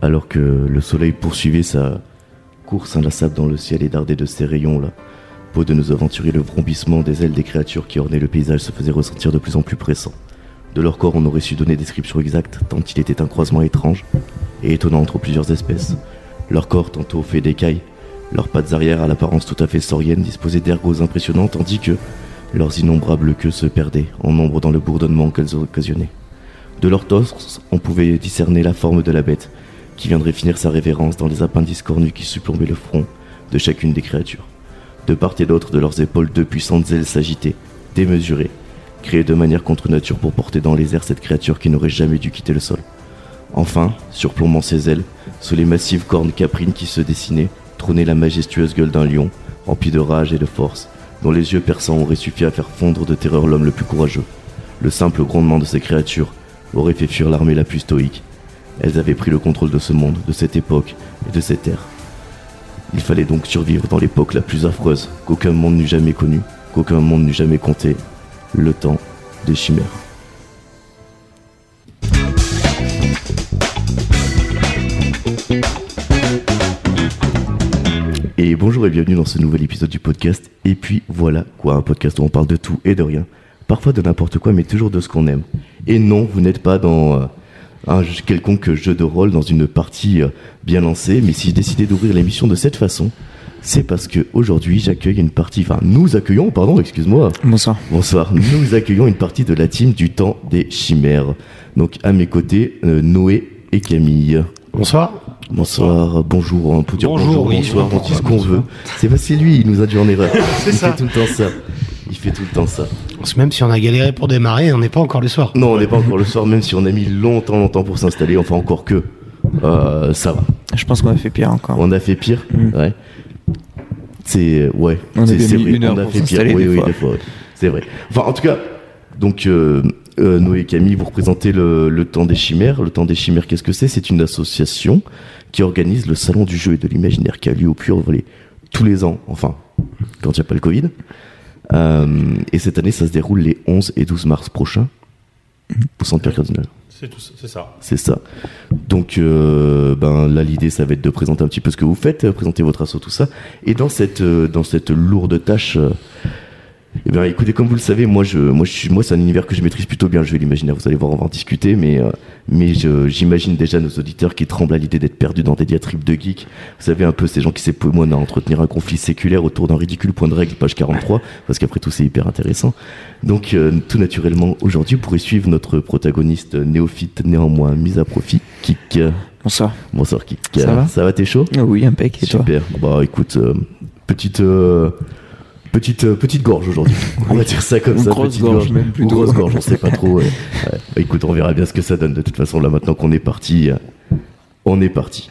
alors que le soleil poursuivait sa course inlassable dans le ciel et dardait de ses rayons la peau de nos aventuriers, le brombissement des ailes des créatures qui ornaient le paysage se faisait ressentir de plus en plus pressant. De leur corps, on aurait su donner description exacte, tant il était un croisement étrange et étonnant entre plusieurs espèces. Leur corps, tantôt fait d'écailles, leurs pattes arrière, à l'apparence tout à fait saurienne, disposaient d'ergots impressionnants, tandis que leurs innombrables queues se perdaient en nombre dans le bourdonnement qu'elles occasionnaient. De leur torse, on pouvait discerner la forme de la bête, qui viendrait finir sa révérence dans les appendices cornus qui supplombaient le front de chacune des créatures. De part et d'autre de leurs épaules, deux puissantes ailes s'agitaient, démesurées, créées de manière contre nature pour porter dans les airs cette créature qui n'aurait jamais dû quitter le sol. Enfin, surplombant ses ailes, sous les massives cornes caprines qui se dessinaient, trônait la majestueuse gueule d'un lion, rempli de rage et de force, dont les yeux perçants auraient suffi à faire fondre de terreur l'homme le plus courageux. Le simple grondement de ces créatures aurait fait fuir l'armée la plus stoïque. Elles avaient pris le contrôle de ce monde, de cette époque et de cette ère. Il fallait donc survivre dans l'époque la plus affreuse qu'aucun monde n'eût jamais connue, qu'aucun monde n'eût jamais compté, le temps des chimères. Et bonjour et bienvenue dans ce nouvel épisode du podcast. Et puis voilà quoi, un podcast où on parle de tout et de rien. Parfois de n'importe quoi, mais toujours de ce qu'on aime. Et non, vous n'êtes pas dans euh, un quelconque jeu de rôle, dans une partie euh, bien lancée. Mais si j'ai décidé d'ouvrir l'émission de cette façon, c'est parce que aujourd'hui j'accueille une partie, enfin nous accueillons, pardon, excuse-moi. Bonsoir. Bonsoir, nous accueillons une partie de la team du temps des chimères. Donc à mes côtés, euh, Noé et Camille. Bonsoir. Bonsoir, bonjour, on peut dire bonjour, Bonjour, oui, bonsoir, bonjour, on dit ce qu'on veut. C'est parce que c'est lui, il nous a dû en erreur. il ça. fait tout le temps ça. Il fait tout le temps ça. Même si on a galéré pour démarrer, on n'est pas encore le soir. Non, on n'est pas encore le soir, même si on a mis longtemps, longtemps pour s'installer, enfin encore que. Euh, ça va. Je pense qu'on a fait pire encore. On a fait pire, ouais. C'est euh, ouais, Hmm. On c'est avait c'est mis vrai, une heure on a pour fait pire. s'installer Oui, des oui, fois. des fois, ouais. c'est vrai. Enfin, en tout cas, donc euh, euh, Noé et Camille, vous représentez le, le Temps des Chimères. Le Temps des Chimères, qu'est-ce que c'est C'est une association qui organise le salon du jeu et de l'imaginaire qui a lieu au Puy-en-Velay tous les ans. Enfin, quand il n'y a pas le Covid. Euh, et cette année, ça se déroule les 11 et 12 mars prochains Hmm. au Centre Pierre Cardinal. C'est tout, ça- c'est ça. C'est ça. Donc euh, ben là l'idée ça va être de présenter un petit peu ce que vous faites, euh, présenter votre assaut tout ça. Et dans cette euh, dans cette lourde tâche euh, eh bien écoutez comme vous le savez moi je moi je suis moi c'est un univers que je maîtrise plutôt bien, je vais l'imaginer, vous allez voir on va en discuter mais euh, mais je- j'imagine déjà nos auditeurs qui tremblent à l'idée d'être perdus dans des diatribes de geeks. Vous savez un peu ces gens qui s'époumonnent à entretenir un conflit séculaire autour d'un ridicule point de règle page 43 parce qu'après tout c'est hyper intéressant. Donc, euh, tout naturellement, aujourd'hui, vous pourrez suivre notre protagoniste néophyte, néanmoins mis à profit, Kik. Bonsoir. Bonsoir, Kik. Ça va Ça va, t'es chaud Ah oui, impec. Et toi Super. Bah, écoute, euh, petite. euh, Petite, euh, petite gorge aujourd'hui. On va dire ça comme Ou ça. grosse petite gorge, même, Ou plutôt. grosse gorge, on sait pas trop. ouais. Ouais. Bah, Écoute, on verra bien ce que ça donne. De toute façon, là, maintenant qu'on est parti, euh, on est parti.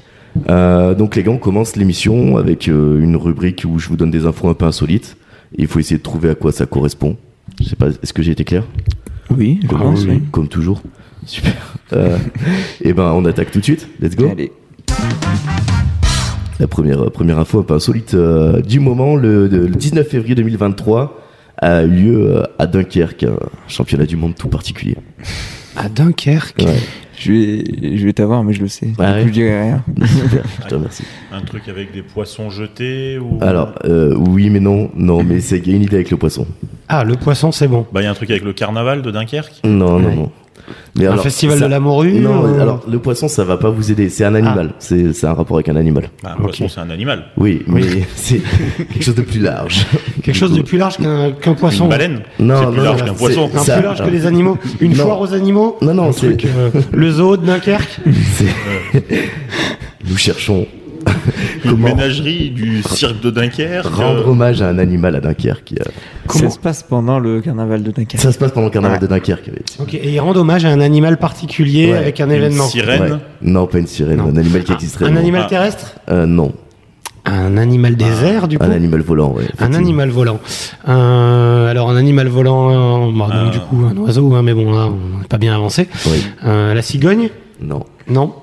Euh, donc les gars, on commence l'émission avec euh, une rubrique où je vous donne des infos un peu insolites. Il faut essayer de trouver à quoi ça correspond. Je sais pas, est-ce que j'ai été clair Ah Oui, Ah je pense. oui. Comme toujours. Super. Euh, et ben, on attaque tout de suite. Let's go. Allez. La première, euh, première info un peu insolite euh, du moment, le, de- le 19 février 2023 a eu lieu euh, à Dunkerque, un championnat du monde tout particulier. À Dunkerque. Ouais. Je vais, je vais t'avoir, mais je le sais. Du coup, ouais. Je dirai rien. Super, je te remercie. Un truc avec des poissons jetés ou. Alors, euh, oui mais non, non, mais c'est il y a une idée avec le poisson. Ah, le poisson, c'est bon. Bah, il y a un truc avec le carnaval de Dunkerque. Non, non, Ouais. non. Mais Un alors, festival ça- de la morue. Non, euh, alors le poisson, ça va pas vous aider. Ah. C'est un animal. C'est c'est un rapport avec un animal. Ah, Ok. un poisson, c'est un animal. Oui, mais c'est quelque chose de plus large. Quelque chose de plus large qu'un qu'un poisson. Une baleine Non, C'est plus non, large non, qu'un c'est- poisson. Un Ça- plus large que les animaux. Une Non. foire aux animaux. Non, non, Un c'est- truc, euh, le zoo de Dunkerque. Nous cherchons Une comment ménagerie du cirque de Dunkerque. rendre euh, hommage à un animal à Dunkerque. euh. Comment- Ça se passe pendant le carnaval de Dunkerque. Ça se passe pendant le carnaval Ouais. de Dunkerque. oui. Ok, et ils rendent hommage à un animal particulier Ouais, avec un une événement. sirène. Ouais. Non, pas une sirène, Non. un animal qui Ah, existerait. Un vraiment. animal Ah. terrestre Euh, Non, Un animal des airs, du coup Ah. un animal volant, ouais. Un effectivement. animal volant. Un- alors un animal volant, euh, bah, donc, Un- du coup un oiseau, hein, mais bon là on n'est pas bien avancé. Oui, Euh, la cigogne non. Non.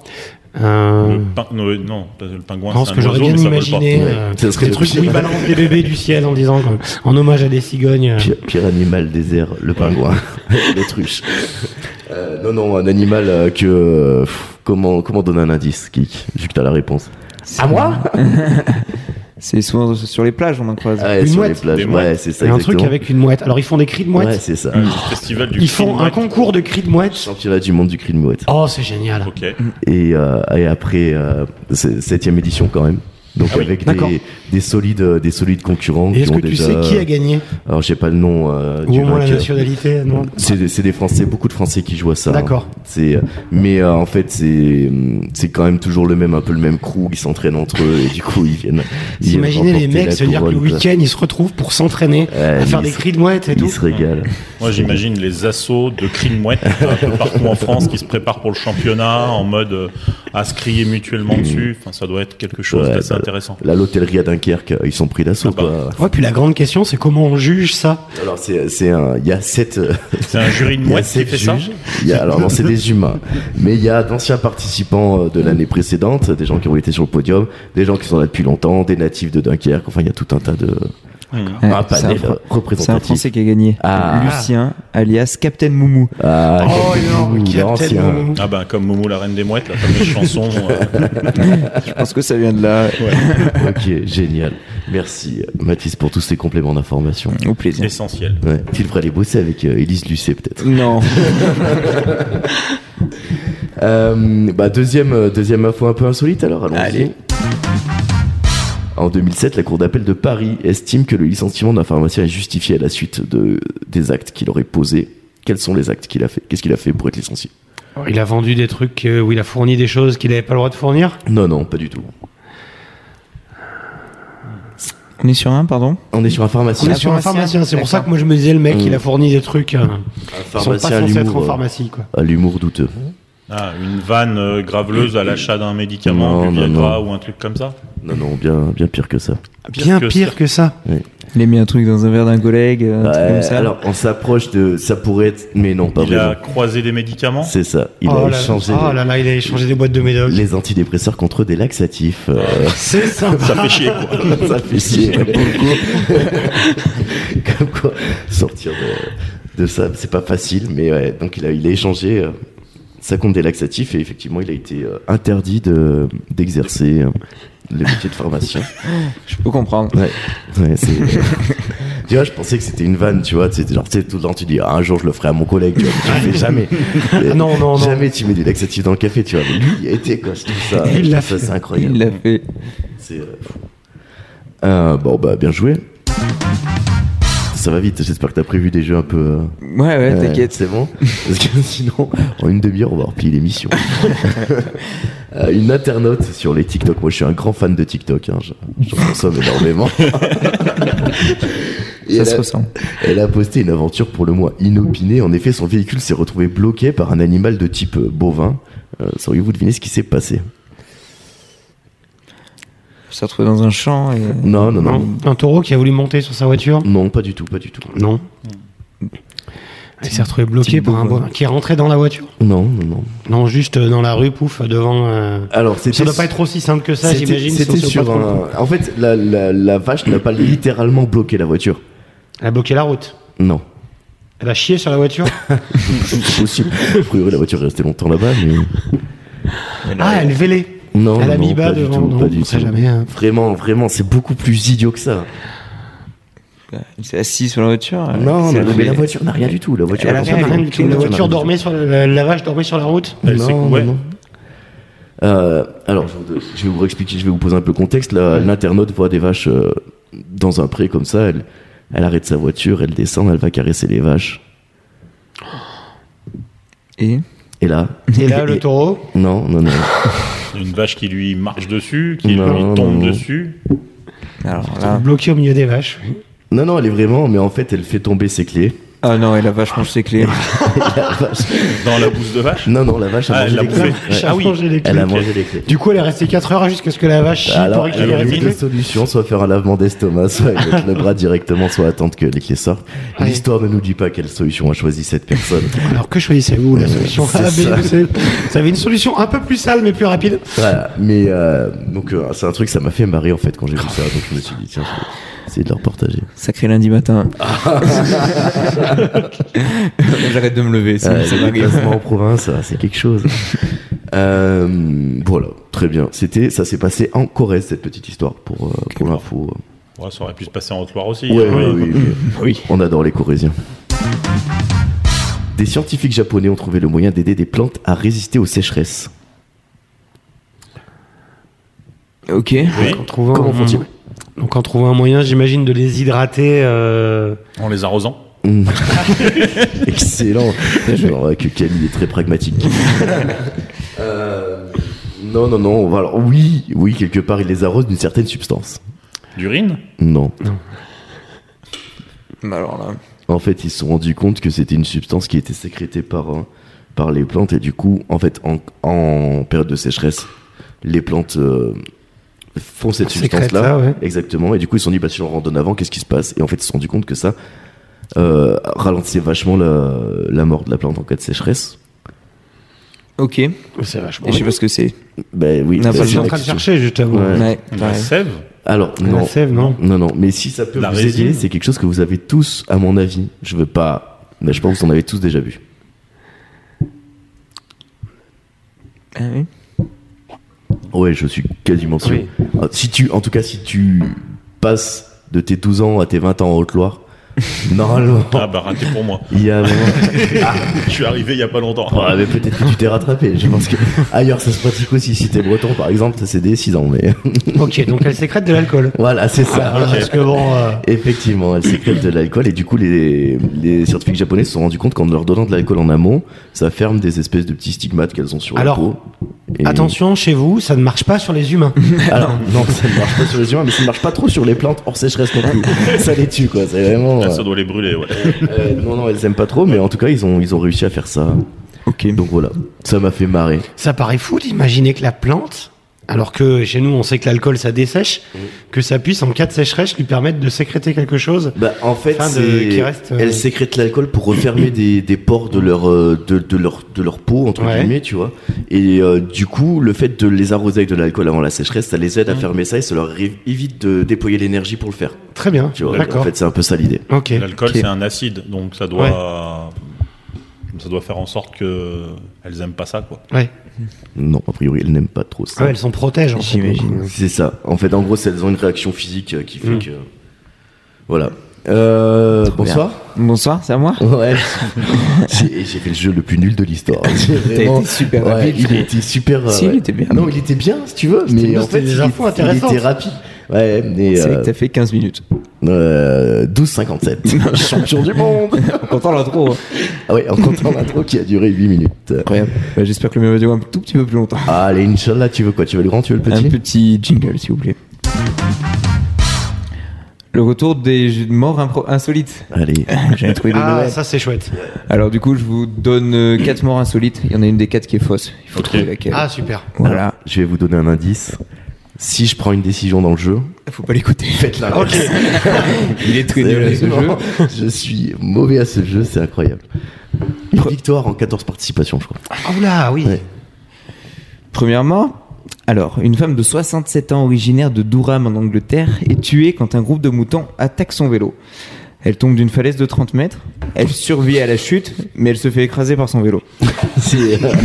Euh, Le pin- non, euh, non, pas- le pingouin. non, c'est ce un que j'aurais oiseau, bien mais ça vole pas. imaginé, Ouais. euh, Ça serait des le trucs pire. où ils balancent des bébés du ciel en disant quoi, en hommage à des cigognes. euh, Pire, pire animal désert, le pingouin, l'autruche. Euh, non, non, un animal euh, que. euh, pff, comment, comment donner un indice, Kik Vu que t'as la réponse. À moi C'est souvent sur les plages, on en croise. Ouais, Une sur mouette. les plages. Des Ouais, c'est ça. Il y a un exactement. truc avec une mouette. Alors ils font des cris de mouette. Ouais, c'est ça. Euh, le festival du ils font film, un ouais. concours de cris de mouette. Championnat du monde du cri de mouette. Oh, c'est génial. Ok. Et, euh, et après, euh, c'est- septième édition quand même. Donc Ah oui, avec d'accord. des, des solides, euh, des solides concurrents. Et est-ce qui que ont tu déjà- sais qui a gagné Alors j'ai pas le nom euh, Ou du au moins la vainqueur. nationalité non C'est des, c'est des Français, beaucoup de Français qui jouent à ça. D'accord. hein. C'est, euh, mais euh, en fait, c'est, hum, c'est quand même toujours le même, un peu le même crew. Ils s'entraînent entre eux et du coup, ils viennent. ils viennent Imaginez les remporter mecs, la c'est-à-dire que le couronne, quoi. week-end, ils se retrouvent pour s'entraîner Ouais, à faire ils des se- cris de mouette et Ils tout. se régalent. Moi, j'imagine les assauts de cris de mouette un peu partout en France qui se préparent pour le championnat en mode euh, à se crier mutuellement dessus. Enfin, ça doit être quelque chose Ouais, d'assez bah, intéressant. Là, l'hôtellerie à Dunkerque, euh, ils sont pris d'assaut, Ah bah. quoi. Ouais, puis la grande question, c'est comment on juge ça Alors, c'est, c'est un, il y a sept, euh, C'est un jury de Il y a mouettes qui sept fait ça juges. Il y a- alors non, c'est des humains. Mais il y a d'anciens participants euh, de l'année précédente, des gens qui ont été sur le podium, des gens qui sont là depuis longtemps, des natifs de Dunkerque. Enfin, il y a tout un tas de Mmh. Ouais, un c'est un panel Fran- c'est un représentatif. Français qui a gagné. Ah. Lucien, alias Captain Moumou. Ah, Oh quel hein. non, goût, qui a l'ancien. tellement- Ah ben, comme Momo la reine des mouettes, la fameuse chanson. euh, Je pense que ça vient de là. Ok, génial. Merci euh, Mathis pour tous ces compléments d'information. Au plaisir. essentiel. Ouais. Tu devrais aller bosser avec euh, Élise Lucet peut-être. Non. Euh, bah, deuxième, euh, deuxième info un peu insolite alors, allons-y. Allez. En 2007, la Cour d'appel de Paris estime que le licenciement d'un pharmacien est justifié à la suite de, des actes qu'il aurait posés. Quels sont les actes qu'il a fait Qu'est-ce qu'il a fait pour être licencié Il a vendu des trucs euh, où il a fourni des choses qu'il n'avait pas le droit de fournir. Non, non, pas du tout. On est sur un, pardon On est sur un On pharmacien. est sur un pharmacien, pharmacien, c'est pour d'accord. ça que moi je me disais le mec, Mm. il a fourni des trucs euh, Un qui sont pas pharmacien à censés être en l'humour, euh, pharmacie. Quoi. à l'humour douteux. Ah, une vanne euh, graveleuse à l'achat d'un médicament, Non, du non, Viagra ou un truc comme ça. Non, non, bien, bien pire que ça. Bien que pire que ça. Il a mis un truc dans un verre d'un collègue, un truc Ouais, comme ça. alors, on s'approche de. Ça pourrait être. Mais non, pas Il a vraiment. croisé des médicaments C'est ça. Il oh, a là, échangé oh là là, il a échangé des boîtes de médoc. les antidépresseurs contre des laxatifs. euh, C'est sympa. Ça fait Oh. chier, quoi. ça fait chier. Comme quoi, sortir de, de ça, c'est pas facile. Mais ouais, donc il a, il a échangé euh, ça contre des laxatifs et effectivement, il a été euh, interdit de- d'exercer euh, le métier de pharmacien. Je peux comprendre. Ouais, ouais c'est. tu vois, je pensais que c'était une vanne, tu vois. C'est genre, tu sais, tout le temps, tu dis, Ah, un jour, je le ferai à mon collègue, tu vois. mais Tu le fais jamais. Ah, non, non, non. Jamais tu mets des laxatifs dans le café, tu vois. Mais lui, il a été, quoi. Je trouve ça. Il je l'a trouve ça, fait. C'est incroyable. Il l'a fait. C'est. euh, fou. Euh, bon, bah, bien joué. Ça va vite, j'espère que t'as prévu des jeux un peu. euh, Ouais, ouais, euh, t'inquiète. C'est bon Parce que sinon, en une demi-heure, on va replier l'émission. Euh, une internaute sur les TikTok. Moi, je suis un grand fan de TikTok. Hein. Je- J'en consomme énormément. Et Ça elle, se a, ressent. elle a posté une aventure pour le moins inopinée. En effet, son véhicule s'est retrouvé bloqué par un animal de type euh, bovin. Euh, Sauriez-vous deviner ce qui s'est passé On s'est retrouvé dans un champ et non, non, non. Non. Un taureau qui a voulu monter sur sa voiture Non, pas du tout, pas du tout. Non. Il s'est retrouvé bloqué Tim par un Bourgoin. bois qui est rentré dans la voiture. Non, non, non. Non, juste euh, dans la rue, pouf, devant. euh, Alors, c'était Ça doit pas être aussi simple que ça, c'était- j'imagine. C'était si on se sur bat contre le coup. un. En fait, la, la, la vache n'a pas littéralement bloqué la voiture. Elle a bloqué la route. Non. Elle a chié sur la voiture. C'est possible. A priori, la voiture est restée longtemps là-bas, mais. ah, elle vélait. Non, elle a non, mis bas pas du devant. tout, non, pas du on sait tout. jamais. hein. Vraiment, vraiment, c'est beaucoup plus idiot que ça. il s'est assis sur la voiture. euh, non, il s'est mais, mais levé. la voiture n'a rien du tout. La voiture Elle n'a a rien, rien du du tout. tout. n'a La rien voiture du tout. dormait sur le- la, la vache dormait sur la route. Elle s'est- Non, ouais. non, non. Euh, alors, je vous- je vais vous expliquer, je vais vous poser un peu le contexte. Là, L'internaute voit des vaches euh, dans un pré comme ça. Elle, elle arrête sa voiture, elle descend, elle va caresser les vaches. Et Et là. Et là, le taureau. Non, non, non. Une vache qui lui marche dessus, qui Non, lui tombe non. dessus. alors Ah. là. Bloqué au milieu des vaches. Non, non, elle est vraiment, mais en fait, elle fait tomber ses clés. Ah non, il a vachement ses clés. La vache- Dans la bouse de vache Non, non, la vache a Ah, mangé elle l'a les bouffé. clés. Ouais. Ah oui. Changé les clés. Elle a Ok. mangé les clés. Du coup, elle est restée 4 heures jusqu'à ce que la vache chie pour Alors, elle récupérer a les eu clés. deux solutions, soit faire un lavement d'estomac, soit elle jette le bras directement, soit attendre que les clés sortent. Ouais. L'histoire ne nous dit pas quelle solution a choisi cette personne. Alors que choisissez-vous la solution Euh, c'est Ah, mais ça. c'est- Ça avait une solution un peu plus sale mais plus rapide. Voilà, mais euh, donc euh, c'est un truc, ça m'a fait marrer en fait quand j'ai vu ça. Donc je me suis dit, tiens, je vais- Essayez de leur partager. Sacré lundi matin. J'arrête de me lever, sinon Euh, ça les m'arrive. déplacements en province, ah, c'est quelque chose. Euh, voilà, très bien. C'était, ça s'est passé en Corrèze cette petite histoire pour euh, pour l'info. Ouais, ça aurait pu se passer en Haute-Loire aussi. Ouais, hein, ouais, mais- oui, oui. On adore les Corréziens. Des scientifiques japonais ont trouvé le moyen d'aider des plantes à résister aux sécheresses. Ok. Oui, En trouvant Comment un- font-ils Donc en trouvant un moyen, j'imagine, de les hydrater. euh, en les arrosant. Mm. Excellent. Je vois que Camille est très pragmatique. Euh, non, non, non. on va- alors, oui, oui, quelque part, il les arrose d'une certaine substance. D'urine Non. Bah alors là. En fait, ils se sont rendus compte que c'était une substance qui était sécrétée par, euh, par les plantes. Et du coup, en fait, en, en période de sécheresse, les plantes euh, font cette Sécrètent substance-là. ça, ouais. Exactement. Et du coup, ils se sont dit, bah, si on randonne avant, qu'est-ce qui se passe Et en fait, ils se sont rendus compte que ça euh, ralentissait vachement la, la mort de la plante en cas de sécheresse. Ok. Et Oh, C'est vachement. je sais pas ce que c'est. Ben oui, On n'a c'est pas Je la suis en le train de question. chercher justement. Ouais. Ouais. La pareil. sève Alors, La non. sève, non Non, non, mais si ça peut La vous résine. aider, c'est quelque chose que vous avez tous, à mon avis. Je veux pas. Mais je pense que vous en avez tous déjà vu. Ah oui. Ouais, je suis quasiment sûr. Oui. Ah, Si tu, en tout cas, si tu passes de tes 12 ans à tes 20 ans en Haute-Loire, normalement, Ah bah raté pour moi. il y a un moment. Je suis arrivé il y a pas longtemps. Ouais, mais peut-être que tu t'es rattrapé. Je pense que ailleurs, ça se pratique aussi. Si t'es breton, par exemple, ça, c'est des 6 ans. Mais Ok, donc elle sécrète de l'alcool. voilà, c'est ça. Ah, Parce que bon, euh, Effectivement, elle sécrète de l'alcool et du coup les, les scientifiques japonais se sont rendus compte qu'en leur donnant de l'alcool en amont, ça ferme des espèces de petits stigmates qu'elles ont sur Alors, la peau. Et- attention chez vous, ça ne marche pas sur les humains. Alors, non, ça ne marche pas sur les humains, mais ça ne marche pas trop sur les plantes hors sécheresse non plus. ça les tue quoi, c'est vraiment... Là, ça doit les brûler, ouais. Euh, non, non, elles aiment pas trop, mais en tout cas, ils ont, ils ont réussi à faire ça. Ok. Donc voilà, ça m'a fait marrer. Ça paraît fou d'imaginer que la plante, alors que chez nous on sait que l'alcool ça dessèche, que ça puisse en cas de sécheresse lui permettre de sécréter quelque chose. Bah, en fait, Enfin, de- c'est- qui reste, euh, elles sécrètent l'alcool pour refermer des, des pores de leur, euh, de, de leur, de leur peau, entre Ouais. guillemets, tu vois. Et euh, du coup, le fait de les arroser avec de l'alcool avant la sécheresse, ça les Mm. aide à fermer ça et ça leur ré- évite de déployer l'énergie pour le faire. Très bien, Tu vois, en d'accord. fait, c'est un peu ça l'idée. Ok. L'alcool, Ok. c'est un acide, donc ça doit, ça doit faire en sorte que elles aiment pas ça, quoi. Ah Ouais. Non, a priori, elles n'aiment pas trop ça. Ah ouais, elles s'en protègent. en fait. J'imagine. C'est ça. En fait, en gros, c'est- elles ont une réaction physique euh, qui fait Mm. que. Voilà. Euh, Trop bien. bonsoir. Bonsoir, c'est à moi Ouais. j'ai j'ai fait le jeu le plus nul de l'histoire. Vraiment, été super ouais, rapide. Il était super. euh, Si, il ouais. était bien. Non, il était bien, si tu veux. C'était Mais bien, en c'était fait, des il, infos il intéressantes. était rapide. Ouais, mais C'est vrai euh, que t'as fait 15 minutes. euh, 12,57. Champion du monde. En comptant l'intro. hein. Ah ouais, en comptant l'intro qui a duré 8 minutes. Incroyable. Bah, J'espère que le mien va durer un tout petit peu plus longtemps. Allez, Inch'Allah, tu veux quoi Tu veux le grand, tu veux le petit Un petit jingle, s'il vous plaît. Le retour des jeux de morts impro- insolites. Allez. J'ai trouvé des Ah, nouvelles. ça c'est chouette. Alors du coup, je vous donne 4 morts insolites. Il y en a une des 4 qui est fausse. Il faut Ok. trouver laquelle. Ah, super. voilà. Alors, je vais vous donner un indice. Si je prends une décision dans le jeu, Faut pas l'écouter. faites la Ok. Il est très nul à ce jeu. Je suis mauvais à ce jeu, c'est incroyable. Une victoire en 14 participations, je crois. Ah, oula, oui. Ouais. Premièrement, alors, une femme de 67 ans originaire de Durham en Angleterre est tuée quand un groupe de moutons attaque son vélo. Elle tombe d'une falaise de 30 mètres, elle survit à la chute, mais elle se fait écraser par son vélo. C'est euh, Bon,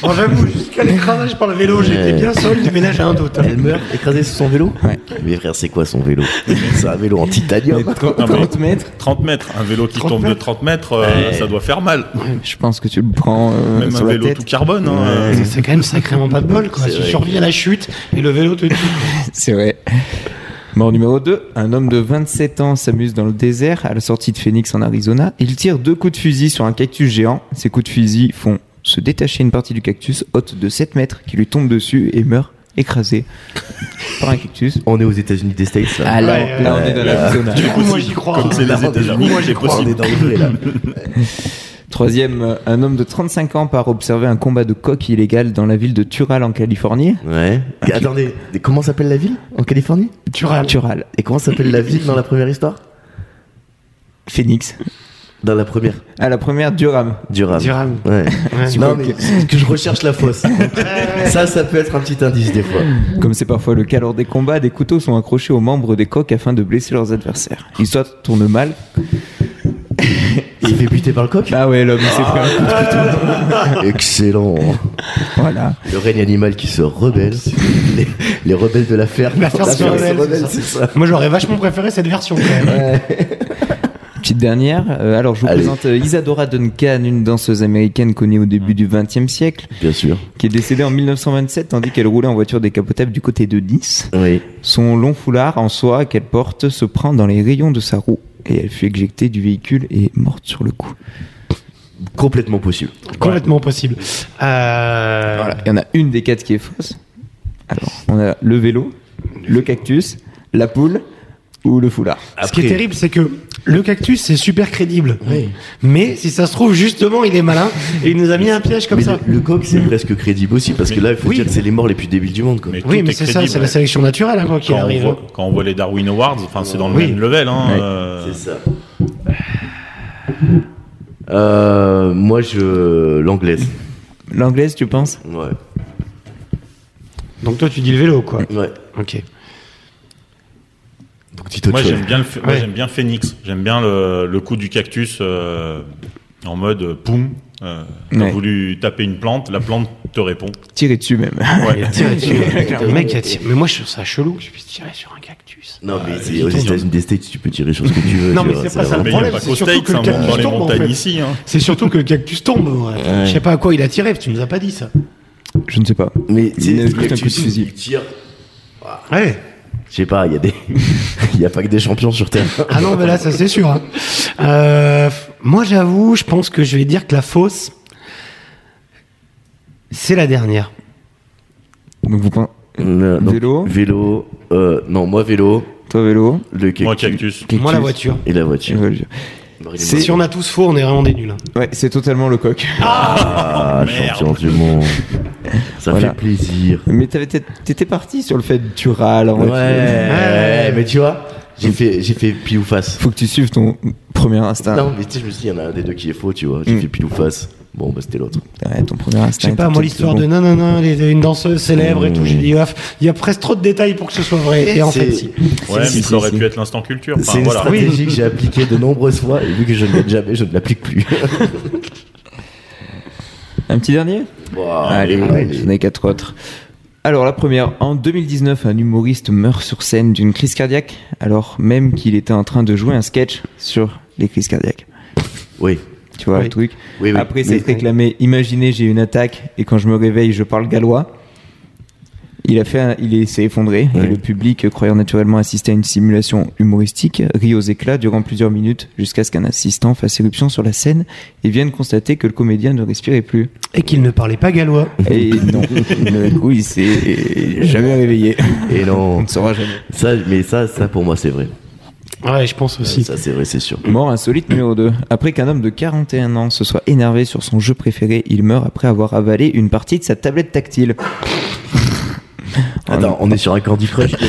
Oh, j'avoue, jusqu'à l'écrasage par le vélo, j'étais bien seul du ménage à un doute. Elle meurt écrasée sous son vélo Ouais. Mais frère, c'est quoi son vélo C'est un vélo en titanium. Ah, mais 30 mètres 30 mètres, un vélo qui 30 tombe de mètres. 30 mètres, euh, ça doit faire mal. Je pense que tu le prends euh, Même sur un la vélo tête. tout carbone. hein, euh, C'est quand même sacrément pas de bol, quoi. C'est Tu vrai. survis à la chute et le vélo te tue. C'est vrai. Mort numéro 2, un homme de 27 ans s'amuse dans le désert à la sortie de Phoenix en Arizona. Il tire deux coups de fusil sur un cactus géant. Ces coups de fusil font se détacher une partie du cactus haute de 7 mètres qui lui tombe dessus et meurt écrasé par un cactus. On est aux États-Unis des States là. Ah là, Ouais, là, ouais, on est dans l'Arizona. Du coup, moi j'y crois. Comme c'est Là, les on est- États-Unis, moi, j'y c'est crois, on est possible. dans le vrai, là. Troisième, euh, un homme de 35 ans part observer un combat de coq illégal dans la ville de Tural en Californie. Ouais. Et Attendez, et comment s'appelle la ville en Californie Tu râles. Tural, Et comment s'appelle la ville dans la première histoire Phoenix. Dans la première, À la première, Durham. Durham. Durham. Ouais. Ouais. Non, mais que je recherche la fosse. ça, ça peut être un petit indice des fois. Comme c'est parfois le cas lors des combats, des couteaux sont accrochés aux membres des coqs afin de blesser leurs adversaires. L'histoire tourne mal. Il fait buter par le coq Ah ouais, l'homme il s'est pris un coup. Bah. Excellent. Voilà. Le règne animal qui se rebelle. Les, les rebelles de la ferme. La ferme se rebelle, c'est ça. Moi, j'aurais vachement préféré cette version quand même. Petite dernière. Euh, alors, je vous Allez. présente euh, Isadora Duncan, une danseuse américaine connue au début du XXe siècle, Bien sûr. qui est décédée en 1927 tandis qu'elle roulait en voiture décapotable du côté de Nice. Oui. Son long foulard en soie qu'elle porte se prend dans les rayons de sa roue et elle fut éjectée du véhicule et est morte sur le coup. Complètement possible. Complètement possible. Euh, Voilà. Il y en a une des quatre qui est fausse. Alors, on a le vélo, le cactus, la poule ou le foulard. Ce qui est terrible, c'est que le cactus, c'est super crédible. Oui. Mais si ça se trouve, justement, il est malin et il nous a mis un piège comme Mais ça. le, le coq, c'est presque crédible aussi, parce que Mais- là, il faut oui. dire que c'est les morts les plus débiles du monde. Quoi. Mais Oui, tout mais est c'est ça, crédible. c'est la sélection naturelle hein, quoi, qui Quand on, arrive. voit, quand on voit les Darwin Awards, enfin c'est dans le Oui. même level. Hein, Ouais. euh, C'est ça. Euh, moi, je. L'anglaise. L'anglaise, tu penses Ouais. Donc toi, tu dis le vélo, quoi. Ouais. Ok. Donc, dites autre Moi chose. j'aime bien, le ph- moi, Ouais. j'aime bien Phoenix. J'aime bien le, le coup du cactus euh, en mode euh, poum. Euh, T'as Ouais. voulu taper une plante, la plante te répond. Tirer dessus même. Ouais. Tiens, tu- le mec, il a tiré- mais moi, je trouve ça chelou que je puisse tirer sur un cactus. Non, Ah, mais c'est- il aux tombe. États-Unis des States, tu peux tirer sur ce que tu veux. Non, tu mais vois, c'est pas ça vraiment- Mais il n'y a problème, pas c'est qu'aux surtout States, que le hein, cactus dans les tombe, en montagnes fait. ici. hein. C'est surtout que le cactus tombe. ouais. Je sais pas à quoi il a tiré, tu nous as pas dit ça. Je ne sais pas. Mais Il y a tu sais, juste un le coup de cactus, fusil. il tire. Ouais. Je sais pas, il y a des. Il y a pas que des champions sur Terre. Ah non, mais là, ça c'est sûr. hein. Euh, moi, j'avoue, je pense que je vais dire que la fausse, c'est la dernière. Donc vous pensez... Euh, Non, donc, Vélo. Vélo. euh, non, moi, vélo, Toi, vélo. le cactus Moi cactus. Moi, la voiture. et la voiture. C'est- Si on a tous faux, on est vraiment des nuls. hein. Ouais, c'est totalement le coq. Ah, Merde. champion du monde. Ça Voilà. fait plaisir. Mais t'avais- t'étais parti sur le fait que tu râles. en Ouais, voiture. ouais, mais tu vois, j'ai fait, j'ai fait pile ou face. Faut que tu suives ton premier instinct. Non, mais tu sais, je me suis dit, il y en a un des deux qui est faux, tu vois. J'ai Ah. Mm. fait pile ou face. Bon, bah, c'était l'autre. Ouais, ton premier instinct. Je sais était pas, moi, peut-être l'histoire bon. de non, non, non, les- euh, une danseuse célèbre et tout, j'ai dit, off, il y a presque trop de détails pour que ce soit vrai. Et en C'est- fait, si. Ouais, mais si, si, ça aurait si. pu être l'instant culture. Enfin, C'est une voilà. stratégie que j'ai appliquée de nombreuses fois et vu que je ne gagne jamais, je ne l'applique plus. Un petit dernier Wow. Allez, j'en ai quatre autres. Alors la première, en 2019, un humoriste meurt sur scène d'une crise cardiaque, alors même qu'il était en train de jouer un sketch sur les crises cardiaques. Oui. Tu vois Oui. le truc Oui, oui. Après Mais- s'être réclamé, imaginez j'ai une attaque et quand je me réveille je parle gallois. Il a fait, un- il est- s'est effondré et Oui. le public, euh, croyant naturellement assister à une simulation humoristique, rit aux éclats durant plusieurs minutes jusqu'à ce qu'un assistant fasse éruption sur la scène et vienne constater que le comédien ne respirait plus. Et qu'il ne parlait pas gallois. Et non, le coup, il s'est jamais réveillé. Et On non. ne saura jamais. Ça, mais ça, ça pour moi, c'est vrai. Ouais, je pense aussi. Euh, Ça, c'est vrai, c'est sûr. Mort insolite numéro 2. Après qu'un homme de 41 ans se soit énervé sur son jeu préféré, il meurt après avoir avalé une partie de sa tablette tactile. Attends, on est sur un Candy Crush qui a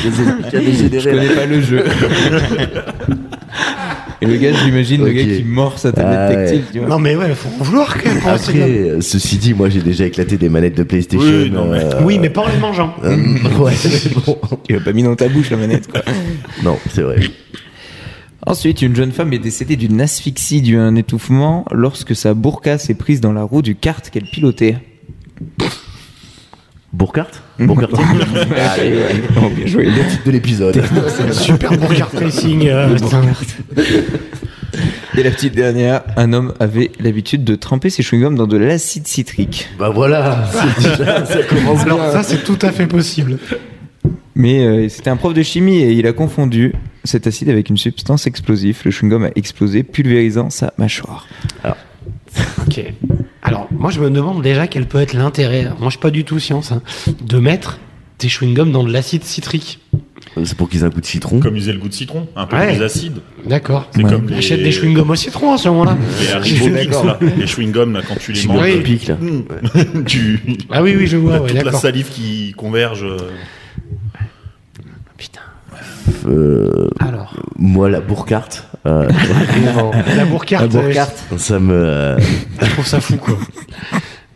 dégénéré- qui a Ah Je dégénéré. connais pas le jeu. Et le gars, j'imagine, Ok. le gars qui mord sa Ah tablette ouais. tactile, tu vois. Euh, Non, mais ouais, faut en vouloir quand même. pour essayer de- Après, euh, ceci dit, moi j'ai déjà éclaté des manettes de PlayStation. Oui, non, mais- euh, Oui, mais pas en les mangeant. euh, ouais, mais bon. Tu l'as pas mis dans ta bouche, la manette, quoi. Non, c'est vrai. Ensuite, une jeune femme est décédée d'une asphyxie due à un étouffement lorsque sa burqa s'est prise dans la roue du kart qu'elle pilotait. Bourcart Bourcart Allez, Ah, ouais. Oh, bien joué. le titre de l'épisode. Super burger tracing. euh, putain. Et la petite dernière, un homme avait l'habitude de tremper ses chewing-gums dans de l'acide citrique. bah voilà, c'est déjà, ça commence Alors bien. ça, c'est tout à fait possible. Mais euh, c'était un prof de chimie et il a confondu cet acide avec une substance explosive. Le chewing-gum a explosé, pulvérisant sa mâchoire. Ok. Alors, moi, je me demande déjà quel peut être l'intérêt. Alors, Moi, je suis pas du tout science. hein, de mettre tes chewing-gums dans de l'acide citrique. C'est pour qu'ils aient un goût de citron. Comme user le goût de citron, un peu Ouais. plus acide. D'accord. C'est Ouais. comme les... Achète des chewing-gums au citron à ce moment-là. les Haribo Mix, là. Les chewing-gums, là, quand tu les Tu vois, manges, le Oui. pic là. mm, tu... Ah oui, oui, je t'as vois. Ouais, toute la d'accord. salive qui converge. euh, Putain. Euh, Alors, moi la Bourcart, Euh, Vraiment. La Burkhardt, Burkhardt. ça me. euh, euh, je trouve ça fou, quoi.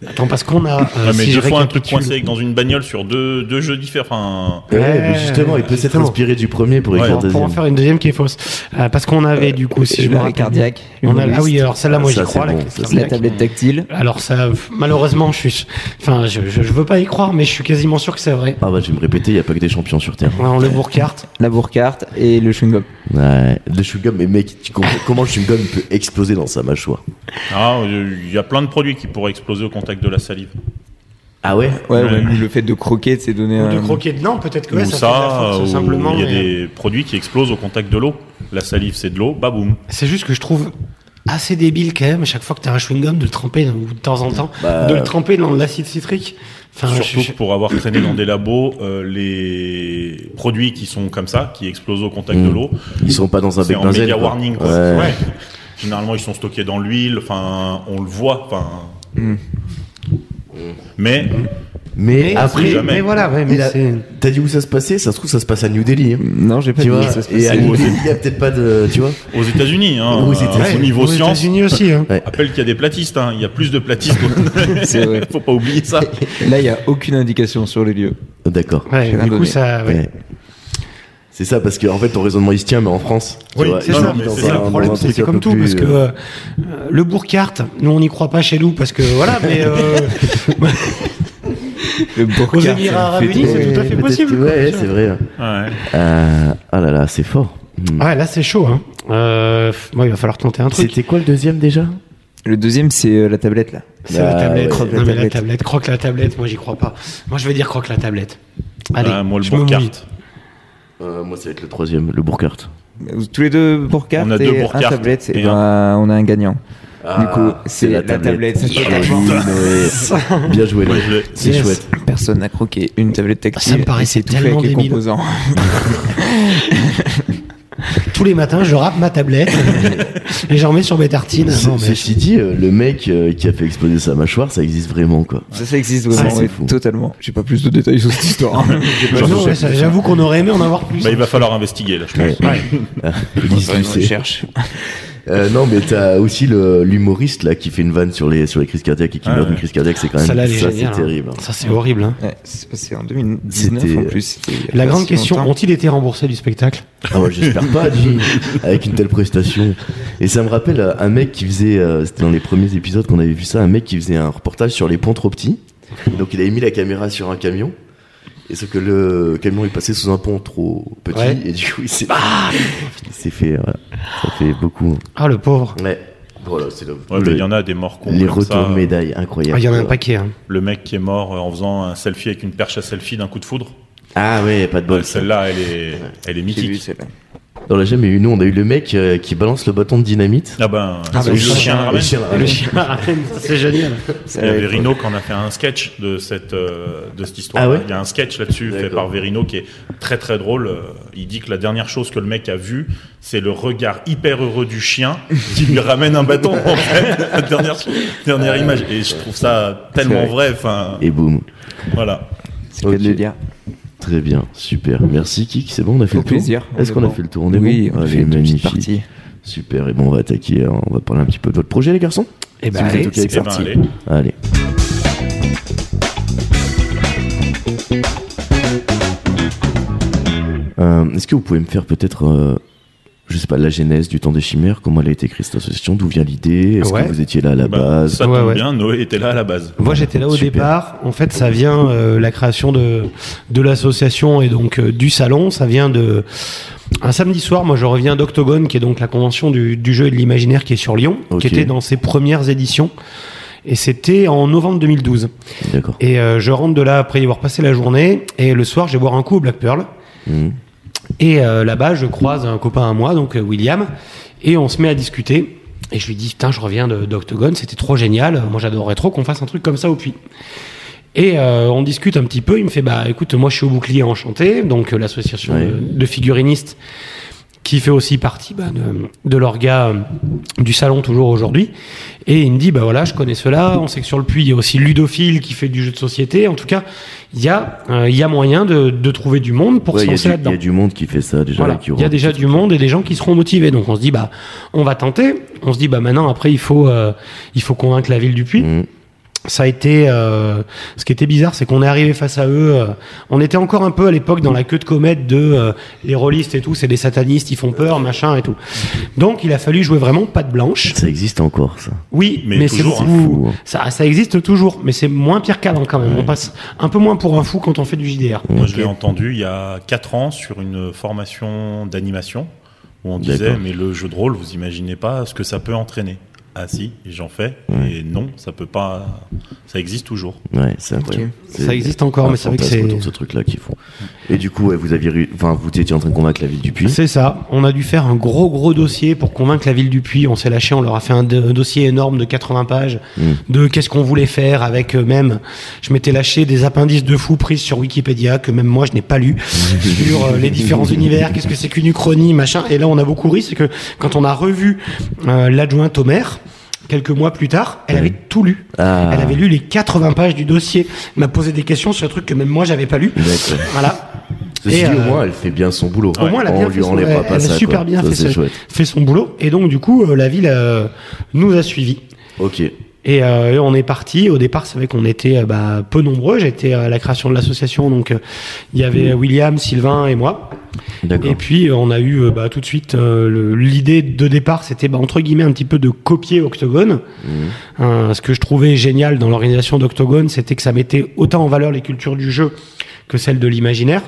Attends, parce qu'on a. euh, Ouais, mais si je deux fois un truc récapitule- coincé avec dans une bagnole sur deux, deux jeux différents. Enfin, ouais, Ouais, mais justement, il peut s'être justement. inspiré du premier pour Ouais, écrire Pour, le pour en deuxième. faire une deuxième qui est fausse. Euh, parce qu'on avait, du coup, si je me L'arrêt rappelle bien, cardiaque. On a- l'humoriste, ah oui, alors celle-là, moi, Ah, j'y ça, crois. c'est la bon, crise ça, c'est La cardiaque. tablette tactile. Alors ça, malheureusement, je suis, enfin, je, je, je veux pas y croire, mais je suis quasiment sûr que c'est vrai. Ah bah, je vais me répéter, il n'y a pas que des champions sur Terre. Ouais, on le Burkhardt. La Burkhardt et le chewing-gum. Ouais, le chewing-gum, mais mec, tu comprends comment le chewing-gum peut exploser dans sa mâchoire ah, il y a plein de produits qui pourraient exploser au contact de la salive. Ah ouais Ouais, Ouais. ou même le fait de croquer, c'est donner Ou de un- croquer dedans, peut-être que ouais, ou ça, ça, fait de la force, ou simplement. il y a mais- euh, des produits qui explosent au contact de l'eau. La salive, c'est de l'eau, baboum. C'est juste que je trouve assez débile quand même, à chaque fois que t'as un chewing-gum, de le tremper, ou de temps en temps, Bah, de le tremper dans de l'acide citrique. Enfin, je- Surtout Ah, je- pour avoir traîné dans des labos euh, les produits qui sont comme ça, qui explosent au contact Mm. de l'eau. Ils sont pas dans un C'est bec en benzène. média quoi. warning. quoi. Ouais. Ouais. Généralement, ils sont stockés dans l'huile. Enfin, on le voit. Enfin. Mm. Mais Mais Mais c'est après, jamais- mais voilà, Ah ouais, mais il a- c'est- t'as dit où ça se passait Ça se trouve, ça se passe à New Delhi. hein. Non, j'ai pas Tu dit vois ça se Et à passait. New Delhi, il y a peut-être pas de. Tu vois aux États-Unis, hein, Aux euh, États-Unis. au niveau aux science, États-Unis aussi. Hein. Ouais. rappelle qu'il y a des platistes. hein. Il y a plus de platistes. qu'au- C'est vrai. Faut pas oublier ça. Là, il n'y a aucune indication sur les lieux. Ah, D'accord. Ouais, J'ai rien du coup, donné. ça. ouais. Ouais. C'est ça, parce que en fait, ton raisonnement il se tient, mais en France. tu Oui, vois, c'est il ça. vit mais dans un- c'est ça, le dans un problème, c'est truc c'est un comme peu tout, plus, parce que euh, euh, euh, le Burkhardt, nous on n'y croit pas chez nous, parce que voilà, mais euh, Le aux Burkhardt. Émirats Arabes Unis, ouais, c'est tout à fait peut-être- possible. quoi. Ouais, c'est vrai. hein. Ouais. Euh, ah là là, c'est fort. Hmm. Ah ouais, là c'est chaud. Hein. Euh, moi, il va falloir tenter un truc. C'était quoi le deuxième déjà Le deuxième, c'est euh, la tablette, là. C'est la Ah, ouais. tablette. Croque la Non, mais la tablette. tablette, croque la tablette, moi j'y crois pas. Moi je vais dire croque la tablette. Allez, Ah, moi, le je me Burkhardt. mouille. Euh, Moi, ça va être le troisième, le Burkhardt. Tous les deux Burkhardt On a et deux un Burkhardt tablette. Et et ben, on a un gagnant. Ah, du coup, c'est la, tablette. Ah, oui, Noé. Bien joué, Ouais, Noé. je l'ai. C'est Yes. chouette. Personne n'a croqué une tablette tactile. Ça me paraissait et c'est tout fait avec tellement les débile. composants. Tous les matins, je râpe ma tablette et j'en mets sur mes tartines. Ce- Non, mais- Ceci dit, euh, le mec euh, qui a fait exploser sa mâchoire, ça existe vraiment, quoi. Ça, ça existe vraiment, Ah, c'est ouais, fou. totalement. J'ai pas plus de détails sur cette histoire. Bah non, ouais, ça- J'avoue qu'on aurait aimé en avoir plus. Bah, il va falloir investiguer là, je pense. Ouais. Ah, Lise Faire une Lucet. recherche. Euh, non, mais t'as aussi le- l'humoriste là qui fait une vanne sur les sur les crises cardiaques et qui Ah, meurt d'une ouais. crise cardiaque, c'est quand même ça, là, elle est ça, c'est géniale, hein. terrible. hein. Ça, c'est horrible. hein. Ouais, c'est passé en 2019 C'était- en plus. c'était il y a La pas grande si question, longtemps. ont-ils été remboursés du spectacle Ah ouais, j'espère pas, dis, avec une telle prestation. Et ça me rappelle euh, un mec qui faisait, euh, c'était dans les premiers épisodes qu'on avait vu ça, un mec qui faisait un reportage sur les ponts trop petits. Donc il avait mis la caméra sur un camion. Et sauf que le camion est passé sous un pont trop petit. Ouais. Et du coup, il s'est, Ah il s'est fait, euh, ça fait beaucoup. Ah, le pauvre. Ouais. Voilà, c'est le- Ouais, mais le- il y en a des morts cons. les comme ça. retours de médailles, incroyable. Ah, Il y en a un paquet. hein. Le mec qui est mort euh, en faisant un selfie avec une perche à selfie d'un coup de foudre. Ah ouais, pas de bol. Ouais, ça. Celle-là, elle est, elle J'ai est vu mythique. celle-là. On l'a jamais eu. Nous, on a eu le mec euh, qui balance le bâton de dynamite. Ah ben, Ah bah, le le chien chien, ramène. Le chien Et ramène. le chien ramène, ça, c'est génial. Il y avait Ouais. Verino qui en a fait un sketch de cette, euh, de cette histoire. Ah ouais il y a un sketch là-dessus fait D'accord. par Verino qui est très très drôle. Euh, Il dit que la dernière chose que le mec a vu, c'est le regard hyper heureux du chien qui lui ramène un bâton. En fait, la dernière, dernière image. Et je trouve ça tellement C'est vrai. Enfin, Et boum. voilà. C'est le cas de Ok. le dire. Très bien, super. Merci Kik, c'est bon, on a fait Au le tour. plaisir. Est-ce qu'on a Bon. fait le tour On est Oui, bon on a Allez, fait une petite magnifique. partie. Super, et bon, on va attaquer, hein, on va parler un petit peu de votre projet, les garçons Et Si ben, vous êtes allez, ok avec Eh ça ben, allez. Allez. Euh, Est-ce que vous pouvez me faire peut-être, euh, je sais pas, la genèse du temps des chimères Comment elle a été créée cette association D'où vient l'idée Est-ce Ouais. que vous étiez là à la Bah, base ça tombe Ouais, ouais. bien, Noé était là à la base. Moi j'étais là au Super. départ. En fait, ça vient euh, la création de de l'association et donc euh, du salon. Ça vient de un samedi soir. Moi, je reviens d'Octogone, qui est donc la convention du, du jeu et de l'imaginaire qui est sur Lyon, Ok. qui était dans ses premières éditions. Et c'était en novembre 2012. D'accord. Et euh, je rentre de là après y avoir passé la journée. Et le soir, je vais boire un coup au Black Pearl. Mhm. Et euh, là-bas, je croise un copain à moi, donc euh, William, et on se met à discuter. Et je lui dis, putain, je reviens de- d'Octogone, c'était trop génial. Moi, j'adorerais trop qu'on fasse un truc comme ça au puits. Et euh, on discute un petit peu. Il me fait, bah écoute, moi, je suis au bouclier enchanté, donc euh, l'association Ouais. de, de figurinistes qui fait aussi partie bah, de, de l'orga euh, du salon toujours aujourd'hui. Et il me dit, bah voilà, je connais cela. On sait que sur le puits, il y a aussi Ludophile qui fait du jeu de société. En tout cas, il y a, euh, il y a moyen de, de trouver du monde pour Ouais, se il y a lancer du- il là-dedans. y a du monde qui fait ça déjà. Voilà. qui Il y rentre. a déjà du monde et des gens qui seront motivés. Donc on se dit, bah, on va tenter. On se dit, bah maintenant, après, il faut, euh, il faut convaincre la ville du puits Mm. ça a été euh, ce qui était bizarre c'est qu'on est arrivé face à eux euh, on était encore un peu à l'époque dans la queue de comète de euh, les rôlistes et tout c'est des satanistes ils font peur machin et tout donc il a fallu jouer vraiment patte blanche Ça existe encore, ça. oui mais, Mais c'est toujours un beaucoup- fou, hein. ça, ça existe toujours mais c'est moins pire qu'avant quand même on passe un peu moins pour un fou quand on fait du JDR Moi, je l'ai entendu il y a 4 ans sur une formation d'animation où on disait D'accord. mais le jeu de rôle, vous imaginez pas ce que ça peut entraîner. Ah si, et j'en fais et non, ça peut pas ça existe toujours. Ouais, c'est incroyable. C'est- Ça existe encore, un mais c'est vrai que fantasme c'est- autour de ce truc-là qu'ils font. Et du coup, ouais, vous aviez, réu- enfin, vous étiez en train de convaincre la ville du Puy. C'est ça. On a dû faire un gros gros dossier pour convaincre la ville du Puy. On s'est lâché. On leur a fait un, do- un dossier énorme de 80 pages Hmm. de qu'est-ce qu'on voulait faire avec eux même. Je m'étais lâché des appendices de fous prises sur Wikipédia que même moi je n'ai pas lu sur euh, les différents univers. Qu'est-ce que c'est qu'une uchronie, machin. Et là, on a beaucoup ri, c'est que quand on a revu euh, l'adjointe au maire. Quelques mois plus tard, elle avait tout lu. Ah. Elle avait lu les 80 pages du dossier. Elle m'a posé des questions sur un truc que même moi j'avais pas lu. D'accord. Voilà. Ceci Et, dit, au euh, moins, elle fait bien son boulot. au moins, elle a on bien lui fait son, enlèvera elle pas a ça. super quoi. bien Ça, fait, c'est ce- chouette. fait son boulot. Et donc, du coup, euh, la ville euh, nous a suivis. Ok. Et euh, on est parti. Au départ, c'est vrai qu'on était euh, bah, peu nombreux. J'étais à la création de l'association, donc euh, il y Mmh. avait William, Sylvain et moi. D'accord. Et puis euh, on a eu euh, bah, tout de suite euh, le- l'idée de départ, c'était bah, entre guillemets un petit peu de copier Octogone. Hein, ce que je trouvais génial dans l'organisation d'Octogone, c'était que ça mettait autant en valeur les cultures du jeu que celles de l'imaginaire.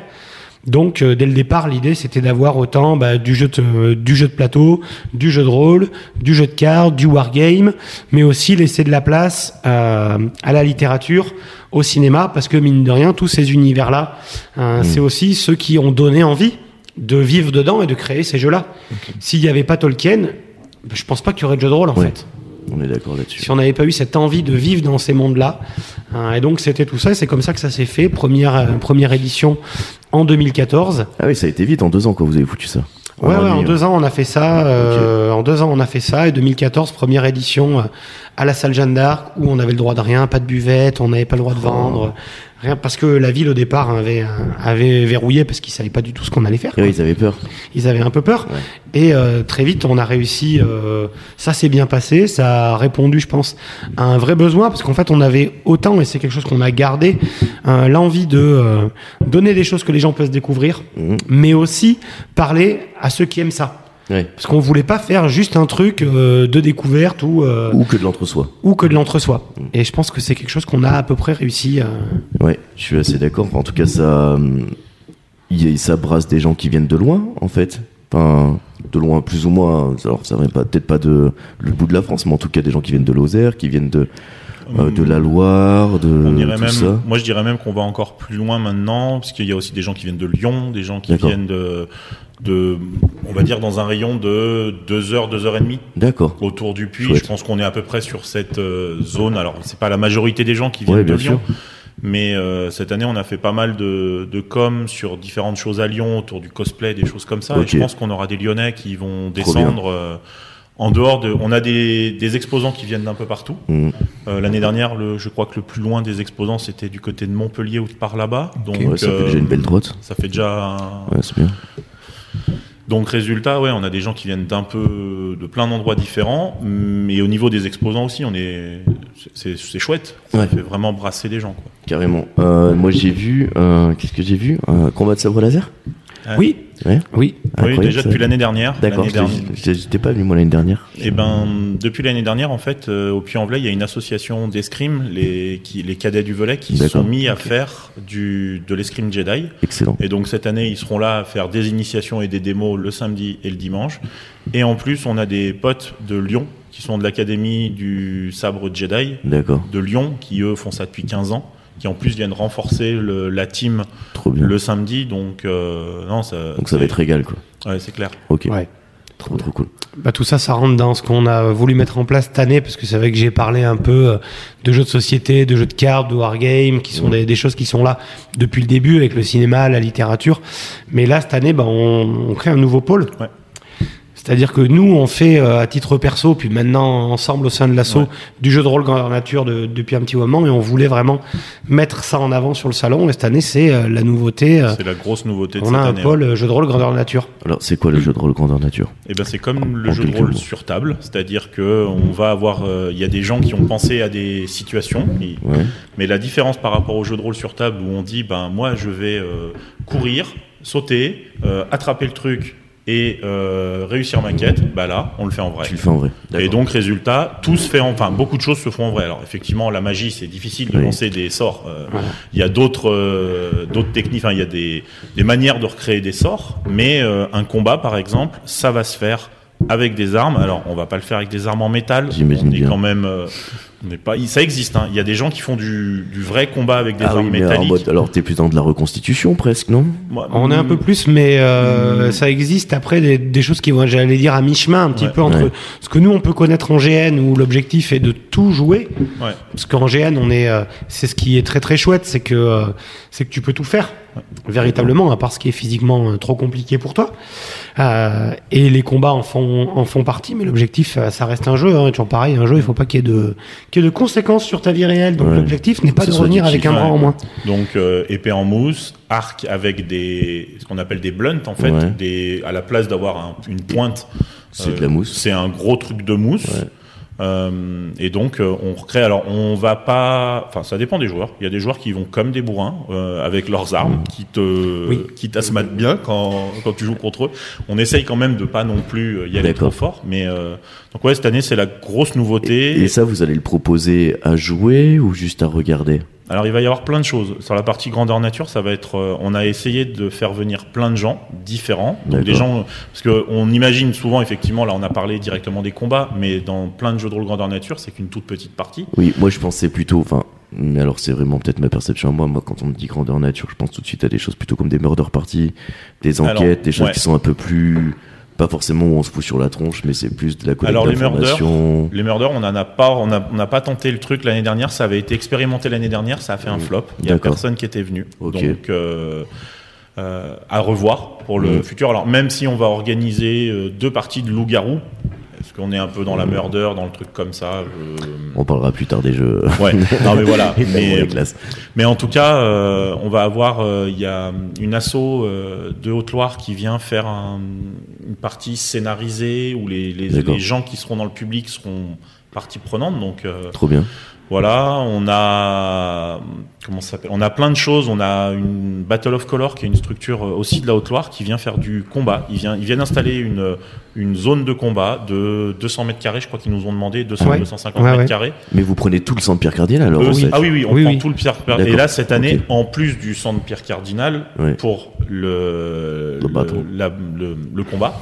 Donc euh, dès le départ, l'idée c'était d'avoir autant bah, du jeu de, euh, du jeu de plateau, du jeu de rôle, du jeu de cartes, du wargame, mais aussi laisser de la place euh, à la littérature, au cinéma, parce que mine de rien, tous ces univers-là, hein, c'est aussi ceux qui ont donné envie de vivre dedans et de créer ces jeux-là. S'il n'y avait pas Tolkien, je pense pas qu'il y aurait de jeu de rôle en Ouais. fait On est d'accord là-dessus. si on n'avait pas eu cette envie de vivre dans ces mondes-là. Hein, et donc c'était tout ça, et c'est comme ça que ça s'est fait. Première, euh, première édition en 2014. Ah oui, ça a été vite en deux ans quand vous avez foutu ça. Ouais, ouais, un en demi, deux ans on a fait ça. euh, En deux ans on a fait ça. Et 2014, première édition euh, à la salle Jeanne d'Arc où on avait le droit de rien, pas de buvette, on n'avait pas le droit de vendre. Rien parce que la ville au départ avait, euh, avait verrouillé parce qu'ils savaient pas du tout ce qu'on allait faire. Et ouais, Ah ils avaient peur. Ils avaient un peu peur. Et euh, très vite, on a réussi. euh, ça s'est bien passé. Ça a répondu, je pense, à un vrai besoin. Parce qu'en fait, on avait autant, et c'est quelque chose qu'on a gardé, hein, l'envie de euh, donner des choses que les gens peuvent découvrir, mais aussi parler à ceux qui aiment ça. Ouais. Parce qu'on voulait pas faire juste un truc euh, de découverte ou, euh, Ou que de l'entre-soi. ou que de l'entre-soi. Et je pense que c'est quelque chose qu'on a à peu près réussi. euh. Ouais, je suis assez d'accord. En tout cas, ça, hum, y- ça brasse des gens qui viennent de loin, en fait. Enfin, de loin, plus ou moins. Alors, ça vient pas, peut-être pas de le bout de la France, mais en tout cas, des gens qui viennent de Lozère, qui viennent de euh, de la Loire, de Mmh. On dirait Euh, tout même, ça. moi je dirais même qu'on va encore plus loin maintenant, parce qu'il y a aussi des gens qui viennent de Lyon, des gens qui D'accord. viennent de, de, on va dire dans un rayon de deux heures, deux heures et demie D'accord. autour du puits. Chouette. Je pense qu'on est à peu près sur cette euh, zone. Alors c'est pas la majorité des gens qui viennent Ouais, de bien Lyon, mais euh, cette année on a fait pas mal de, de com sur différentes choses à Lyon, autour du cosplay, des choses comme ça. Ok. Et je pense qu'on aura des Lyonnais qui vont Trop descendre. euh, en dehors de, on a des, des exposants qui viennent d'un peu partout. Hum. Euh, L'année dernière, le, je crois que le plus loin des exposants, c'était du côté de Montpellier ou de par là-bas. Donc, Ouais, ça fait euh, déjà une belle droite. ça fait déjà un- Ouais, c'est bien. Donc, résultat, ouais, on a des gens qui viennent d'un peu, de plein d'endroits différents, mais au niveau des exposants aussi, on est, c'est c'est chouette. Ça Ouais. fait vraiment brasser les gens, quoi. Carrément. Euh, moi, j'ai vu. euh, Qu'est-ce que j'ai vu Un Combat de sabre laser. Oui, Ouais. oui. Incroyable, oui, déjà ça. depuis l'année dernière. D'accord. l'année dernière. j'étais- J'étais pas venu moi l'année dernière. Eh ben, depuis l'année dernière, en fait, euh, au Puy-en-Velay, il y a une association d'escrime, les, qui, les cadets du Velay, qui se D'accord. sont mis à faire du, de l'escrime Jedi. Excellent. Et donc cette année, ils seront là à faire des initiations et des démos le samedi et le dimanche. Et en plus, on a des potes de Lyon qui sont de l'Académie du Sabre Jedi D'accord. de Lyon, qui eux font ça depuis 15 ans, qui en plus viennent renforcer le- la team Trop bien. le samedi. Donc euh, non, ça, Donc ça va être régal quoi. c'est- ouais, c'est clair. Ok. Ouais. Trop trop cool. Bah, tout ça, ça rentre dans ce qu'on a voulu mettre en place cette année, parce que c'est vrai que j'ai parlé un peu euh, de jeux de société, de jeux de cartes, de wargame, qui sont des, des choses qui sont là depuis le début avec le cinéma, la littérature. Mais là, cette année, bah, on, on crée un nouveau pôle. Ouais. C'est-à-dire que nous, on fait euh, à titre perso, puis maintenant ensemble au sein de l'assaut, Ouais. du jeu de rôle grandeur nature de- depuis un petit moment, et on voulait vraiment mettre ça en avant sur le salon. Et cette année, c'est euh, la nouveauté. euh, C'est la grosse nouveauté de on cette a un année. hein. pôle euh, jeu de rôle grandeur nature. Alors, c'est quoi le jeu de rôle grandeur nature Et ben c'est comme le En jeu de quelques rôle mots. sur table, c'est-à-dire que on va avoir, euh, il y a des gens qui ont pensé à des situations, et- Ouais. mais la différence par rapport au jeu de rôle sur table où on dit ben moi je vais euh, courir, sauter, euh, attraper le truc et euh, réussir ma quête, bah là on le fait en vrai. Tu le fais en vrai. Et D'accord. donc, résultat, tout se fait en, enfin, beaucoup de choses se font en vrai. Alors, effectivement, la magie, c'est difficile de Oui. lancer des sorts. Euh, Il y a d'autres, euh, d'autres techniques, enfin, il y a des, des manières de recréer des sorts. Mais euh, un combat, par exemple, ça va se faire avec des armes. Alors, on va pas le faire avec des armes en métal. J'imagine on est bien. quand même, euh, on n'est pas, ça existe, hein. Il y a des gens qui font du, du vrai combat avec des Ah armes oui, mais en métalliques. mode- alors t'es plus dans de la reconstitution presque, non Moi, mm, On est un Mm. peu plus, mais euh, ça existe après des, des choses qui vont, j'allais dire, à mi-chemin, un petit Ouais. peu entre Ouais. ce que nous on peut connaître en GN où l'objectif est de tout jouer. ouais. Parce qu'en GN, on est, euh, c'est ce qui est très très chouette, c'est que euh, c'est que tu peux tout faire véritablement, à part ce qui est physiquement euh, trop compliqué pour toi. Euh, et les combats en font en font partie, mais l'objectif, euh, ça reste un jeu. Hein, toujours pareil, un jeu, il faut pas qu'il y ait de qu'il y ait de conséquences sur ta vie réelle. Donc Ouais. l'objectif n'est pas Ça de soit revenir du avec un kiff, bras ouais. en moins. Donc euh, épée en mousse, arc avec des ce qu'on appelle des blunts en fait, Ouais. des à la place d'avoir un- une pointe. euh, C'est de la mousse. C'est un gros truc de mousse. Ouais. Euh, et donc euh, on recrée. Alors on va pas. Enfin ça dépend des joueurs. Il y a des joueurs qui vont comme des bourrins euh, avec leurs Mm. armes, qui te Oui. qui t'asmatent bien quand quand tu joues contre eux. On essaye quand même de pas non plus euh, y aller trop D'accord. fort. Mais euh, donc ouais cette année c'est la grosse nouveauté. Et ça, vous allez le proposer à jouer ou juste à regarder Alors il va y avoir plein de choses. Sur la partie grandeur nature, ça va être, euh, on a essayé de faire venir plein de gens différents, donc des D'accord. gens parce que on imagine souvent effectivement, là on a parlé directement des combats, mais dans plein de jeux de rôle grandeur nature, c'est qu'une toute petite partie. Oui, moi je pensais plutôt, enfin, mais alors c'est vraiment peut-être ma perception à moi. Moi, quand on me dit grandeur nature, je pense tout de suite à des choses plutôt comme des murder parties, des enquêtes, Alors, des choses ouais. qui sont un peu plus, pas forcément où on se fout sur la tronche, mais c'est plus de la collecte Alors, les d'informations. Les murders, on en a pas, on a- on n'a pas tenté le truc l'année dernière, ça avait été expérimenté l'année dernière, ça a fait un Mm. flop, il y a D'accord. personne qui était venu, Ok. donc. euh, euh, à revoir pour le Mm. futur. Alors même si on va organiser euh, deux parties de loup-garou, parce qu'on est un peu dans Mmh. la murder, dans le truc comme ça. je- On parlera plus tard des jeux. Ouais, non mais voilà. Et tellement Mais, les classes. mais en tout cas, euh, on va avoir, euh, il y a une asso euh, de Haute-Loire qui vient faire un- une partie scénarisée où les, les, D'accord. les gens qui seront dans le public seront partie prenante. Donc euh, Trop bien. voilà, on a comment ça s'appelle On a plein de choses. On a une Battle of Color qui est une structure euh, aussi de la Haute-Loire qui vient faire du combat. Ils viennent, ils viennent installer une une zone de combat de 200 mètres carrés. Je crois qu'ils nous ont demandé 200 Ouais. 250 Ouais, mètres ouais. carrés. Mais vous prenez tout le sang de Pierre Cardinal alors Euh, en oui. fait. Ah oui, oui, on Oui, prend oui. tout le Pierre. Et D'accord. là, cette année, Ok. en plus du centre Pierre Cardinal, Ouais. pour le, Le bâton. la- le- le combat,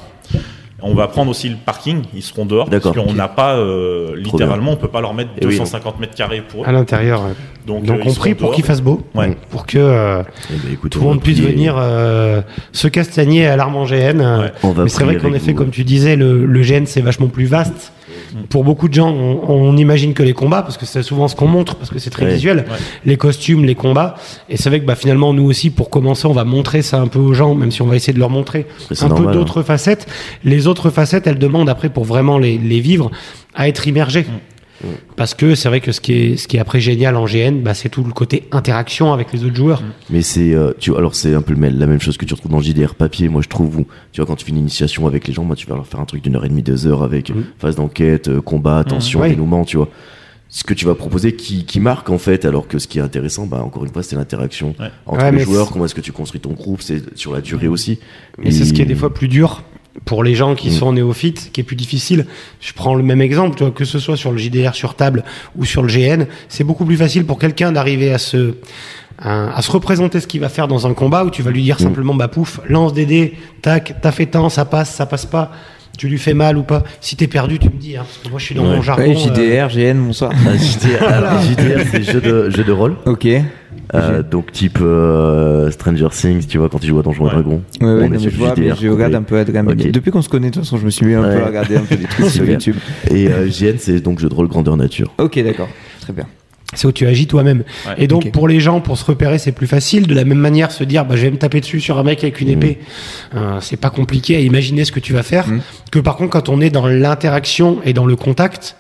on va prendre aussi le parking. Ils seront dehors parce D'accord. qu'on Ok. n'a pas, euh, Trop bien. littéralement, on peut pas leur mettre Et oui, 250 mètres carrés pour eux. À l'intérieur. ouais. Donc, euh, Donc ils on seront prie pour dehors. qu'il fasse beau, Ouais. pour que euh, Eh ben, écoute, tout le on va monde puisse prier- venir euh, se castagner à l'arme en GN. euh, Ouais. On va Mais c'est prier vrai qu'en avec effet, vous. comme tu disais, le, le GN c'est vachement plus vaste. Pour beaucoup de gens, on, on imagine que les combats, parce que c'est souvent ce qu'on montre, parce que c'est très Ouais. visuel, les costumes, les combats. Et c'est vrai que bah, finalement, nous aussi, pour commencer, on va montrer ça un peu aux gens, même si on va essayer de leur montrer Mais c'est un normal, hein. peu d'autres facettes. Les autres facettes, elles demandent après, pour vraiment les, les vivre, à être immergées. Mm. Parce que c'est vrai que ce qui est, ce qui est après génial en GN, bah, c'est tout le côté interaction avec les autres joueurs. Mais c'est, euh, tu vois, alors c'est un peu le même- la même chose que tu retrouves dans le JDR papier, moi je trouve, où, tu vois, quand tu fais une initiation avec les gens, moi tu vas leur faire un truc d'une heure et demie, deux heures avec Mhm. phase d'enquête, euh, combat, tension, Mm. Ouais. dénouement, tu vois. Ce que tu vas proposer qui, qui marque en fait, alors que ce qui est intéressant, bah, encore une fois, c'est l'interaction Ouais. entre Ouais, les mais joueurs, c'est- comment est-ce que tu construis ton groupe, c'est sur la durée aussi. Et c'est ce qui est Hmm. des fois plus dur pour les gens qui Mm. sont néophytes, qui est plus difficile. Je prends le même exemple, tu vois, que ce soit sur le JDR sur table ou sur le GN, c'est beaucoup plus facile pour quelqu'un d'arriver à se à, à se représenter ce qu'il va faire dans un combat où tu vas lui dire simplement bah pouf, lance des dés, tac, t'as fait tant, ça passe, ça passe pas. Tu lui fais mal ou pas Si t'es perdu, tu me dis. Hein, parce que moi, je suis dans Ouais. mon jargon. Ouais, JDR, euh, GN, bonsoir. Ah, JDR, alors, JDR, c'est jeu de, jeu de rôle, ok. Ouais, Euh, donc type euh, Stranger Things, tu vois, quand tu joues à Donjons Ouais. et Dragons. On ouais, non, est mais sur je vois, JDR mais je regarde complet. un peu Adrien. Ok. Depuis qu'on se connaît, de toute façon, je me suis mis un peu Ouais. à regarder un peu des trucs sur Super. YouTube. Et euh, JN, c'est donc jeu de rôle grandeur nature. Ok, d'accord. Très bien. C'est où tu agis toi-même. Ouais, et donc ok. pour les gens, pour se repérer, c'est plus facile. De la même manière, se dire, bah, je vais me taper dessus sur un mec Mmh. avec une épée, Euh, c'est pas compliqué à imaginer ce que tu vas faire. Mhm. Que par contre, quand on est dans l'interaction et dans le contact,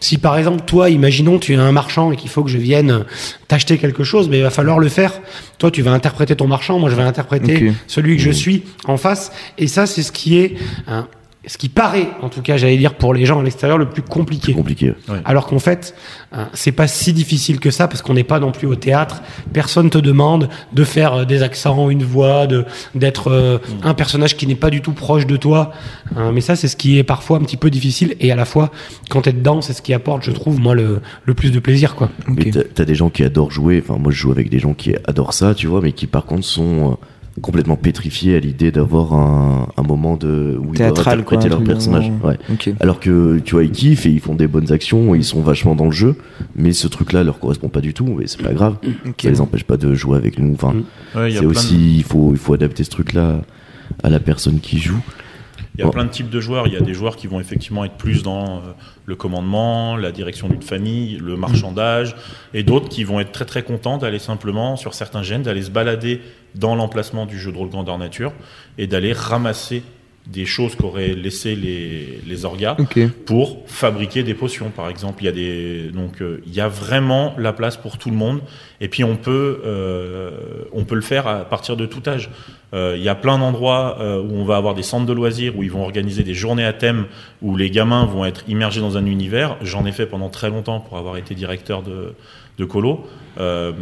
si par exemple toi, imaginons, tu es un marchand et qu'il faut que je vienne t'acheter quelque chose, mais il va falloir le faire. Toi, tu vas interpréter ton marchand, moi je vais interpréter Ok. Mmh. celui que je suis en face. Et ça, c'est ce qui est, hein, ce qui paraît, en tout cas, j'allais dire pour les gens à l'extérieur, le plus compliqué. Compliqué. ouais. Alors qu'en fait, euh, c'est pas si difficile que ça parce qu'on n'est pas non plus au théâtre. Personne te demande de faire euh, des accents, une voix, de d'être euh, un personnage qui n'est pas du tout proche de toi. Hein, mais ça, c'est ce qui est parfois un petit peu difficile et à la fois, quand t'es dedans, c'est ce qui apporte, je trouve, moi, le, le plus de plaisir, quoi. Ok. Mais t'as- t'as des gens qui adorent jouer. Enfin, moi, je joue avec des gens qui adorent ça, tu vois, mais qui par contre sont euh, complètement pétrifiés à l'idée d'avoir un, un moment de où ils doivent Théâtral, quoi, interpréter un leur truc personnage. vraiment- Ouais. Ok. Alors que tu vois, ils kiffent et ils font des bonnes actions, ils sont vachement dans le jeu, mais ce truc-là leur correspond pas du tout, et c'est pas grave. Ok. Ça les empêche pas de jouer avec nous. Enfin, Mm. Ouais, il y c'est a plein aussi, de- il, faut, il faut adapter ce truc-là à la personne qui joue. Il y a Bon. plein de types de joueurs. Il y a des joueurs qui vont effectivement être plus dans euh, le commandement, la direction d'une famille, le marchandage, et d'autres qui vont être très très contents d'aller simplement sur certains gènes, d'aller se balader dans l'emplacement du jeu de rôle grandeur nature et d'aller ramasser des choses qu'auraient laissé les, les orgas Ok. pour fabriquer des potions, par exemple. Il y a des donc euh, il y a vraiment la place pour tout le monde. Et puis on peut euh, on peut le faire à partir de tout âge. Euh, Il y a plein d'endroits euh, où on va avoir des centres de loisirs où ils vont organiser des journées à thème où les gamins vont être immergés dans un univers. J'en ai fait pendant très longtemps pour avoir été directeur de de colo. Euh,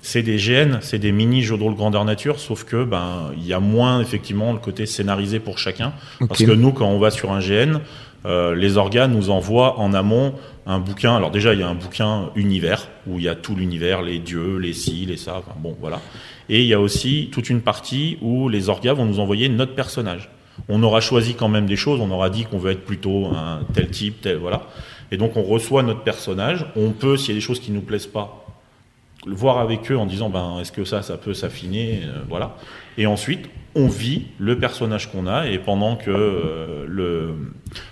c'est des GN, c'est des mini jeux de rôle grandeur nature, sauf que ben il y a moins effectivement le côté scénarisé pour chacun. Ok. Parce que nous, quand on va sur un GN, euh, les organes nous envoient en amont un bouquin. Alors déjà, il y a un bouquin univers, où il y a tout l'univers, les dieux, les ci, les ça, enfin, bon, voilà. Et il y a aussi toute une partie où les orgas vont nous envoyer notre personnage. On aura choisi quand même des choses, on aura dit qu'on veut être plutôt un tel type, tel, voilà. Et donc on reçoit notre personnage, on peut, s'il y a des choses qui nous plaisent pas, le voir avec eux en disant ben est-ce que ça ça peut s'affiner euh, voilà et ensuite on vit le personnage qu'on a et pendant que euh, le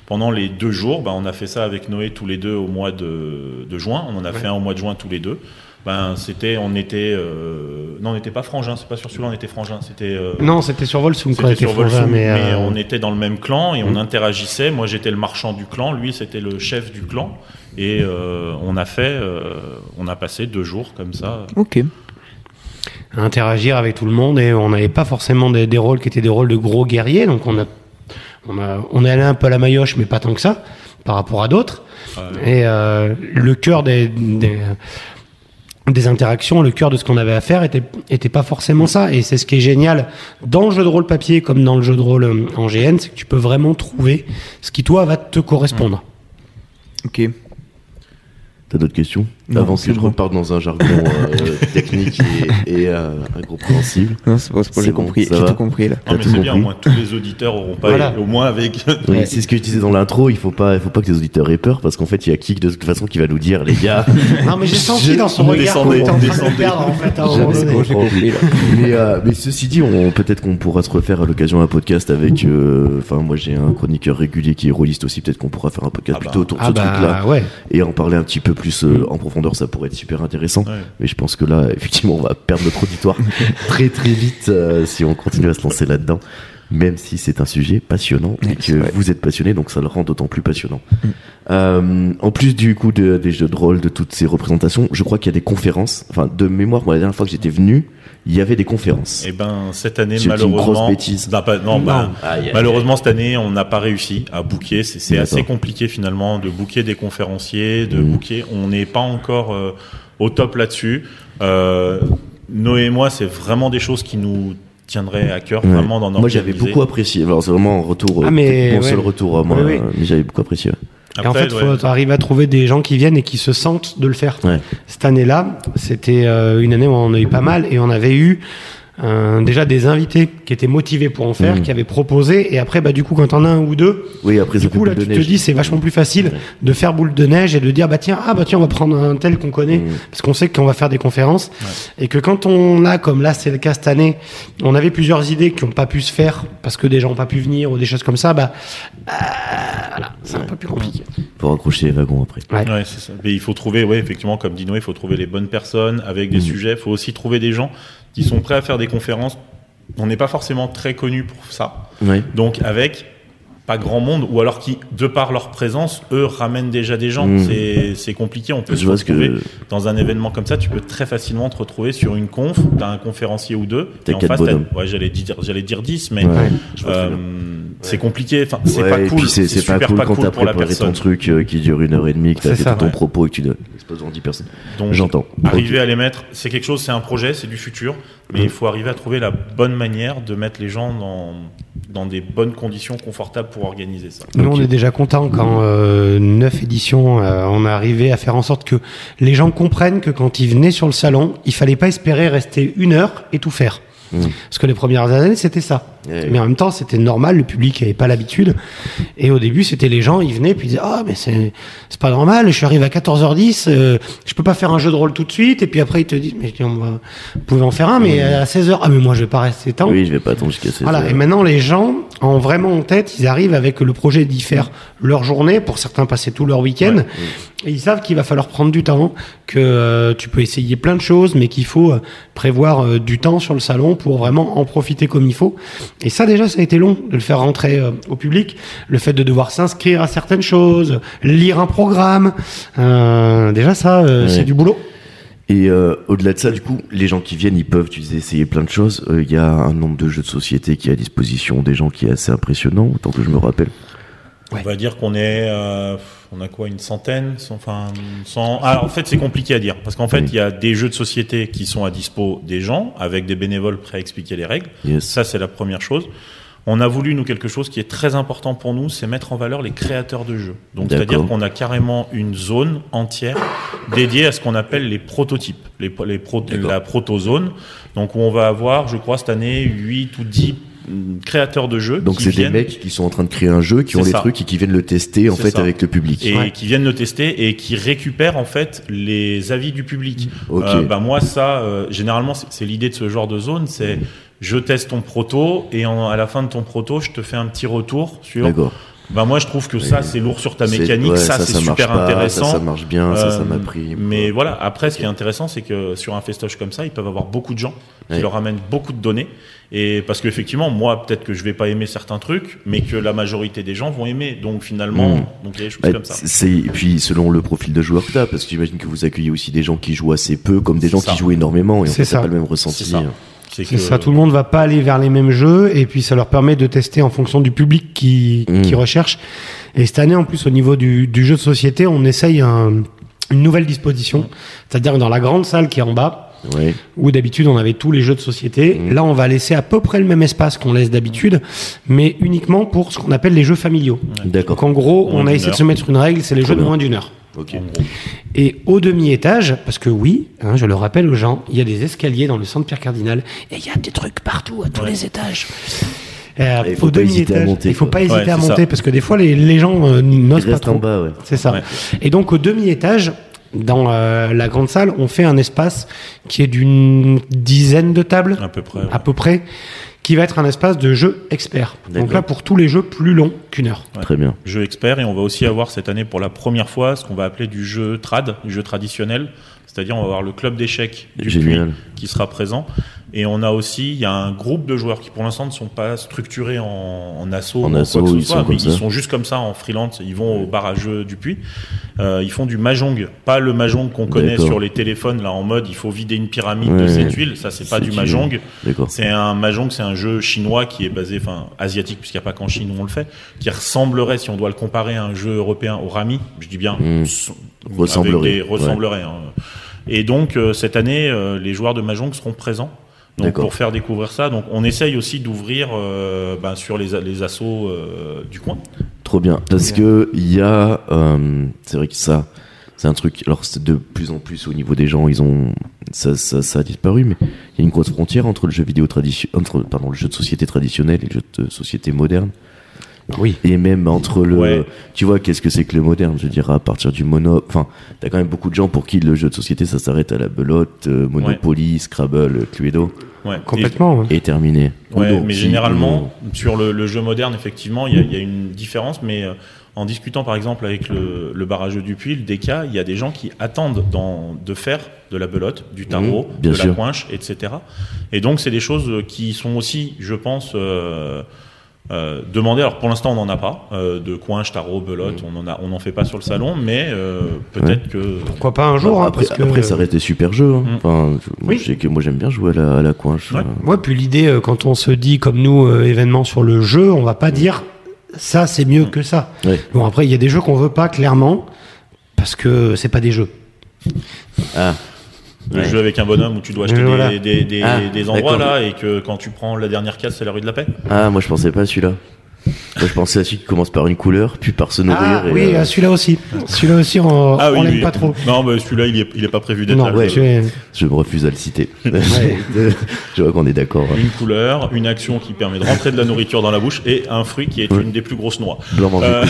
pendant les deux jours ben, on a fait ça avec Noé tous les deux au mois de, de juin on en a fait un au mois de juin tous les deux ben c'était on était euh, non on n'était pas frangin c'est pas sur celui-là on était frangin c'était euh, Non, c'était sur Volsung, quoi, c'était sur était frangin, Volsung, mais, mais, euh, Mm. on était dans le même clan et on interagissait. Moi, j'étais le marchand du clan, lui, c'était le chef du clan. Et euh, on a fait, euh, on a passé deux jours comme ça. Ok. à interagir avec tout le monde et on n'avait pas forcément des, des rôles qui étaient des rôles de gros guerriers donc on a on a on est allé un peu à la maillotche mais pas tant que ça par rapport à d'autres et euh, le cœur des, des des interactions, le cœur de ce qu'on avait à faire était, était pas forcément ça. Et c'est ce qui est génial dans le jeu de rôle papier comme dans le jeu de rôle euh, en GN, c'est que tu peux vraiment trouver ce qui, toi, va te correspondre. Ok. T'as d'autres questions Non, Avant c'est que je bon. reparte dans un jargon euh, technique et, et euh, incompréhensible. Non, c'est bon, c'est bon, C'est j'ai bon, compris. ça J'ai va. tout compris là. T'as Non, mais tout c'est bien, au compris moins tous les auditeurs auront pas, Voilà. au moins avec. Oui, c'est ce que je disais dans l'intro, il faut pas, il faut pas que les auditeurs aient peur parce qu'en fait, il y a Kik de toute façon qui va nous dire, les gars. Non, mais j'ai senti dans son regard qu'on Descendez, était en train de descendez. perdre, en fait. à un J'avais- moment donné. bon, Oh, j'ai compris là. mais, euh, mais ceci dit, on, peut-être qu'on pourra se refaire à l'occasion un podcast avec. euh, Enfin, moi, j'ai un chroniqueur régulier qui est rôliste aussi. Peut-être qu'on pourra faire un podcast Ah bah. plutôt autour de Ah ce truc-là bah, ouais. et en parler un petit peu plus euh, en profondeur. Ça pourrait être super intéressant. Ouais. Mais je pense que là, effectivement, on va perdre notre auditoire très très vite euh, si on continue à se lancer là-dedans. Même si c'est un sujet passionnant Ouais, et c'est que vrai. vous êtes passionné, donc ça le rend d'autant plus passionnant. Mm. Euh, en plus du coup de- des jeux de rôle, de toutes ces représentations, je crois qu'il y a des conférences. Enfin, de mémoire, moi la dernière fois que j'étais venu, il y avait des conférences. Et ben cette année, J'ai dit une malheureusement, grosse bêtise. Non, pas- non, bah, Aïe, aïe, malheureusement cette année, on n'a pas réussi à booker. C'est- C'est D'accord. assez compliqué finalement de booker des conférenciers, de Mhm. booker. On n'est pas encore euh, au top là-dessus. Euh, Noé et moi, c'est vraiment des choses qui nous tiendraient à cœur, Ouais. vraiment d'en Moi j'avais organiser. beaucoup apprécié. Alors c'est vraiment un retour, euh, Ah, mais peut-être mon ouais. seul retour à moi, Oui, oui. euh, mais j'avais beaucoup apprécié. Et en Après, fait, Ah, ouais. faut arriver à trouver des gens qui viennent et qui se sentent de le faire. Ouais. Cette année-là, c'était euh, une année où on en a eu pas mal et on avait eu un- déjà des invités qui étaient motivés pour en faire, Mhm. qui avaient proposé. Et après, bah, du coup, quand t'en as un ou deux, Oui, après, du ça fait coup, là, boule tu de te neige. dis, c'est vachement plus facile Ouais. de faire boule de neige et de dire, bah tiens, ah bah tiens, on va prendre un tel qu'on connaît, Mhm. parce qu'on sait qu'on va faire des conférences. Et que quand on a, comme là, c'est le cas cette année, on avait plusieurs idées qui n'ont pas pu se faire parce que des gens n'ont pas pu venir ou des choses comme ça, bah euh, voilà, c'est un peu plus compliqué. Pour accrocher les wagons après. Ouais. Ouais, c'est ça. Mais il faut trouver, ouais, effectivement, comme dit Noé, il faut trouver les bonnes personnes avec des Mm. sujets. Il faut aussi trouver des gens qui sont prêts à faire des conférences. On n'est pas forcément très connus pour ça. Ouais. Donc, avec pas grand monde, ou alors qui, de par leur présence, eux ramènent déjà des gens. Mm. C'est- C'est compliqué. On peut Je se vois ce retrouver que. dans un événement comme ça. Tu peux très facilement te retrouver sur une conf. T'as un conférencier ou deux. T'as et en quatre face, bonhommes. Ouais, j'allais dire, j'allais dire 10, mais. Ouais. euh, c'est compliqué, enfin, c'est Ouais, pas et cool. puis c'est c'est pas super cool quand t'as pour la préparé ton personne. truc euh, qui dure une heure et demie, que t'as C'est fait ça, tout ton ouais. propos et que tu donnes l'expose en 10 personnes. Donc, J'entends. Arriver à les mettre, c'est quelque chose, c'est un projet, c'est du futur, mais Mm. il faut arriver à trouver la bonne manière de mettre les gens dans, dans des bonnes conditions confortables pour organiser ça. Nous, Ok. on est déjà content quand euh, neuf éditions, euh, on est arrivé à faire en sorte que les gens comprennent que quand ils venaient sur le salon, il fallait pas espérer rester une heure et tout faire. Mhm. Parce que les premières années, c'était ça. Ouais. Mais en même temps, c'était normal, le public n'avait pas l'habitude. Et au début, c'était les gens, ils venaient, puis ils disaient Ah, mais c'est c'est pas normal, je suis arrivé à 14h10, euh, je peux pas faire un jeu de rôle tout de suite. Et puis après, ils te disent Mais on va- vous pouvez en faire un, mais à 16h, ah, mais moi, je vais pas rester tant. Hmm. Oui, je vais pas attendre jusqu'à 16 Voilà, et maintenant les gens ont vraiment en tête, ils arrivent avec le projet d'y faire leur journée, pour certains passer tout leur week-end, Ouais. et ils savent qu'il va falloir prendre du temps, que euh, tu peux essayer plein de choses, mais qu'il faut euh, prévoir euh, du temps sur le salon pour vraiment en profiter comme il faut. Et ça déjà, ça a été long de le faire rentrer euh, au public, le fait de devoir s'inscrire à certaines choses, lire un programme, euh, déjà ça, euh, Ouais. c'est du boulot. Et euh, au-delà de ça, du coup, les gens qui viennent, ils peuvent tu disais, essayer plein de choses. Euh, Il y a un nombre de jeux de société qui est à disposition des gens qui est assez impressionnant, autant que je me rappelle. Ouais. On va dire qu'on est, euh, on a quoi, une centaine, cent- enfin, cent- Alors, en fait, c'est compliqué à dire parce qu'en fait, Oui. il y a des jeux de société qui sont à dispo des gens avec des bénévoles prêts à expliquer les règles. Yes. Ça, c'est la première chose. On a voulu, nous, quelque chose qui est très important pour nous, c'est mettre en valeur les créateurs de jeux. Donc, D'accord. c'est-à-dire qu'on a carrément une zone entière dédiée à ce qu'on appelle les prototypes, les, les pro- D'accord. la protozone. Donc, où on va avoir, je crois, cette année, 8 ou 10 mm, créateurs de jeux Donc qui c'est des viennent mecs qui sont en train de créer un jeu, qui ont C'est les ça. trucs et qui viennent le tester en C'est fait ça. avec le public. et Ouais. qui viennent le tester et qui récupèrent en fait les avis du public. Ok. Euh, bah moi ça, euh, généralement c'est c'est l'idée de ce genre de zone, c'est je teste ton proto et en- à la fin de ton proto je te fais un petit retour sur. D'accord. Bah moi je trouve que ça c'est lourd sur ta C'est- mécanique, ouais, ça, c'est marche super pas, intéressant. Ça, ça marche bien, ça, ça Euh, m'a pris. Mais voilà, après, ce qui est intéressant, c'est que sur un festoche comme ça, ils peuvent avoir beaucoup de gens qui Ouais. leur amènent beaucoup de données. Et parce qu'effectivement, moi, peut-être que je vais pas aimer certains trucs, mais que la majorité des gens vont aimer. Donc finalement, Mm. donc il y a des choses Bah, comme ça. c'est et puis selon le profil de joueur que t'as, parce que j'imagine que vous accueillez aussi des gens qui jouent assez peu, comme des gens C'est ça. qui jouent énormément, et en C'est fait t'as ça. pas le même ressenti. C'est ça. C'est que- ça, tout le monde va pas aller vers les mêmes jeux et puis ça leur permet de tester en fonction du public qui, Mm. qui recherche. Et cette année, en plus, au niveau du, du jeu de société, on essaye un- une nouvelle disposition, c'est-à-dire dans la grande salle qui est en bas, Ouais. où d'habitude on avait tous les jeux de société, Mm. là on va laisser à peu près le même espace qu'on laisse d'habitude, mais uniquement pour ce qu'on appelle les jeux familiaux. Donc D'accord. en gros, Moins on a d'une essayé de heure. se mettre une règle, c'est les Trop jeux de bien. moins d'une heure. Ok. en gros. Et au demi-étage, parce que oui, hein, je le rappelle aux gens, il y a des escaliers dans le centre Pierre Cardinal et il y a des trucs partout à tous les étages. Euh, Et Ah, il faut au pas hésiter à demi-étage, monter, il faut quoi. pas hésiter Ouais, à c'est monter ça. parce que des fois les, les gens euh, n'osent Ils pas restent en trop. bas, ouais. C'est ça. Ouais. Et donc au demi-étage, dans euh, la grande salle, on fait un espace qui est d'une dizaine de tables À peu près. ouais. à peu près, qui va être un espace de jeu expert. Donc D'accord. là pour tous les jeux plus longs qu'une heure. Ouais. Très bien. Jeu expert et on va aussi avoir cette année pour la première fois ce qu'on va appeler du jeu trad, du jeu traditionnel. C'est-à-dire on va avoir le club d'échecs du Génial. Puy qui sera présent. Et on a aussi, il y a un groupe de joueurs qui pour l'instant ne sont pas structurés en, en assaut En ou quoi assaut, que ce ils soit, sont mais comme ça. ils sont juste comme ça en freelance. Ils vont au bar à jeu du puits. Euh, ils font du mahjong, pas le mahjong qu'on connaît D'accord. sur les téléphones là en mode il faut vider une pyramide Ouais, de cette ouais. huile. Ça c'est pas C'est du du- mahjong. D'accord. C'est un mahjong, c'est un jeu chinois qui est basé, enfin asiatique, puisqu'il n'y a pas qu'en Chine où on le fait, qui ressemblerait, si on doit le comparer à un jeu européen, au rami, je dis bien, Mm. so- Ressemblerait, avec des- ressemblerait, hein. Et donc euh, cette année, euh, les joueurs de mahjong seront présents. Donc D'accord. pour faire découvrir ça, donc on essaye aussi d'ouvrir euh, ben, sur les, a- les assauts euh, du coin. Trop bien. Parce que il y a, euh, c'est vrai que ça, C'est un truc. Alors, c'est de plus en plus au niveau des gens, ils ont ça, ça, ça a disparu, mais il y a une grosse frontière entre le jeu vidéo traditionnel, entre pardon, le jeu de société traditionnel et le jeu de société moderne. Oui. Et même entre le. Ouais. Tu vois, qu'est-ce que c'est que le moderne Je veux dire, à partir du mono. Enfin, t'as quand même beaucoup de gens pour qui le jeu de société, ça s'arrête à la belote, euh, Monopoly, Scrabble, Cluedo, Ouais. Complètement. hein. ouais. et terminé. Ouais, Uno, mais si, généralement, sur le, le jeu moderne, effectivement, il y, a- il y a une différence, mais euh, en discutant par exemple avec le, le barrageux du puits, le DK, il y a des gens qui attendent dans- de faire de la belote, du tarot, Mhm, bien de la sûr. coinche, etc. Et donc, c'est des choses euh, qui sont aussi, je pense, euh, euh, demandées. Alors, pour l'instant, on n'en a pas, euh, de coinche, tarot, belote, on n'en a- on n'en fait pas sur le salon, mais euh, peut-être que. Pourquoi pas un jour hein, après, parce que- après, ça reste des super jeux. hein. Mm. Enfin, je- Oui. je sais que moi, j'aime bien jouer à la, à la coinche. Ouais. euh. Ouais, puis l'idée, euh, quand on se dit comme nous, euh, événement sur le jeu, on va pas dire ça c'est mieux que ça. Ouais. Bon, après, il y a des jeux qu'on veut pas, clairement, parce que c'est pas des jeux. Ah, Le Ouais. jeu avec un bonhomme où tu dois acheter Mais voilà. des, des- des- Ah, des endroits d'accord. là et que quand tu prends la dernière case, c'est la rue de la paix. ah, moi, je pensais pas à celui-là. Moi, je pensais à celui qui commence par une couleur, puis par se nourrir. ah et, oui, euh, ah, celui-là aussi. Celui-là aussi, on, Ah on oui, l'aime oui. pas trop. Non, mais celui-là, il est, il est pas prévu d'être Non, là. tu es- Je me refuse à le citer. Ouais. je vois qu'on est d'accord. hein. Une couleur, une action qui permet de rentrer de la nourriture dans la bouche et un fruit qui est Ouais. une des plus grosses noix. Je dois manger. Euh.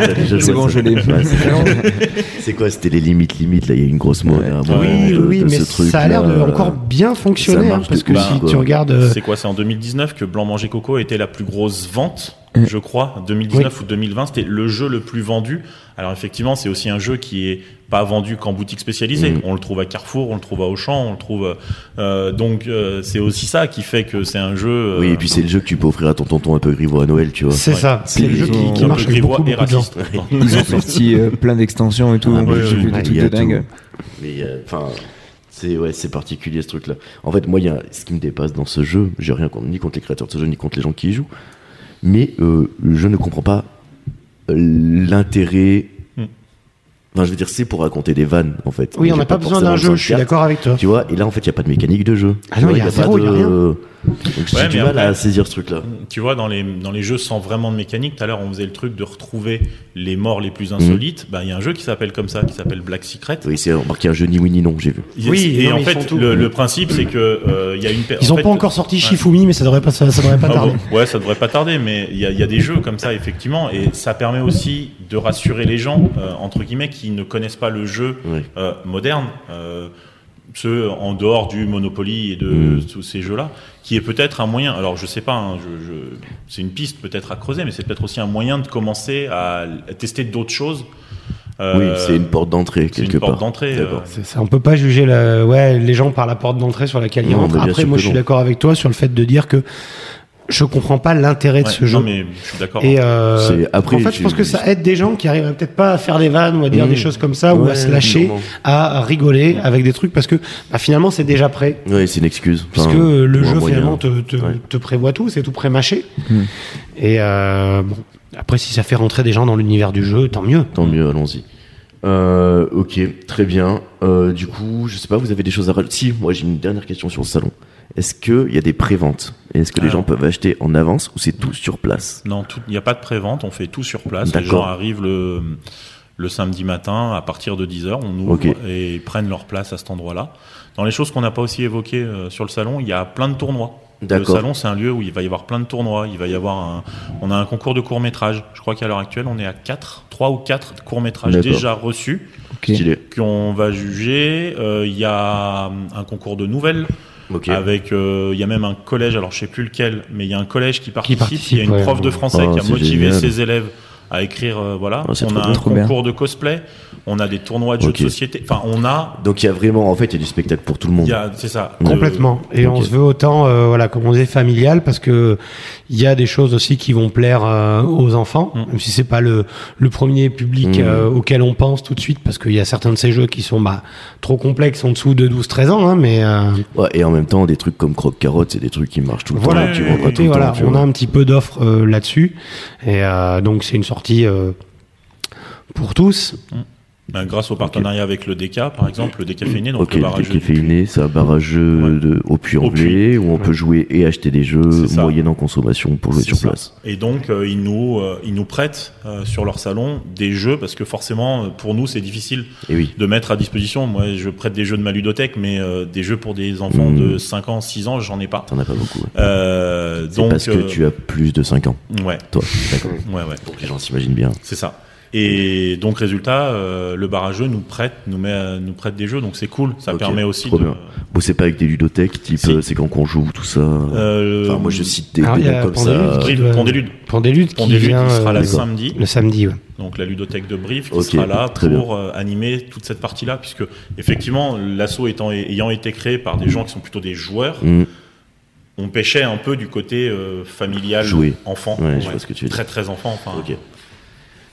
T'as déjà joué C'est à bon, ça je l'ai. Ouais, c'est- Non. C'est quoi C'était les limites, limites. Là, il y a une grosse mode. hein, à un moment, Oui, de- oui, de mais ce ça a l'air de truc-là. Euh, encore bien fonctionner, marche hein, parce de que ouf, si quoi. tu regardes. euh, C'est quoi C'est en 2019 que Blanc Manger Coco était la plus grosse vente, Mm. je crois. 2019 ou 2020, c'était le jeu le plus vendu. Alors effectivement, c'est aussi un jeu qui est pas vendu qu'en boutique spécialisée. Mm. Mhm. On le trouve à Carrefour, on le trouve à Auchan, on le trouve. euh, donc euh, c'est aussi ça qui fait que c'est un jeu. euh, Oui, et puis c'est le jeu que tu peux offrir à ton tonton un peu grivois à Noël, tu vois. C'est Ouais. ça, c'est Puis le jeu ils qui, ont- un qui peu marche avec grivois beaucoup, et beaucoup de gens. raciste. Ils ont sorti euh, plein d'extensions et tout. Ah, en bah plus, oui, J'ai oui, vu Ah, des il trucs y a de dingue. tout. Mais euh, enfin, c'est ouais, c'est particulier ce truc-là. En fait, moi, il y a ce qui me dépasse dans ce jeu. J'ai rien contre, ni contre les créateurs de ce jeu, ni contre les gens qui y jouent. Mais euh, je ne comprends pas euh, l'intérêt. Hmm. Enfin, je veux dire, c'est pour raconter des vannes, en fait. Oui, on J'ai n'a pas besoin forcément d'un jeu, besoin de je suis cartes. d'accord avec toi. Tu vois, et là, en fait, il n'y a pas de mécanique de jeu. Ah non, Tu vois, y a y zéro, y a rien. Donc, Ouais, j'ai du mais mal après- à saisir ce truc-là. Tu vois, dans les, dans les jeux sans vraiment de mécanique, tout à l'heure on faisait le truc de retrouver les morts les plus insolites. Bah, Il y a un jeu qui s'appelle comme ça, qui s'appelle Black Secret. Oui, c'est remarqué un jeu ni oui ni non, j'ai vu. Il- Oui, et non, en mais ils font fait, tout. le, le principe c'est que euh, il y a une. per- Ils en ont fait- pas encore sorti ouais. Shifumi, mais ça devrait pas, ça, ça devrait pas Ah tarder. bon, ouais, ça devrait pas tarder, mais il y, a- il y a des jeux comme ça effectivement, et ça permet aussi de rassurer les gens euh, entre guillemets qui ne connaissent pas le jeu Oui. euh, moderne, euh, ceux en dehors du Monopoly et de Mm. tous ces jeux-là, qui est peut-être un moyen, alors je sais pas, hein, je, je- c'est une piste peut-être à creuser, mais c'est peut-être aussi un moyen de commencer à l- à tester d'autres choses. Euh, oui, c'est une porte d'entrée, c'est une quelque porte part. d'entrée. D'accord. euh, C'est ça, on peut pas juger la- ouais, les gens par la porte d'entrée sur laquelle ils Non, rentrent. mais bien Après, sûr moi, que je suis non. d'accord avec toi sur le fait de dire que je comprends pas l'intérêt de ouais, ce jeu. non, mais je suis d'accord. Et euh, C'est- après, en fait, je tu- pense que ça aide des gens qui arriveraient peut-être pas à faire des vannes ou à dire Mmh. des choses comme ça ou à Ouais, se lâcher, sûrement. à rigoler avec des trucs parce que bah, finalement c'est déjà prêt. Oui, c'est une excuse. Parce Enfin, que le ou un jeu moyen. finalement te, te, Ouais. Mmh. te prévoit tout, c'est tout prémâché. Et euh, bon, après, si ça fait rentrer des gens dans l'univers du jeu, tant mieux. Tant mieux, allons-y. Euh, ok, très bien. Euh, du coup, je sais pas, vous avez des choses à rajouter Si, moi j'ai une dernière question sur le salon. Est-ce qu'il y a des préventes Et Est-ce que les Ah. gens peuvent acheter en avance ou c'est tout sur place Non, tout- il n'y a pas de prévente, on fait tout sur place. Les D'accord. gens arrivent le, le samedi matin à partir de 10h, on ouvre Ok. et ils prennent leur place à cet endroit-là. Dans les choses qu'on n'a pas aussi évoquées euh, sur le salon, il y a plein de tournois. Le D'accord. salon, c'est un lieu où il va y avoir plein de tournois. Il va y avoir un, on a un concours de court métrage. Je crois qu'à l'heure actuelle, on est à 4, 3 ou 4 courts métrages D'accord. déjà reçus Ok. Stylé. qu'on va juger. Euh, Il y a hum, un concours de nouvelles Ok. avec, euh, il y a même un collège, alors je sais plus lequel, mais il y a un collège qui participe. participe, il y a une ouais. prof de français Oh, qui a c'est motivé génial. ses élèves à écrire, euh, voilà. Oh, c'est on trop a bien. un Trop bien. concours de cosplay, on a des tournois de jeux Ok. de société. Enfin, on a, Donc il y a vraiment, en fait, il y a du spectacle pour tout le il monde. y a, c'est ça. de- Complètement. Et ok. on se veut autant, euh, voilà, comme on disait, familial, parce que il y a des choses aussi qui vont plaire euh, aux enfants, Mm. même si c'est pas le, le premier public Mm. euh, auquel on pense tout de suite, parce qu'il y a certains de ces jeux qui sont bah, trop complexes en dessous de 12-13 ans, hein, mais euh, Ouais, et en même temps, des trucs comme croque-carotte, c'est des trucs qui marchent tout le voilà, temps. ouais, Tu ouais, vois, ouais, tout Et le voilà, temps, tu on a vois. un petit peu d'offres euh, là-dessus, et euh, donc c'est une sortie euh, pour tous. Ben, grâce au partenariat avec le DK, par exemple, le décaféiné, donc ok, le le barrageux du décaféiné, c'est un barrageux Ouais. de, au Au puy-en-velay où on Ouais. peut jouer et acheter des jeux C'est ça. moyennant consommation pour jouer C'est sur ça. place. Et donc, euh, ils, nous, euh, ils nous prêtent euh, sur leur salon des jeux, parce que forcément, euh, pour nous, c'est difficile Et oui. de mettre à disposition. Moi, je prête des jeux de ma ludothèque, mais euh, des jeux pour des enfants Mhm. de 5 ans, 6 ans, j'en ai pas. T'en as pas beaucoup. ouais. Euh, C'est donc, parce que euh, tu as plus de 5 ans, Ouais, toi. D'accord. ouais, ouais. Les gens s'imaginent bien. C'est ça. Et donc, résultat, euh, le barrageux nous prête, nous, met, à- nous prête des jeux, donc c'est cool. Ça Ok, permet aussi trop de. bien. Bon, c'est pas avec des ludothèques, type Si. euh, c'est quand qu'on joue, tout ça. Euh, enfin, moi je cite des, alors, des il y noms a comme ça. Pandélude. Brive, Euh, Pondélude. Pandélude qui Pondélude vient qui sera euh, là d'accord. samedi. le samedi. ouais. Donc la ludothèque de Brive qui Ok, sera là très pour euh, animer toute cette partie-là, puisque effectivement l'assaut étant ayant été créé par des gens qui sont plutôt des joueurs, Mm. on pêchait un peu du côté euh, familial, Jouer. enfant, Ouais, je vois ce que tu veux dire. très très enfant. Enfin, Ok.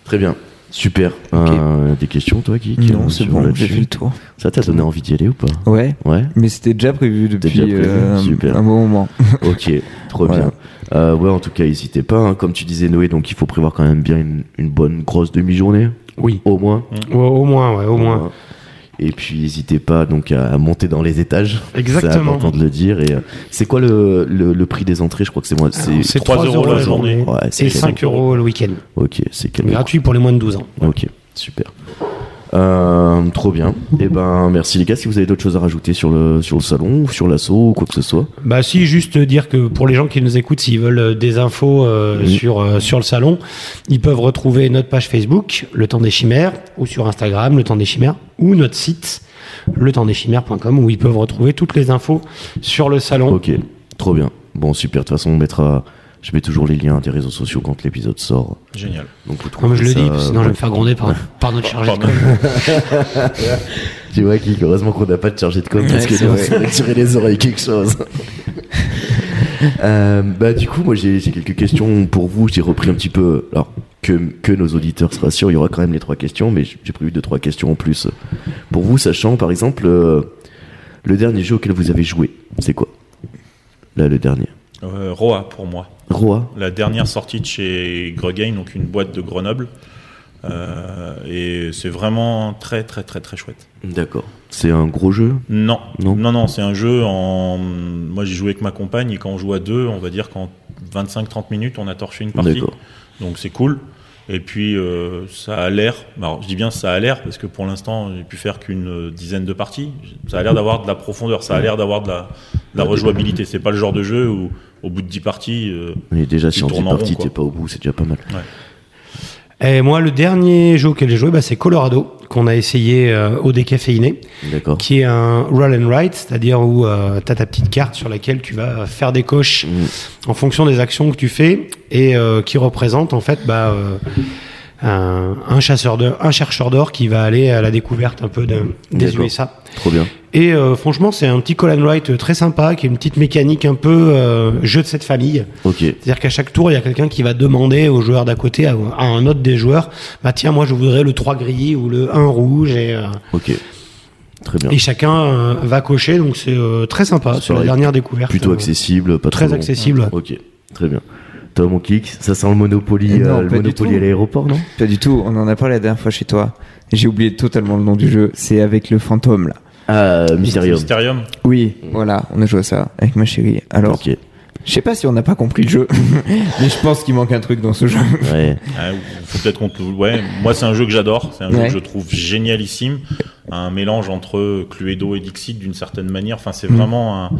Très bien. Super. Euh, des questions, toi, qui qui- Non, c'est sur bon, là-dessus j'ai fait le tour. Ça t'a donné envie d'y aller ou pas Ouais, Ouais. mais c'était déjà prévu depuis déjà prévu, euh, super. un bon moment. Ok, trop Voilà. bien. Euh, ouais, en tout cas, n'hésitez pas. hein. Comme tu disais, Noé, donc il faut prévoir quand même bien une, une bonne grosse demi-journée, Oui. au moins. Euh, Au, au moins, ouais, au moins. Et puis, n'hésitez pas donc à, à monter dans les étages. C'est Exactement. important de le dire. Et euh, c'est quoi le, le, le prix des entrées Je crois que c'est moi. Alors, C'est trois euros la journée. Ouais, et c'est 5 canon. euros le week-end. Ok, c'est canon. Gratuit pour les moins de 12 ans. Ok, super. Euh, trop bien. Et ben, merci les gars. Si vous avez d'autres choses à rajouter sur le sur le salon, ou sur l'assaut ou quoi que ce soit. Bah si, juste dire que pour les gens qui nous écoutent, s'ils veulent euh, des infos euh, Mhm. sur, euh, sur le salon, ils peuvent retrouver notre page Facebook, Le Temps des Chimères, ou sur Instagram, Le Temps des Chimères, ou notre site, letempsdeschimères.com, où ils peuvent retrouver toutes les infos sur le salon. Ok, trop bien. Bon, super. De toute façon, on mettra. Je mets toujours les liens des réseaux sociaux quand l'épisode sort. génial. Donc vous trouvez. Non, mais je le ça- euh, dis, parce que sinon je vais me faire gronder par, par notre chargé de Pardon. com. Tu vois, Kik, heureusement qu'on n'a pas de chargé de com parce Ouais, que c'est nous, on se serait tiré les oreilles quelque chose. Euh, bah, du coup, moi, j'ai j'ai quelques questions pour vous. J'ai repris un petit peu. Alors, que, que nos auditeurs se rassurent, il y aura quand même les trois questions, mais j'ai prévu deux, trois questions en plus. Pour vous, sachant, par exemple, euh, le dernier jeu auquel vous avez joué, c'est quoi Là, le dernier. Euh, Roa pour moi. Roi La dernière sortie de chez Grugain, donc une boîte de Grenoble. Euh, et c'est vraiment très très très très chouette. D'accord. C'est un gros jeu Non, Non. non, non, c'est un jeu en. Moi, j'ai joué avec ma compagne et quand on joue à deux, on va dire qu'en 25-30 minutes, on a torché une partie. D'accord. Donc c'est cool. Et puis euh, ça a l'air. Alors je dis bien ça a l'air parce que pour l'instant, j'ai pu faire qu'une euh, dizaine de parties. Ça a l'air d'avoir de la profondeur. Ça a l'air d'avoir de la, de la rejouabilité. C'est pas le genre de jeu où au bout de 10 parties. euh, Mais déjà, si Il on dit tourne en rond, parti, quoi. t'es pas au bout, c'est déjà pas mal. Et moi, le dernier jeu auquel j'ai joué, bah, c'est Colorado, qu'on a essayé euh, au décaféiné. D'accord. qui est un roll and write, c'est-à-dire où tu as ta petite carte sur laquelle tu vas faire des coches en fonction des actions que tu fais et euh, qui représente en fait bah, euh, un, un chasseur de, un chercheur d'or qui va aller à la découverte un peu de, des D'accord. USA. Trop bien. Et euh, franchement, c'est un petit call and write très sympa, qui est une petite mécanique un peu euh, jeu de cette famille. Ok. C'est-à-dire qu'à chaque tour, il y a quelqu'un qui va demander au joueur d'à côté, à, à un autre des joueurs, bah tiens, moi je voudrais le 3 gris ou le 1 rouge. Et, euh, Ok. Très bien. et chacun euh, va cocher, donc c'est euh, très sympa. C'est C'est la pareil. dernière découverte. Plutôt Euh, accessible, pas Très trop long. accessible. Ok, très bien. Tom, on kick. Ça sent le Monopoly, Mais Eh non, euh, pas le du Monopoly tout. à l'aéroport, non Pas du tout, on en a parlé la dernière fois chez toi. J'ai oublié totalement le nom du jeu, c'est avec le fantôme là. Ah, Mysterium. Mysterium. Oui, voilà, on a joué à ça avec ma chérie. Alors, Mm. Ok, je sais pas si on n'a pas compris le jeu, mais je pense qu'il manque un truc dans ce jeu. ouais. Ouais, ou- faut peut-être qu'on peut- ouais, moi c'est un jeu que j'adore, c'est un jeu Ouais. que je trouve génialissime, un mélange entre Cluedo et Dixit d'une certaine manière. Enfin, c'est vraiment un.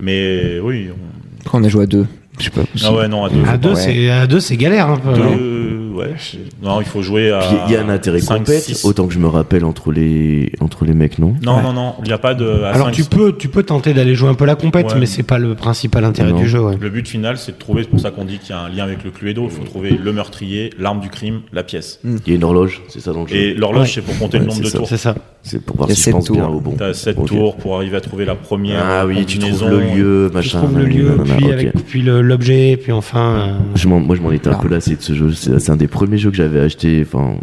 Mais oui. on- Après, on a joué à deux. Je sais pas. Ah ouais, non à deux. À deux, Ouais. c'est à deux, c'est galère. hein, peu, non Deux, ouais. Non, il faut jouer à. Puis il y a un intérêt Ah, cinq, compète, six. autant que je me rappelle entre les, entre les mecs, non Non, Ouais. non, non, il n'y a pas de. à Alors cinq, tu six. peux, tu peux tenter d'aller jouer un peu la compète, Ouais, mais mais- c'est pas le principal intérêt Non. du jeu. ouais. Le but final, c'est de trouver, c'est pour ça qu'on dit qu'il y a un lien avec le Cluedo, il faut trouver le meurtrier, l'arme du crime, la pièce. Il y a une horloge, c'est ça dans le jeu Et l'horloge, Ouais. c'est pour compter le Mm. Ouais, nombre c'est de ça. tours. C'est ça. C'est pour voir Il y a si je sept pense bien tours. au bon. T'as 7 Ok. tours pour arriver à trouver la première. Ah oui, tu trouves combinaison. le euh, lieu, Tu machin. trouves le nanani, lieu, nanana, puis ok. avec, puis le- l'objet, puis enfin. euh, Je m'en- moi, je m'en étais un peu L'arme. lassé de ce jeu. C'est c'est un des premiers jeux que j'avais acheté. Enfin,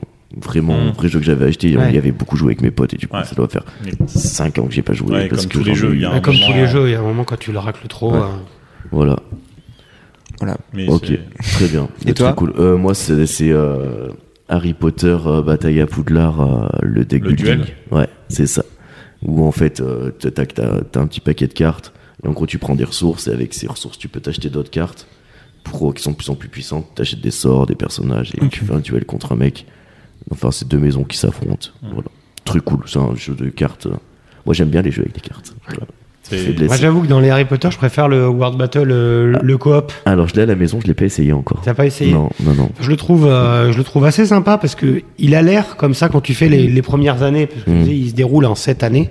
vraiment, Mm. un vrai jeu que j'avais acheté. On Ouais. y avait beaucoup joué avec mes potes et du coup, Ouais. ça doit faire Mais- 5 ans que j'ai pas joué. Ouais, parce comme que tous les j'en ai jeux, eu- il y a un- comme moment, tous les euh, jeux, il y a un moment quand tu le racles trop. Ouais. euh, Voilà. Voilà. mais Ok, c'est- très bien. Très Et toi cool. Euh, moi, c'est c'est, euh, Harry Potter euh, bataille à Poudlard, euh, le deck Le building. duel. Ouais, c'est ça. Où en fait, euh, t'as- t'as t'as- t'as un petit paquet de cartes. Et en gros, tu prends des ressources et avec ces ressources, tu peux t'acheter d'autres cartes pour, euh, qui sont de plus en plus puissantes. T'achètes des sorts, des personnages et tu fais un duel contre un mec. Enfin, c'est deux maisons qui s'affrontent. Mmh. Voilà. Truc cool. C'est un jeu de cartes. euh, Moi, j'aime bien les jeux avec des cartes. Voilà. C'est- Ça fait de la- Moi, j'avoue que dans les Harry Potter, je préfère le World Battle, euh, le coop. Alors, je l'ai à la maison, je l'ai pas essayé encore. T'as pas essayé Ah. Non, non, non. Je le trouve, euh, je le trouve assez sympa parce que il a l'air comme ça quand tu fais les, les premières années, parce que Mm. tu sais, il se déroule en sept années.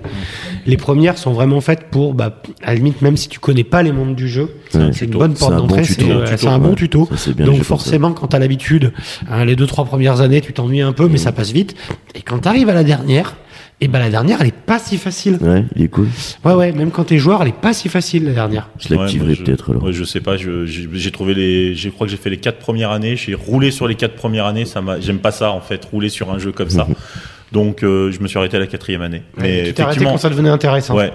Les premières sont vraiment faites pour, bah, à la limite, même si tu connais pas les mondes du jeu, Ouais. c'est une tuto. bonne C'est porte un bon d'entrée. tuto, c'est, euh, tuto, c'est un ouais. bon tuto. Ça, c'est bien les Donc jeux comme ça. forcément, quand t'as l'habitude, hein, les deux trois premières années, tu t'ennuies un peu, mais Mm. ça passe vite. Et quand t'arrives à la dernière, et ben la dernière, elle est pas si facile. Ouais, il est cool. Ouais ouais, même quand t'es joueur, elle est pas si facile la dernière. Je l'activerai Ouais, moi, je- peut-être alors. ouais, je sais pas, je- j'ai j'ai trouvé les, je crois que j'ai fait les quatre premières années, j'ai roulé sur les quatre premières années, ça m'a, j'aime pas ça en fait, rouler sur un jeu comme Mhm. ça. Donc euh, je me suis arrêté à la quatrième année. Mais tu t'es arrêté quand ça devenait intéressant. ouais.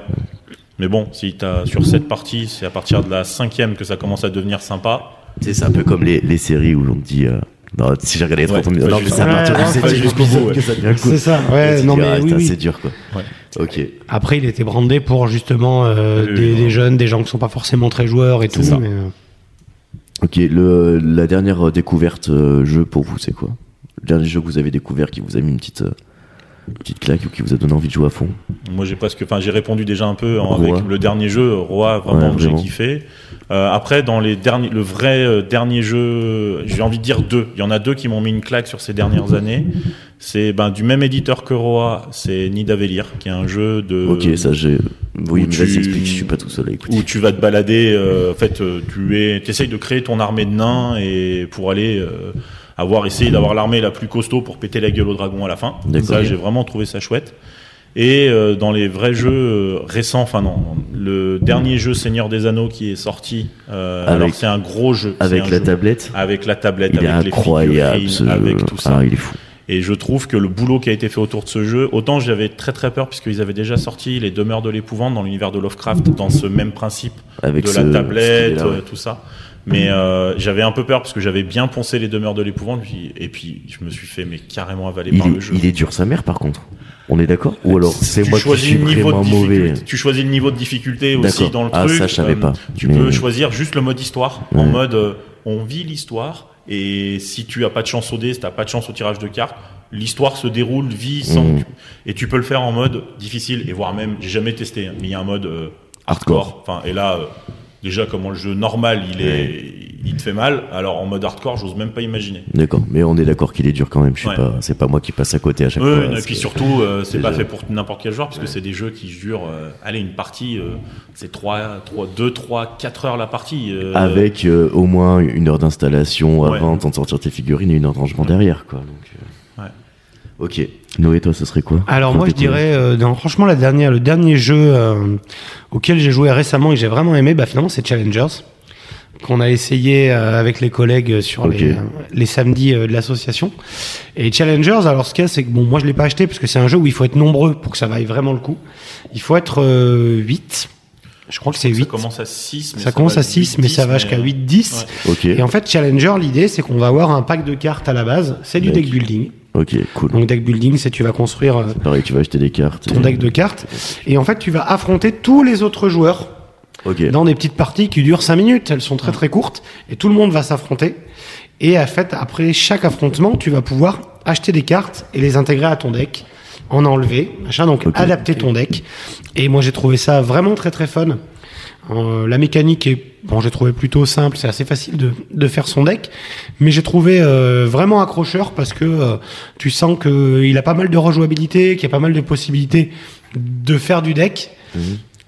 Mais bon, si t'as sur cette partie, c'est à partir de la cinquième que ça commence à devenir sympa. Tu sais, C'est un peu comme les, les séries où l'on te dit. euh, Non, si j'ai regardé les trois Ouais, premiers. pas Non, mais jusqu'au- c'est à partir ouais, du ouais, septième pas jusqu'au épisode bout, ouais. que ça devient cool. C'est ça, Et ouais, tu non dis, mais ah, oui, putain, oui. C'est dur quoi. Ouais. Ok. Après, il était brandé pour justement euh, Ah, Oui, des, oui. des jeunes, des gens qui sont pas forcément très joueurs et tout. ça. mais, euh, Ok, le, la dernière euh, découverte euh, jeu pour vous, c'est quoi Le dernier jeu que vous avez découvert qui vous a mis une petite, euh, une petite claque ou qui vous a donné envie de jouer à fond Moi, j'ai presque, enfin, j'ai répondu déjà un peu en- Roi. avec le dernier jeu Roi, vraiment, Ouais, que j'ai vraiment. kiffé. Euh, après, dans les derniers, le vrai euh, dernier jeu, j'ai envie de dire deux. Il y en a deux qui m'ont mis une claque sur ces dernières années. C'est ben du même éditeur que Roi, c'est Nidavellir, qui est un jeu de Ok, ça j'ai. Oui, Euh, où mais là, tu- j'explique, je suis pas tout seul à écouter. où tu vas te balader. euh, en fait, euh, tu es, t'essayes de créer ton armée de nains et pour aller euh, avoir essayé d'avoir l'armée la plus costaud pour péter la gueule au dragon à la fin. D'accord. Ça, j'ai vraiment trouvé ça chouette. Et euh, dans les vrais jeux euh, récents, enfin non, le dernier jeu Seigneur des Anneaux qui est sorti, euh, Avec- alors c'est un gros jeu, c'est Avec un la jeu- tablette avec la tablette, Il est avec les incroyable ce figurines, jeu. avec tout ça. Ah, il est fou. Et je trouve que le boulot qui a été fait autour de ce jeu, autant j'avais très très peur puisqu'ils avaient déjà sorti les Demeures de l'épouvante dans l'univers de Lovecraft dans ce même principe Avec de ce- la tablette, ce qu'il est là, euh, tout ça. Mais euh, j'avais un peu peur parce que j'avais bien poncé les demeures de l'épouvante puis- et puis je me suis fait mais carrément avaler Il par le est, jeu. il est dur sa mère par contre. On est d'accord Ou alors Tu c'est moi qui choisis suis le niveau de vraiment mauvais difficulté- Tu choisis le niveau de difficulté aussi D'accord. dans le Ah, truc. Euh, ça, je savais pas. Tu Mais- peux choisir juste le mode histoire en Ouais. mode euh, on vit l'histoire et si tu as pas de chance au dé, si t'as pas de chance au tirage de cartes, l'histoire se déroule, vit sans. Mm. Et tu peux le faire en mode difficile et voire même j'ai jamais testé, hein, mais il y a un mode euh, Hardcore. hardcore. Enfin et là. euh, Déjà, comment le jeu normal, il est, il te fait mal. Alors en mode hardcore, j'ose même pas imaginer. D'accord, mais on est d'accord qu'il est dur quand même. Je suis Ouais. pas, c'est pas moi qui passe à côté à chaque Ouais, fois. et c'est- puis surtout, euh, c'est déjà- pas fait pour n'importe quel joueur, parce que c'est des jeux qui durent, euh, allez, une partie, euh, c'est 3, 3, 2, 3, 4 heures la partie. euh, Avec euh, au moins une heure d'installation Ouais. avant de t'en sortir tes figurines et une heure de rangement derrière, quoi. Donc, euh, Ouais. Ok. Noé, toi, ce serait quoi Alors moi, je dirais, euh, dans- franchement, la dernière, le dernier jeu euh, auquel j'ai joué récemment et que j'ai vraiment aimé, bah, finalement, c'est Challengers qu'on a essayé euh, avec les collègues sur Ok. les, euh, les samedis euh, de l'association. Et Challengers, alors ce qu'il y a, c'est que bon, moi je l'ai pas acheté parce que c'est un jeu où il faut être nombreux pour que ça vaille vraiment le coup. Il faut être 8. Je crois que c'est Ça 8. commence à 6. Ça commence à 6, mais euh, ça va jusqu'à 8, 10. ouais. Ok. Et en fait, Challenger, l'idée, c'est qu'on va avoir un pack de cartes à la base. C'est du D'accord. deck building. Ok, cool. Donc, deck building, c'est tu vas construire euh, Pareil, tu vas acheter des cartes. ton et- deck de cartes. Et en fait, tu vas affronter tous les autres joueurs Ok. Ah. dans des petites parties qui durent 5 minutes. Elles sont très très courtes. Et tout le monde va s'affronter. Et en fait, après chaque affrontement, tu vas pouvoir acheter des cartes et les intégrer à ton deck. En enlever, machin. Donc, Ok. adapter ton deck. Et moi, j'ai trouvé ça vraiment très très fun. Euh, la mécanique est, bon, j'ai trouvé plutôt simple, c'est assez facile de, de faire son deck, mais j'ai trouvé euh, vraiment accrocheur parce que euh, tu sens que il a pas mal de rejouabilité, qu'il y a pas mal de possibilités de faire du deck,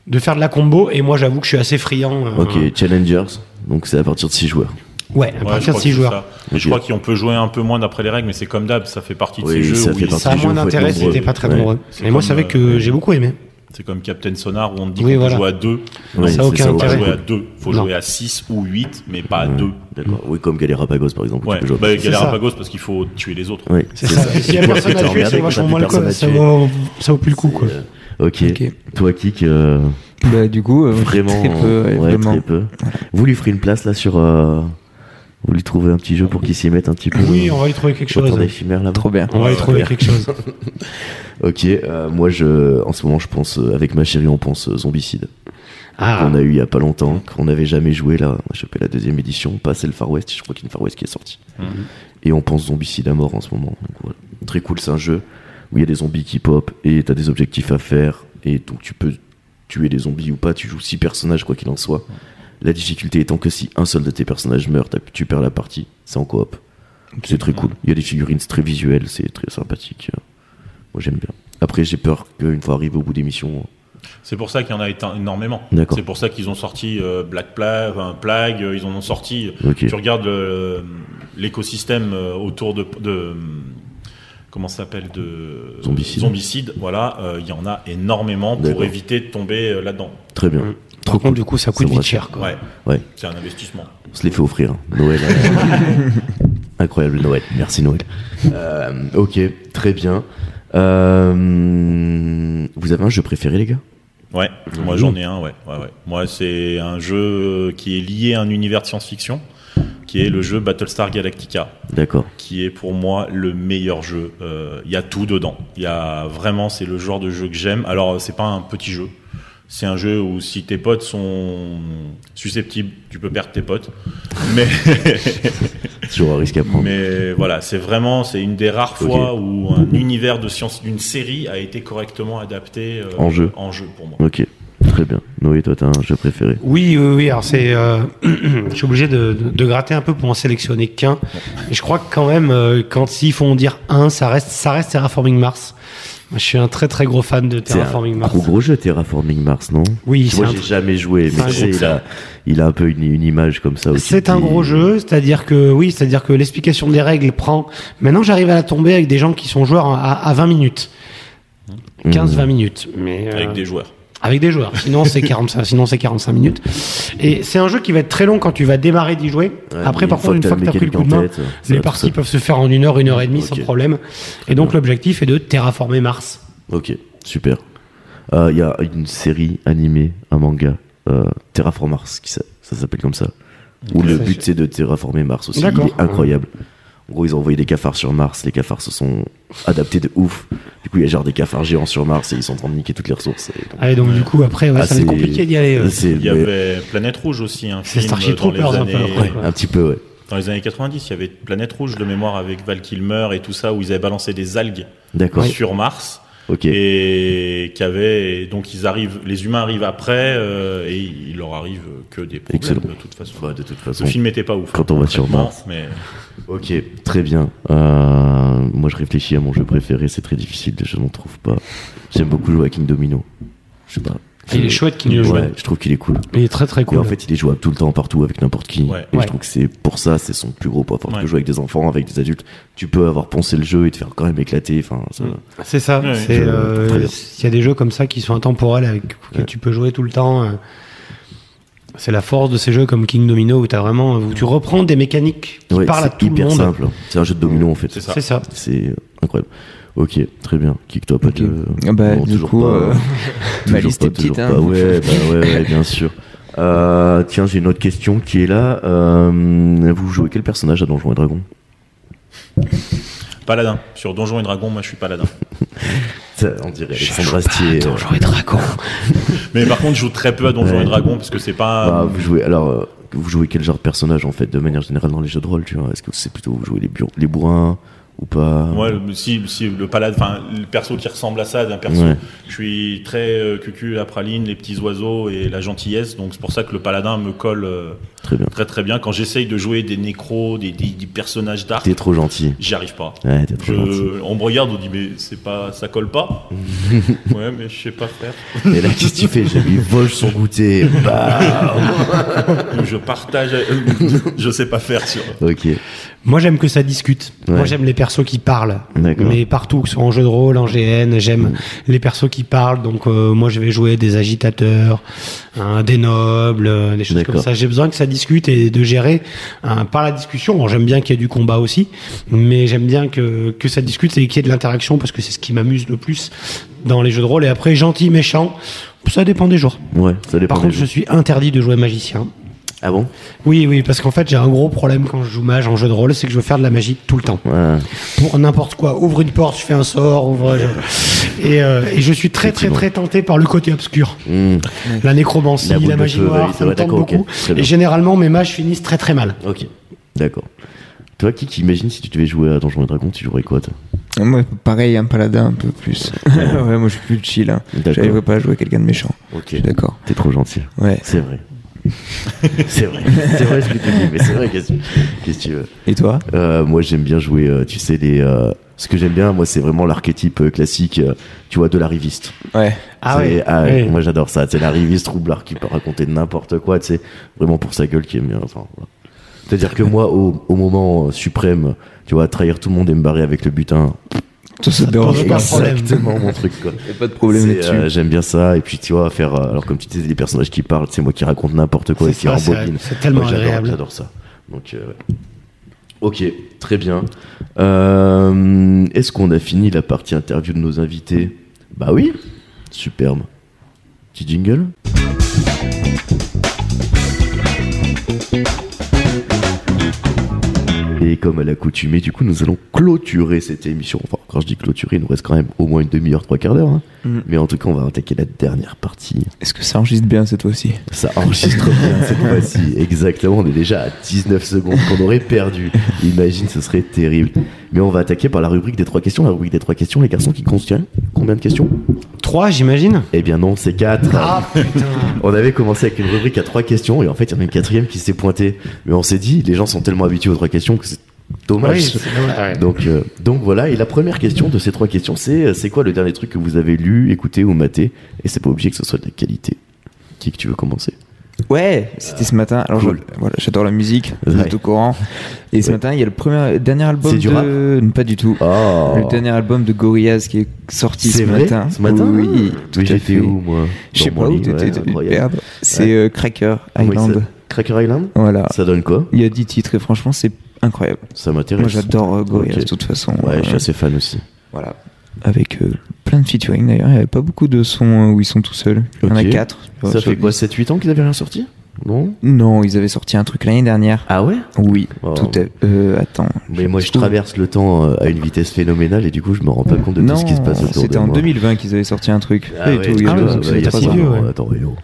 de faire de la combo, et moi j'avoue que je suis assez friand. euh, Ok, Challengers. Donc c'est à partir de 6 joueurs. Ouais, à Ouais, je partir de crois 6 que c'est joueurs. ça. Mais je Ok. crois qu'on peut jouer un peu moins d'après les règles, mais c'est comme d'hab, ça fait partie de Oui, ces jeux ça où fait ils- partie. Ça a Les jeux, moins faut être d'intérêt si nombreux. t'es pas très Ouais. nombreux. C'est Mais moi, comme, c'est vrai que euh, j'ai beaucoup aimé. c'est comme Captain Sonar où on dit Oui, qu'on voilà. peut jouer à 2. Ouais, ça a c'est aucun Faut pas intérêt. jouer à 2. Faut Non. jouer à 6 ou 8, mais pas à 2. D'accord. Oui, comme Galerapagos par exemple. où Ouais, tu peux jouer à bah, partir de ça. Galarapagos parce qu'il faut tuer les autres. six. Ouais, C'est ça. Et S'il y a personne à tuer, Regarde, c'est vachement t'as moins le personne coup. à Ça tuer. vaut, ça vaut plus le coup, quoi. Euh, Ok. Ok. Toi, Kik, euh, Bah, du coup, euh, vraiment, très peu, ouais, ouais, vraiment. très peu. Vous lui ferez une place là sur euh, Vous lui trouvez un petit jeu pour qu'il s'y mette un petit peu. euh, Oui, on va y trouver quelque Autour chose. des chimères là-bas. Trop bien. On va y trouver quelque chose. Ok, euh, moi je, en ce moment je pense, euh, avec ma chérie, on pense euh, Zombicide. Ah, Qu'on a eu il y a pas longtemps, qu'on n'avait jamais joué là. On a chopé la deuxième édition, pas c'est le Far West, je crois qu'il y a une Far West qui est sortie. Mhm. Mm-hmm. Et on pense Zombicide à mort en ce moment. Donc, voilà. Très cool, c'est un jeu où il y a des zombies qui pop et t'as des objectifs à faire. Et donc tu peux tuer les zombies ou pas, tu joues six personnages quoi qu'il en soit. La difficulté étant que si un seul de tes personnages meurt, t'as- tu perds la partie. C'est en coop. C'est très cool. Il y a des figurines c'est très visuelles, c'est très sympathique. Euh, Moi j'aime bien. Après j'ai peur qu'une fois arrivé au bout des missions, C'est pour ça qu'il y en a éteint énormément. D'accord. C'est pour ça qu'ils ont sorti euh, Black Plague, enfin, Plague, euh, ils en ont sorti. ok. Tu regardes euh, l'écosystème euh, autour de, de- comment ça s'appelle de Zombicide. Voilà, euh, il y en a énormément pour D'accord. éviter de tomber euh, là-dedans. Très bien. Mm. Par contre, du coup, ça coûte Ça me vite rassure. cher, quoi. Ouais, Ah. Ouais. c'est un investissement. On se les fait offrir. hein. Noël. euh, Incroyable Noël. Merci Noël. Euh, ok, très bien. Euh, Vous avez un jeu préféré les gars Ouais, Mmh. moi j'en ai un, ouais. ouais, ouais. Moi c'est un jeu qui est lié à un univers de science-fiction, qui est le jeu Battlestar Galactica. D'accord. qui est pour moi le meilleur jeu. Euh, Il y a tout dedans. Il y a vraiment, c'est le genre de jeu que j'aime. Alors, c'est pas un petit jeu. C'est un jeu où si tes potes sont susceptibles, tu peux perdre tes potes. Mais, C'est Toujours un risque à prendre. mais voilà, c'est vraiment, c'est une des rares Ok. fois où un univers de science, une série a été correctement adaptée euh, En jeu. En jeu pour moi. Ok, très bien. Noé, toi t'as un jeu préféré Oui, oui, oui. Alors, c'est, euh, je suis obligé de, de- de gratter un peu pour en sélectionner qu'un. Et je crois que quand même, euh, quand s'ils font dire un, ça reste, ça reste Terraforming Mars. Moi, je suis un très très gros fan de C'est un Terraforming Mars. gros gros jeu Terraforming Mars, non Oui, c'est Moi un j'ai jamais joué, mais un tu sais, gros- il a, il a un peu une, une image comme ça. où tu C'est te un dis- gros jeu, c'est-à-dire que oui, c'est-à-dire que l'explication des règles prend. Maintenant, j'arrive à la tomber avec des gens qui sont joueurs à, à 20 minutes. 15-20 minutes. Mais, euh, Avec des joueurs. avec des joueurs. Sinon, c'est 45, sinon, c'est 45 minutes. Et c'est un jeu qui va être très long quand tu vas démarrer d'y jouer. Ouais, Après, mais par une fois contre, une que fois que t'as t'as le pris le coup de mécanique en main, tête, ça les va tout parties seul. peuvent se faire en une heure, une heure et demie sans Ok. problème. Et donc, l'objectif est de terraformer Mars. Ok, super. Euh, Il y a une série animée, un manga, euh, Terraform Mars, qui s'a- ça s'appelle comme ça. Où le Ça, but c'est de terraformer Mars aussi. Il D'accord. est incroyable. En gros, ils ont envoyé des cafards sur Mars. Les cafards se sont adaptés de ouf. Du coup, il y a genre des cafards géants sur Mars et ils sont en train de niquer toutes les ressources. Et donc- Allez, donc, du coup, après, ouais, Ah, ça va être c'est- compliqué d'y aller. euh. c'est- Il y mais- avait Planète Rouge aussi, un C'est film Starship dans les Troopers, un peu, années- après, quoi. un petit peu, ouais. Dans les années 90, il y avait Planète Rouge de mémoire avec Val Kilmer et tout ça, où ils avaient balancé des algues D'accord. sur Mars. Ok. Et qui avait et donc ils arrivent, les humains arrivent après euh, et il leur arrive que des problèmes Excellent. de toute façon. Bah, de toute Ce façon. film n'était pas ouf. Quand on va sur concrètement, Mars. mais Ok, très bien. Euh, moi, je réfléchis à mon jeu préféré. C'est très difficile. Je n'en trouve pas. J'aime beaucoup jouer à King Domino. Je sais pas. Ah, Il est chouette qu'il Ouais, le joue. Je trouve qu'il est cool. Il est très très Et cool. en fait, il est jouable tout le temps, partout, avec n'importe qui. Ouais. Et Ouais. je trouve que c'est pour ça, c'est son plus gros point fort. Tu peux Ouais. jouer avec des enfants, avec des adultes. Tu peux avoir poncé le jeu et te faire quand même éclater. Enfin, ça- Mm. C'est ça. Ouais, c'est, je- euh, très bien. il y a des jeux comme ça qui sont intemporels, avec, que tu peux jouer tout le temps. euh. C'est la force de ces jeux comme King Domino où, as vraiment, où tu reprends des mécaniques qui Ouais, parlent à c'est tout le hyper monde. simple. C'est un jeu de domino en fait. C'est ça. C'est ça. C'est euh, incroyable. Ok, très bien. Kick toi, pote. Ok. euh, Ah bah, bon, du toujours coup, pas, euh, ma toujours liste pas, est petite. toujours hein. pas. Ouais, bah ouais, ouais, bien sûr. Euh, tiens, j'ai une autre question qui est là. Euh, vous jouez quel personnage à Donjons et Dragons Paladin. Sur Donjons et Dragons, moi je suis Paladin. Ça, On dirait Alexandre Astier. euh, Donjons et Dragons. mais par contre, je joue très peu à Donjons Ouais. et Dragons parce que c'est pas. Bah, vous jouez alors euh, vous jouez quel genre de personnage en fait de manière générale dans les jeux de rôle tu vois est-ce que c'est plutôt vous jouez les, bu- les bourrins ou pas Moi, le- si, si le paladin, enfin, le perso qui ressemble à ça, d'un perso, Ouais. je suis très euh, cucu, la praline, les petits oiseaux et la gentillesse, donc c'est pour ça que le paladin me colle euh, très bien très très bien. Quand j'essaye de jouer des nécros, des, des- des personnages d'art, t'es trop gentil j'y arrive pas. ouais t'es trop Je- gentil on me regarde, on dit mais c'est pas, ça colle pas. ouais, mais je sais pas faire. et là qu'est-ce que tu fais je lui vole son goûter Bam Ah. Je partage, euh, je sais pas faire sur. ok Moi, j'aime que ça discute. Ouais. Moi, j'aime les persos qui parlent. D'accord. Mm. Mais partout, que ce soit en jeu de rôle, en GN, j'aime les persos qui parlent. Donc, euh, moi, je vais jouer des agitateurs, hein, des nobles, euh, des choses D'accord. comme ça. J'ai besoin que ça discute et de gérer hein, par la discussion. Bon, j'aime bien qu'il y ait du combat aussi, mais j'aime bien que, que ça discute et qu'il y ait de l'interaction parce que c'est ce qui m'amuse le plus dans les jeux de rôle. Et après, gentil, méchant, ça dépend des jours. ouais ça dépend Par contre, des je jeux. suis interdit de jouer magicien. Ah bon Oui, oui, parce qu'en fait, j'ai un gros problème quand je joue mage en jeu de rôle, c'est que je veux faire de la magie tout le temps. Ah. Pour n'importe quoi. Ouvre une porte, je fais un sort, ouvre. je- Et, euh, et je suis très, très, très tenté par le côté obscur. Hmm. La nécromancie, La la, boule de magie feu, noire, oui, ça ouais, me tente d'accord, ok. beaucoup. Très bien. Et généralement, mes mages finissent très, très mal. Ok. D'accord. Toi, qui imagine si tu devais jouer à Donjons et Dragons, tu jouerais quoi toi Moi, pareil, un paladin un peu plus. ouais, moi je suis plus chill. Hein. J'arriverai D'accord. pas à jouer quelqu'un de méchant. Ok. Je suis d'accord. T'es trop gentil. Ouais. C'est vrai. c'est vrai. C'est vrai ce que tu dis, mais c'est vrai. Qu'est-ce que- qu'est-ce que tu veux Et toi Euh, Moi, j'aime bien jouer, euh, tu sais, les. euh, ce que j'aime bien, moi, c'est vraiment l'archétype euh, classique, euh, tu vois, de l'arriviste. Ouais. Ah C'est- ouais. Ouais. Moi, j'adore ça. C'est l'arriviste troublard qui peut raconter n'importe quoi, tu sais, vraiment pour sa gueule qui aime bien. enfin, voilà. C'est-à-dire que moi, au, au moment euh, suprême, tu vois, trahir tout le monde et me barrer avec le butin, Toi, ça te pose dérange pas pas. de problème. exactement mon truc, quoi. Y a Pas de problème C'est, là-dessus. euh, J'aime bien ça. Et puis, tu vois, faire. euh, alors, comme tu disais, les personnages qui parlent, c'est moi qui raconte n'importe quoi et C'est qui ça, c'est- rembobine. c'est tellement Moi, j'adore- agréable. J'adore ça. Donc, euh, ouais. ok, très bien. Euh, Est-ce qu'on a fini la partie interview de nos invités Bah oui, superbe. Petit jingle Et comme à l'accoutumée, du coup, nous allons clôturer cette émission. Enfin, quand je dis clôturer, il nous reste quand même au moins une demi-heure, trois quarts d'heure. hein. Mm. Mais en tout cas, on va attaquer la dernière partie. Est-ce que ça enregistre bien cette fois-ci Ça enregistre bien cette fois-ci. Exactement, on est déjà à 19 secondes qu'on aurait perdu. Imagine, ce serait terrible. Mais on va attaquer par la rubrique des trois questions. La rubrique des trois questions, les garçons, qui contient combien de questions Trois, j'imagine Eh bien non, c'est quatre. Ah putain On avait commencé avec une rubrique à trois questions et en fait, il y en a une quatrième qui s'est pointée. Mais on s'est dit, les gens sont tellement habitués aux trois questions que c'est dommage. Oui, c'est Ah dommage. Donc, euh, donc voilà, et la première question de ces trois questions, c'est euh, c'est quoi le dernier truc que vous avez lu, écouté ou maté Et c'est pas obligé que ce soit de la qualité. Qui que tu veux commencer Ouais, c'était ce matin. Alors cool. je- voilà, j'adore la musique, vous Ouais. êtes au courant. Et ce Ouais. matin, il y a le premier, dernier album C'est du de- rap pas du tout. Oh Le dernier album de Gorillaz qui est sorti C'est ce vrai matin. Ce matin Oui, oui, Ah, tout Mais à j'étais fait. où, moi Je sais Dans mon pas où lit, t'étais, ouais, t'étais incroyable. Ah merde. C'est euh, Cracker Comment il Island. s'appelle Cracker Island Voilà. Ça donne quoi Il y a 10 titres et franchement, c'est incroyable. Ça m'intéresse. Moi, j'adore euh, Gorillaz Ok. de toute façon. Ouais, Euh, je suis assez fan aussi. Voilà. Avec euh, plein de featuring d'ailleurs. Il n'y avait pas beaucoup de sons euh, où ils sont tout seuls. Il y en a Ok. 4. Ça fait quoi 7-8 ans qu'ils avaient rien sorti Non Non, ils avaient sorti un truc l'année dernière. Ah ouais Oui, Oh. tout est. Euh, attends. Mais moi, je trouve- traverse le temps euh, à une vitesse phénoménale et du coup, je me rends pas compte de tout non, ce qui se passe autour de moi. C'était en 2020 qu'ils avaient sorti un truc. Ah Et ouais, tout, il y tu a vois, deux donc ans, bah, c'est il y a il y a trois six ans. ans. vieux, ouais. Attends, mais oh.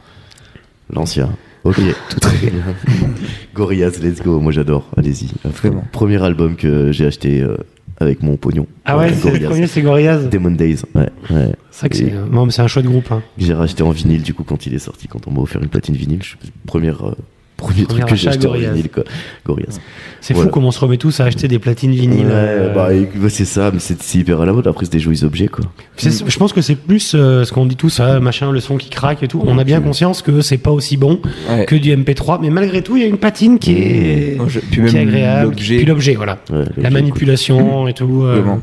L'ancien. Ok, tout très bien. Gorillaz, let's go. Moi, j'adore. Allez-y. Vraiment. Premier album que j'ai acheté euh, avec mon pognon. Ah ouais, c'est le Gorillaz. premier, c'est Gorillaz. Demon Days. Ouais, ouais. C'est vrai que c'est euh, non, mais c'est un chouette groupe. hein. J'ai racheté en vinyle du coup quand il est sorti, quand on m'a offert une platine vinyle. Je... Première, euh, premier Premier truc que j'ai achat acheté en Gorillaz. vinyle, quoi. Gorillaz. C'est Voilà. fou comment on se remet tous à acheter des platines vinyles. Ouais, euh, bah, et- bah, c'est ça, mais c'est c'est hyper à la mode. Après, c'est des jolis objets, quoi. Mm. C'est- Je pense que c'est plus euh, ce qu'on dit tous, ah, machin, le son qui craque et tout. On a bien conscience que c'est pas aussi bon Mm. Ouais. que du MP3, mais malgré tout, il y a une patine qui est, Oh, je- Puis qui est même agréable. l'objet. Puis l'objet, voilà. Ouais, La cool. manipulation et tout. euh, Vraiment.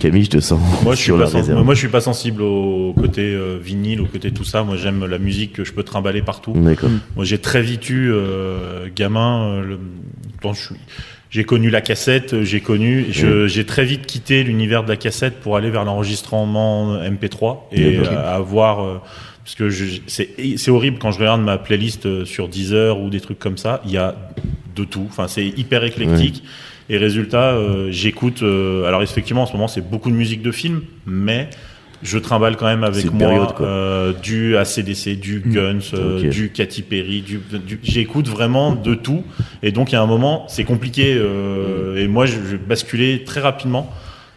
Camille, je te sens. Moi je, suis sur la pas sensible, réserve. moi, je suis pas sensible au côté euh, vinyle, au côté tout ça. Moi, j'aime la musique que je peux trimballer partout. D'accord. Moi, j'ai très vite eu, euh, gamin, euh, le- quand je suis- j'ai connu la cassette, euh, j'ai connu, je- j'ai très vite quitté l'univers de la cassette pour aller vers l'enregistrement MP3 et D'accord. euh, avoir, euh, parce que je- c'est c'est horrible quand je regarde ma playlist euh, sur Deezer ou des trucs comme ça, il y a de tout. Enfin, c'est hyper éclectique. Et résultat, euh, j'écoute. euh, alors effectivement, en ce moment, c'est beaucoup de musique de film, mais je trimballe quand même C'est avec une moi période, quoi. euh, du ACDC, du Guns, euh, Hmm. Ok. du Katy Perry, du, du- j'écoute vraiment de tout. Et donc, il y a un moment, c'est compliqué. euh, Et moi, je, je basculais très rapidement,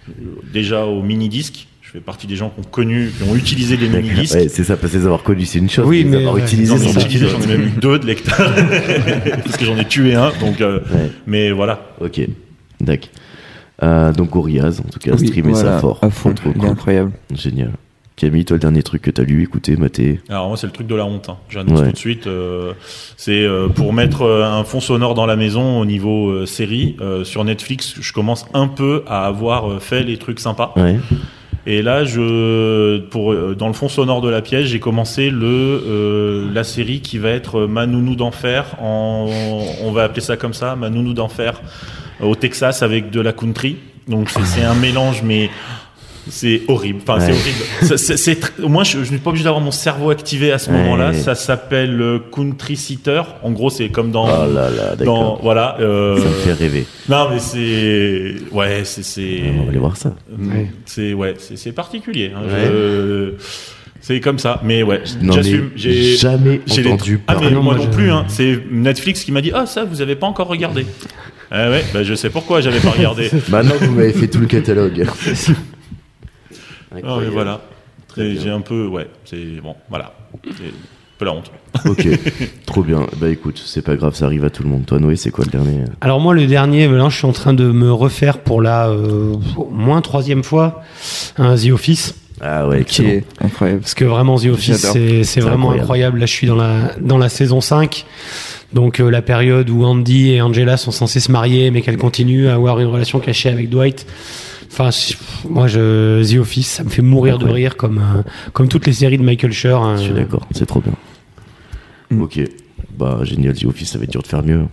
euh, déjà au mini-disque. Je fais partie des gens qui ont connu, qui ont utilisé les mini-disques. Ouais, c'est ça, parce que les avoir connus, c'est une chose. mais Oui, les mais- avoir ouais. utilisés, J'en ai c'en est utilisé, une j'en autre. ai même eu deux de lecteurs. parce que j'en ai tué un. Donc, euh, Ouais. mais voilà. Ok, d'accord. Euh, donc Gorillaz, en tout cas, Oui, streamer voilà, ça fort. À fond. Trop Il est cool. incroyable. Génial. Camille, toi, le dernier truc que t'as lu, écouté, maté. Alors moi Ah, c'est le truc de la honte, hein. j'annonce Ouais. tout de suite. euh, c'est euh, pour mettre euh, un fond sonore dans la maison au niveau euh, série euh, sur Netflix. Je commence un peu à avoir euh, fait les trucs sympas. Ouais. Et là je pour euh, dans le fond sonore de la pièce j'ai commencé le euh, la série qui va être euh, Ma nounou d'enfer. En, on va appeler ça comme ça, Ma nounou d'enfer au Texas avec de la country. Donc c'est- c'est un mélange mais C'est horrible. Enfin, c'est Ouais. horrible. Ça- c'est- c'est tr- Moi, je, je n'ai pas obligé d'avoir mon cerveau activé à ce Ouais. moment-là. Ça s'appelle euh, Country Sitter. En gros, c'est comme dans. Ah là là, dans d'accord. voilà. euh, Ça me fait rêver. Non, mais c'est. Ouais, c'est. c'est- On va aller voir ça. Mm, Ouais. C'est ouais, c'est c'est particulier. hein. Je- C'est comme ça. Mais ouais, N'en j'assume. ai J'ai jamais j'ai les- entendu Ah mais parler. non, moi moi, non je- plus. Hein. C'est Netflix qui m'a dit ah ça vous avez pas encore regardé. Ah ouais, bah, je sais pourquoi j'avais pas regardé. Maintenant, vous m'avez fait tout le catalogue. Ah, mais Incroyable. voilà. Très Et bien. J'ai un peu ouais, c'est bon voilà, c'est un peu la honte. Ok, trop bien. Bah écoute, c'est pas grave, ça arrive à tout le monde. Toi, Noé, c'est quoi le dernier Alors moi, le dernier, euh, là, je suis en train de me refaire pour la euh, au moins troisième fois un The Office. Ah ouais, Qui excellent. est incroyable. Parce que vraiment, The Office, J'adore. c'est c'est vraiment incroyable. incroyable. Là, je suis dans la, dans la saison 5. Donc, euh, la période où Andy et Angela sont censés se marier, mais qu'elle continue à avoir une relation cachée avec Dwight. Enfin, je- moi, je, The Office, ça me fait mourir de Incroyable. rire, comme, euh, comme toutes les séries de Michael Schur. hein. Je suis d'accord, euh, c'est trop bien. Mm. Ok, bah génial, The Office, ça va être dur de faire mieux.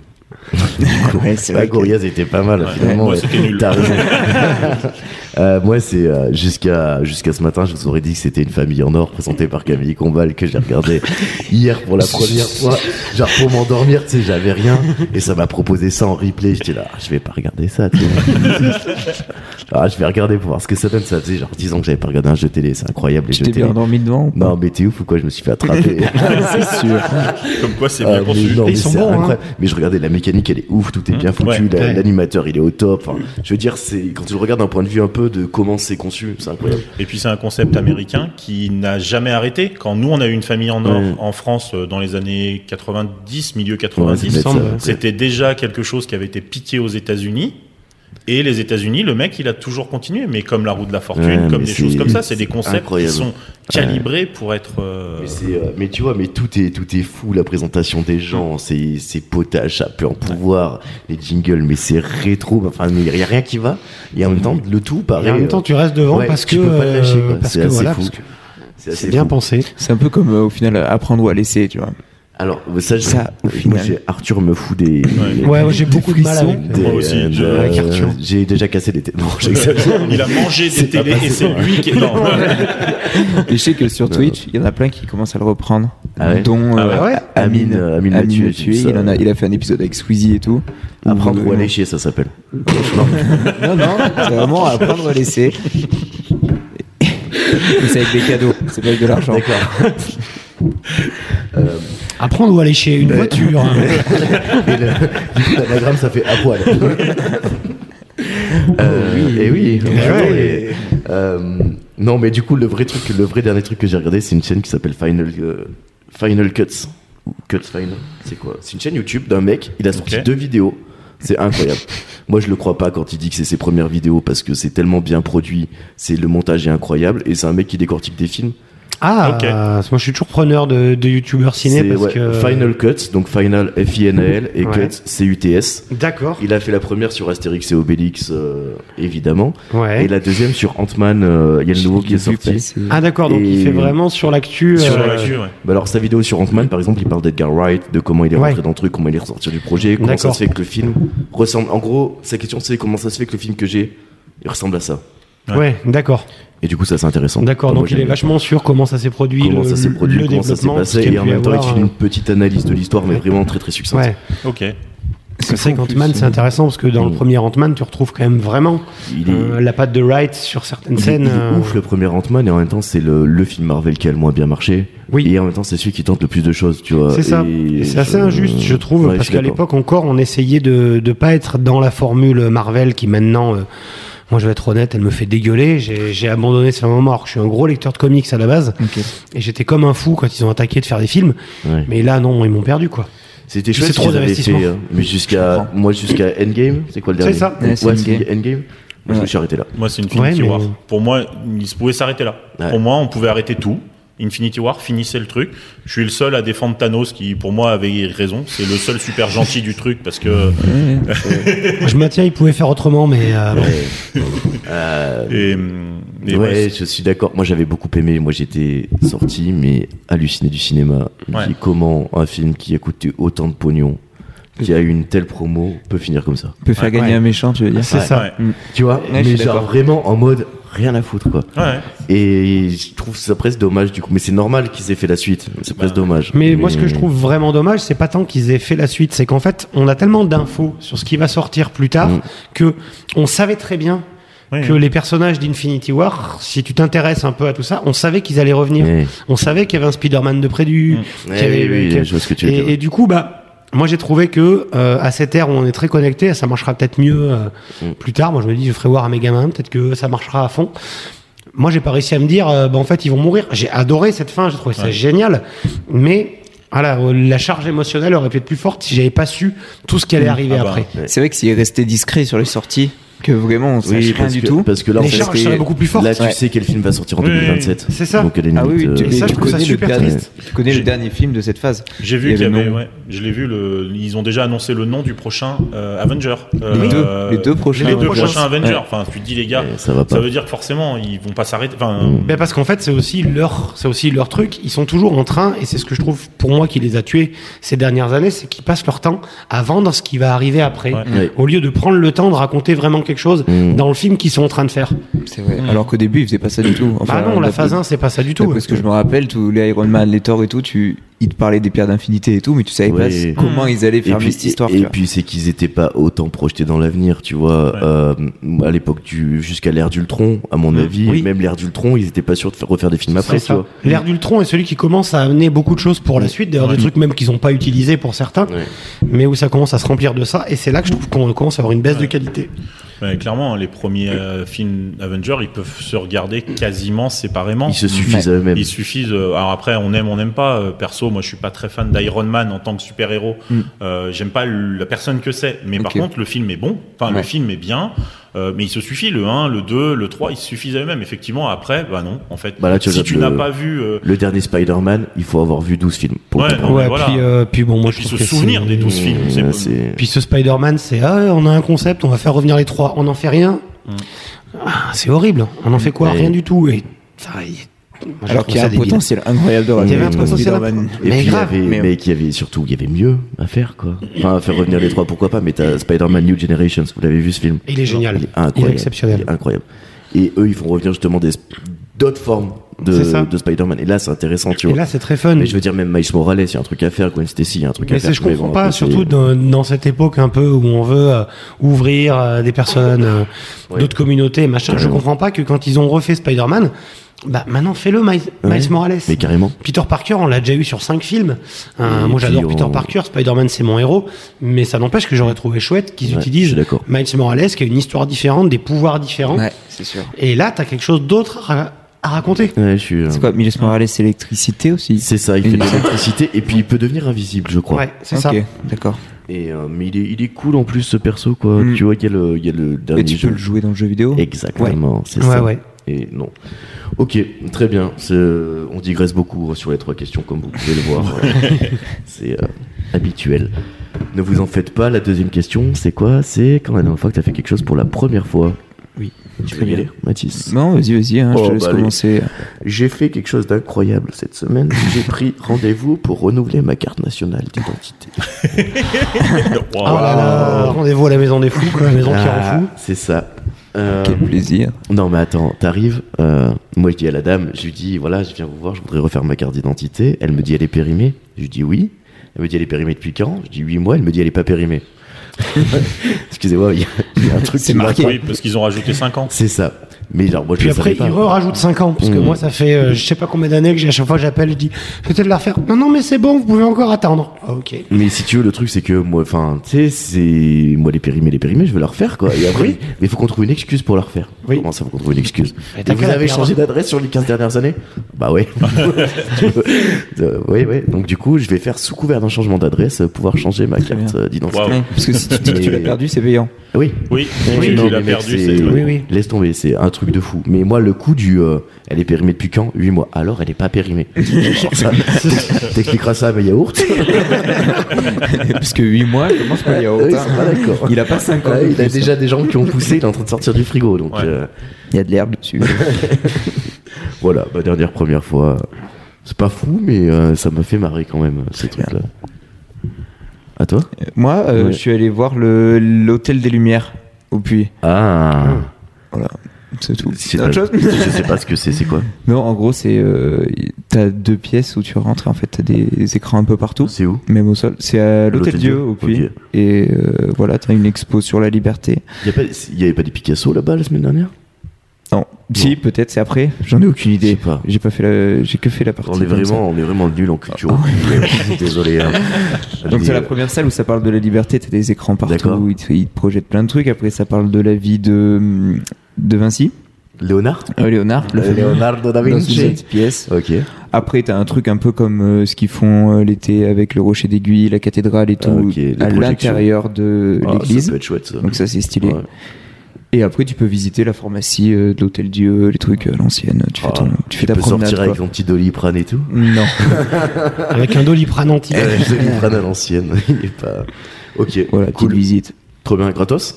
Ouais, c'est La vrai que- Gorillaz était pas mal, Ouais. finalement. Moi, ouais. c'était nul. T'as raison. Euh, moi, c'est euh, jusqu'à jusqu'à ce matin, je vous aurais dit que c'était une famille en or présentée par Camille Combal que j'ai regardé hier pour la première fois. Genre pour m'endormir, tu sais, j'avais rien et ça m'a proposé ça en replay. J'étais là, ah, je vais pas regarder ça. tu vois. ah, je vais regarder pour voir ce que ça donne. Ça faisait genre 10 ans que j'avais pas regardé un jeu télé, c'est incroyable. les Tu jeux t'es bien télé. endormi devant ou pas Non, mais t'es ouf ou quoi Je me suis fait attraper. C'est sûr. Comme quoi c'est Ah, bien mais conçu. non, mais Ils sont c'est bons, hein. incroyable. Mais je regardais la mécanique, elle est ouf, tout est bien Mmh, foutu, ouais, la- ouais. l'animateur il est au top. Enfin, je veux dire, c'est quand tu le regardes d'un point de vue un peu de comment c'est conçu, c'est incroyable. Et puis c'est un concept américain qui n'a jamais arrêté. Quand nous on a eu une famille en or Ouais. en France euh, dans les années 90, milieu Ouais, euh, 90, ça doit être semble, ça. C'était déjà quelque chose qui avait été piqué aux États-Unis. Et les États-Unis, le mec, il a toujours continué. Mais comme la roue de la fortune, Ouais, comme mais des c'est- choses comme ça, c'est des c'est concepts incroyable. qui sont calibrés pour être. euh, Mais, c'est, euh, mais tu vois, mais tout est, tout est fou, la présentation des gens, c'est, c'est potage, ça peut en pouvoir, les jingles, mais c'est rétro, enfin, il n'y a rien qui va. Et en même temps, le tout Et pareil. en même temps, euh, tu restes devant ouais, parce que. tu peux pas le lâcher, quoi. euh, parce c'est que assez voilà, fou. parce que C'est assez C'est bien fou. pensé. C'est un peu comme euh, au final euh, apprendre ou à laisser, tu vois. Alors, ça, je- Ça, au moi, final. j'ai- Arthur me fout des. des- Ouais, ouais, j'ai Des beaucoup de mal frissons. avec. des- Moi aussi, euh, je- euh, Arthur. j'ai déjà cassé des têtes. Non, j'exagère. il a mangé des C'est pas télés et passé. c'est lui qui est dans. Et je sais que sur Twitch, il y en a plein qui commencent à le reprendre. Ah ouais dont Ah ouais. euh, Amine, euh, Amine l'a tué, l'a j'ai tué, vu ça. il, en a, il a fait un épisode avec Squeezie et tout. Apprendre Où, ou euh, aller chier, ça s'appelle. Non, non, c'est vraiment apprendre ou à laisser. Et c'est avec des cadeaux, c'est pas avec de l'argent. Apprendre ou aller chez une voiture. hein. Et le- du coup, l'anagramme, ça fait à poil. Euh, et oui. Et, euh, non, mais du coup, le vrai truc, le vrai dernier truc que j'ai regardé, c'est une chaîne qui s'appelle Final, euh, Final Cuts. Ou Cuts Final. C'est quoi C'est une chaîne YouTube d'un mec. Il a sorti Ok. deux vidéos. C'est incroyable. Moi, je le crois pas quand il dit que c'est ses premières vidéos parce que c'est tellement bien produit. C'est le montage est incroyable et c'est un mec qui décortique des films. Ah, Ok. moi je suis toujours preneur de, de youtubeurs ciné C'est, parce ouais, que. Final Cuts, donc Final F-I-N-A-L et Ouais. Cuts C-U-T-S. D'accord. Il a fait la première sur Astérix et Obélix, euh, évidemment. Ouais. Et la deuxième sur Ant-Man, euh, il y a le nouveau qui est sorti. Ah d'accord, donc Mm. Et- il fait vraiment sur l'actu. Sur euh, l'actu, ouais. Bah alors, sa vidéo sur Ant-Man, par exemple, il parle d'Edgar Wright, de comment il est rentré Ouais. dans le truc, comment il est ressorti du projet, comment ça D'accord. se fait que le film ressemble. En gros, sa question, c'est comment ça se fait que le film que j'ai il ressemble à ça. Ouais. Ouais, d'accord. Et du coup, ça, c'est intéressant. D'accord, Enfin, moi, donc il j'aime est vachement sûr comment ça s'est produit, Comment le, ça s'est produit, le comment ça s'est développement, passé, qu'il et y a en pu même temps, il avoir, fait une petite analyse de l'histoire, mais vraiment très très euh, succincte. Ouais, Ok. c'est vrai qu'Ant-Man c'est intéressant parce que dans le Mm. premier Ant-Man tu retrouves quand même vraiment Il est- euh, la patte de Wright sur certaines Il est- scènes. il est euh, ouf le premier Ant-Man et en même temps c'est le, le film Marvel qui a le moins bien marché. Oui. Et en même temps c'est celui qui tente le plus de choses, tu vois. C'est ça. Et C'est je- assez injuste, je trouve, Ouais, je parce suis qu'à d'accord. l'époque encore, on essayait de ne pas être dans la formule Marvel qui maintenant, euh, moi je vais être honnête, elle me fait dégueuler. J'ai j'ai abandonné ce moment. Alors que je suis un gros lecteur de comics à la base, Ok. et j'étais comme un fou quand ils ont attaqué de faire des films. Ouais. Mais là, non, ils m'ont perdu quoi. C'était C'est chouette ce trop qu'ils avaient d'investissement. fait, hein. mais jusqu'à moi jusqu'à Endgame, c'est quoi le dernier C'est ça. Ouais, Ouais, c'est c'est Endgame. Endgame. Moi je me suis arrêté là. Moi, c'est Infinity Ouais, mais- War. Pour moi, il se pouvait s'arrêter là. Ouais. Pour moi, on pouvait arrêter tout. Infinity War finissait le truc. Je suis le seul à défendre Thanos qui, pour moi, avait raison. C'est le seul super gentil du truc parce que. je maintiens, ils pouvaient faire autrement, mais euh, bon. Et, et Euh, ouais, ouais, je suis d'accord. Moi j'avais beaucoup aimé. Moi j'étais sorti mais halluciné du cinéma. Je me Ouais. dis, comment un film qui a coûté autant de pognon, qui a eu une telle promo, peut finir comme ça. Peut faire gagner un méchant, tu veux dire c'est Ouais. ça. Ouais. Tu vois, Ouais, je mais suis genre d'accord. vraiment en mode rien à foutre quoi. Ouais. Et je trouve ça presque dommage du coup, mais c'est normal qu'ils aient fait la suite. C'est presque dommage. Bah, Mais, moi, ce que je trouve vraiment dommage, c'est pas tant qu'ils aient fait la suite, c'est qu'en fait, on a tellement d'infos sur ce qui va sortir plus tard Mm. que on savait très bien Oui. que les personnages d'Infinity War, si tu t'intéresses un peu à tout ça, on savait qu'ils allaient revenir. Eh. On savait qu'il y avait un Spider-Man de prévu. Eh qu'il y avait- oui, oui, qu'il y a- je vois ce que tu veux dire. et, et du coup, bah. Moi, j'ai trouvé que euh, à cette ère où on est très connecté, ça marchera peut-être mieux euh, Mm. plus tard. Moi, je me dis, je ferai voir à mes gamins, peut-être que ça marchera à fond. Moi, j'ai pas réussi à me dire, euh, bah, en fait, ils vont mourir. J'ai adoré cette fin, j'ai trouvé ça génial. Mais voilà, euh, la charge émotionnelle aurait pu être plus forte si j'avais pas su tout ce qui allait arriver Ah bah. après. C'est vrai que s'il restait discret sur les sorties, que vraiment on sache Oui, rien parce du que, tout. parce que là, Les en fait, charges c'est- seraient beaucoup plus fortes. Là, tu Ouais. sais quel film va sortir en Oui, 2027. c'est ça. Donc, à la Ah oui, limite, oui, tu, euh, ça, je tu trouve ça connais, le super dernier, triste. tu connais le J'ai- dernier film de cette phase. J'ai Il vu y qu'il y le avait, nom. ouais, je l'ai vu, le, ils ont déjà annoncé le nom du prochain euh, Avenger. Les Euh, deux- les deux prochains les deux Avengers. prochains Avengers. Ouais. Enfin, tu te dis les gars, Eh, ça, ça va pas. Mm. veut dire que forcément ils vont pas s'arrêter. Enfin, Ben parce qu'en fait, c'est aussi leur, c'est aussi leur truc. Ils sont toujours en train, et c'est ce que je trouve pour moi qui les a tués ces dernières années, c'est qu'ils passent leur temps à vendre ce qui va arriver après, Ouais. Ouais. au lieu de prendre le temps de raconter vraiment quelque chose Mm. dans le film qu'ils sont en train de faire. C'est vrai. Alors qu'au début, il faisait pas ça du tout. Enfin, bah non, la d'après- phase 1, c'est pas ça du tout. Parce que je me rappelle, tous les Iron Man, les Thor et tout, tu, ils te parlaient des pierres d'infinité et tout, mais tu savais Ouais. pas comment ils allaient Et fermer puis, cette histoire. et- tu et vois. puis, c'est qu'ils étaient pas autant projetés dans l'avenir, tu vois. Ouais. Euh, à l'époque du jusqu'à l'ère d'Ultron, à mon avis, Mm. Oui. même l'ère d'Ultron, ils étaient pas sûrs de faire refaire des films après, C'est tu ça. vois. Mm. L'ère d'Ultron est celui qui commence à amener beaucoup de choses pour la suite, d'ailleurs des trucs même qu'ils n'ont pas utilisés pour certains, Ouais. mais où ça commence à se remplir de ça, et c'est là que je trouve qu'on commence à avoir une baisse de qualité. ouais, clairement, les premiers euh, films Avengers, ils peuvent se regarder quasiment séparément. Ils se suffisent à eux-mêmes. Ils suffisent. euh, alors après, on aime, on n'aime pas. euh, perso, moi, je suis pas très fan d'Iron Man en tant que super héros. Mm. J'aime pas le- la personne que c'est. Mais par Ok. contre, le film est bon. Enfin, le Ouais. film est bien. euh, mais il se suffit. Le 1, le 2, le 3, ils se suffisent à eux-mêmes. Effectivement, après, bah non. En fait, Bah là, tu si regardes tu le- n'as pas vu. euh, Le dernier Spider-Man, il faut avoir vu 12 films pour Ouais, le comprendre. non, mais ouais, voilà. puis, euh, puis bon, moi je puis trouve se que souvenir c'est- des 12 films. c'est- Mmh, c'est- Puis ce Spider-Man, c'est ah, on a un concept, on va faire revenir les trois, on n'en fait rien. Ah, c'est horrible, on en fait quoi Ouais. Rien du tout. Et, enfin, il- moi, je Alors trouve qu'il y a ça un débile. potentiel incroyable de Il y raconter avait un entre potentiel Spider-Man. incroyable. Et Mais puis, il y grave, avait, mais- mais, qu'il y avait surtout, il y avait mieux à faire, quoi. Enfin, à faire revenir les trois, pourquoi pas, mais t'as Spider-Man New Generations, vous l'avez vu ce film. Il est génial. Il est incroyable. Il est exceptionnel. Il est incroyable. Et eux, ils font revenir justement des, d'autres formes C'est ça. de, de Spider-Man. Et là, c'est intéressant, tu Et vois. là, c'est très fun. mais je veux dire, même Miles Morales, il y a un truc à faire, Gwen Stacy, il y a un truc Mais à c'est- faire. je comprends bon, pas, après, surtout c'est- dans, dans cette époque un peu où on veut euh, ouvrir euh, des personnes, euh, Ouais. d'autres communautés, machin. Je Carrément. comprends pas que quand ils ont refait Spider-Man, bah maintenant fais-le Miles, Ouais. Miles Morales. Mais carrément. Peter Parker, on l'a déjà eu sur cinq films. Euh, Et moi, puis, j'adore on- Peter Parker. Spider-Man, c'est mon héros. Mais ça n'empêche que j'aurais trouvé chouette qu'ils Ouais, je utilisent suis d'accord. Miles Morales, qui a une histoire différente, des pouvoirs différents. Ouais, c'est sûr. Et là, t'as quelque chose d'autre à, à raconter. Ouais, je suis. euh, C'est quoi, Miles Morales, c'est l'électricité aussi C'est ça, il fait Une- de l'électricité et puis il peut devenir invisible, je crois. Ouais, c'est ça. Ah, Ok, d'accord. Et euh, mais il est, il est cool en plus ce perso quoi. Mm. Tu vois qu'il y a le, il y a le dernier Et tu jeu. peux le jouer dans le jeu vidéo Exactement, c'est Ouais, ça. ouais. Et non. Ok, très bien. C'est- euh, On digresse beaucoup hein, sur les trois questions, comme vous pouvez le voir. c'est euh, habituel. Ne vous en faites pas. La deuxième question, c'est quoi C'est quand la dernière fois que tu as fait quelque chose pour la première fois Oui. Tu Très veux y bien. aller, Mathis Non, vas-y, vas-y, hein, je Oh, te laisse bah, allez. commencer. J'ai fait quelque chose d'incroyable cette semaine. J'ai pris rendez-vous pour renouveler ma carte nationale d'identité. Wow. Ah là là, rendez-vous à la maison des fous, quoi, la maison qui rend fou. Ah, C'est ça. Euh, Quel plaisir. Non mais attends, t'arrives, euh, moi je dis à la dame, je lui dis voilà, je viens vous voir, je voudrais refaire ma carte d'identité. Elle me dit elle est périmée, je lui dis oui. Elle me dit elle est périmée depuis quand Je dis 8 mois, elle me dit elle est pas périmée. Excusez-moi, il y, a- il y a un truc C'est qui va marqué. pas. Oui, parce qu'ils ont rajouté 5 ans. C'est ça. Mais genre moi je Puis le après, savais pas. ils rajoute 5 ans, parce que Mm. moi, ça fait euh, je sais pas combien d'années que j'ai à chaque fois que j'appelle, je dis peut-être la refaire. Non, non, mais c'est bon, vous pouvez encore attendre. Ah, ok. Mais si tu veux, le truc c'est que moi, enfin, tu sais, c'est moi les périmés, les périmés, je veux la refaire quoi. Et après, mais faut qu'on trouve une excuse pour la refaire. Oui. Comment ça, faut qu'on trouve une excuse Mais t'as Et Vous qu'à la avez perdre. changé d'adresse sur les 15 dernières années Bah ouais. Tu veux- euh, oui, oui. Donc du coup, je vais faire sous couvert d'un changement d'adresse euh, pouvoir changer ma Très carte bien. euh, d'identité. Waouh. Ouais, parce que si tu dis que tu l'as perdu, c'est payant. Oui. Oui, Oui, oui, non, il a mais mec, perdu. c'est- c'est- Oui, oui. Laisse tomber, c'est un truc de fou. Mais moi, le coup du. euh, elle est périmée depuis quand 8 mois. Alors, elle est pas périmée. Genre ça, T'expliqueras ça à mes yaourts. parce que 8 mois, comment je peux y Ah Oui, c'est pas avoir d'accord. Ah Il a pas 5 ans. Ouais, de il a plus. déjà des jambes qui ont poussé, il est en train de sortir du frigo. Donc Ouais. euh, Il y a de l'herbe dessus. voilà, ma dernière première fois. C'est pas fou, mais euh, ça m'a fait marrer quand même, ces trucs-là. À toi Moi, euh, Ouais. je suis allé voir le- l'hôtel des Lumières au Puy. Ah Voilà. c'est tout. C'est Autre chose Je sais pas ce que c'est, c'est quoi Non, en gros, c'est. euh, t'as deux pièces où tu rentres et en fait, t'as des écrans un peu partout. C'est où Même au sol. C'est à l'Hôtel L'Hôtel Dieu, Dieu, au ok. Puy. Et euh, voilà, t'as une expo sur la liberté. Il n'y avait pas des Picasso là-bas la semaine dernière Non. Si, peut-être, c'est après. J'en ai aucune Je sais idée. pas. J'ai pas fait la... J'ai que fait la partie. On est, comme ça. vraiment, on est vraiment nuls en culture. Désolé. hein. Donc Mais, c'est la première salle où ça parle de la liberté, t'as des écrans D'accord. partout, ils te, ils te projettent plein de trucs. Après ça parle de la vie de de Vinci, Léonard euh, Léonard, le fameux, Leonardo da dans cette pièce. Ok. Après t'as un truc un peu comme euh, ce qu'ils font euh, l'été avec le rocher d'aiguille, la cathédrale et tout, Ah, ok, les à projections. l'intérieur de Ah, ça l'église. peut être chouette ça. Donc ça c'est stylé. Ouais. Et après tu peux visiter la pharmacie euh, de l'hôtel Dieu, les trucs à l'ancienne. Tu fais Ah, ton, tu fais Tu ta peux promenade. sortir avec quoi. ton petit doliprane et tout. Non. Avec un doliprane anti. Euh, Le doliprane à l'ancienne. Il est pas. Ok. voilà, petite cool. visite. Trop bien, gratos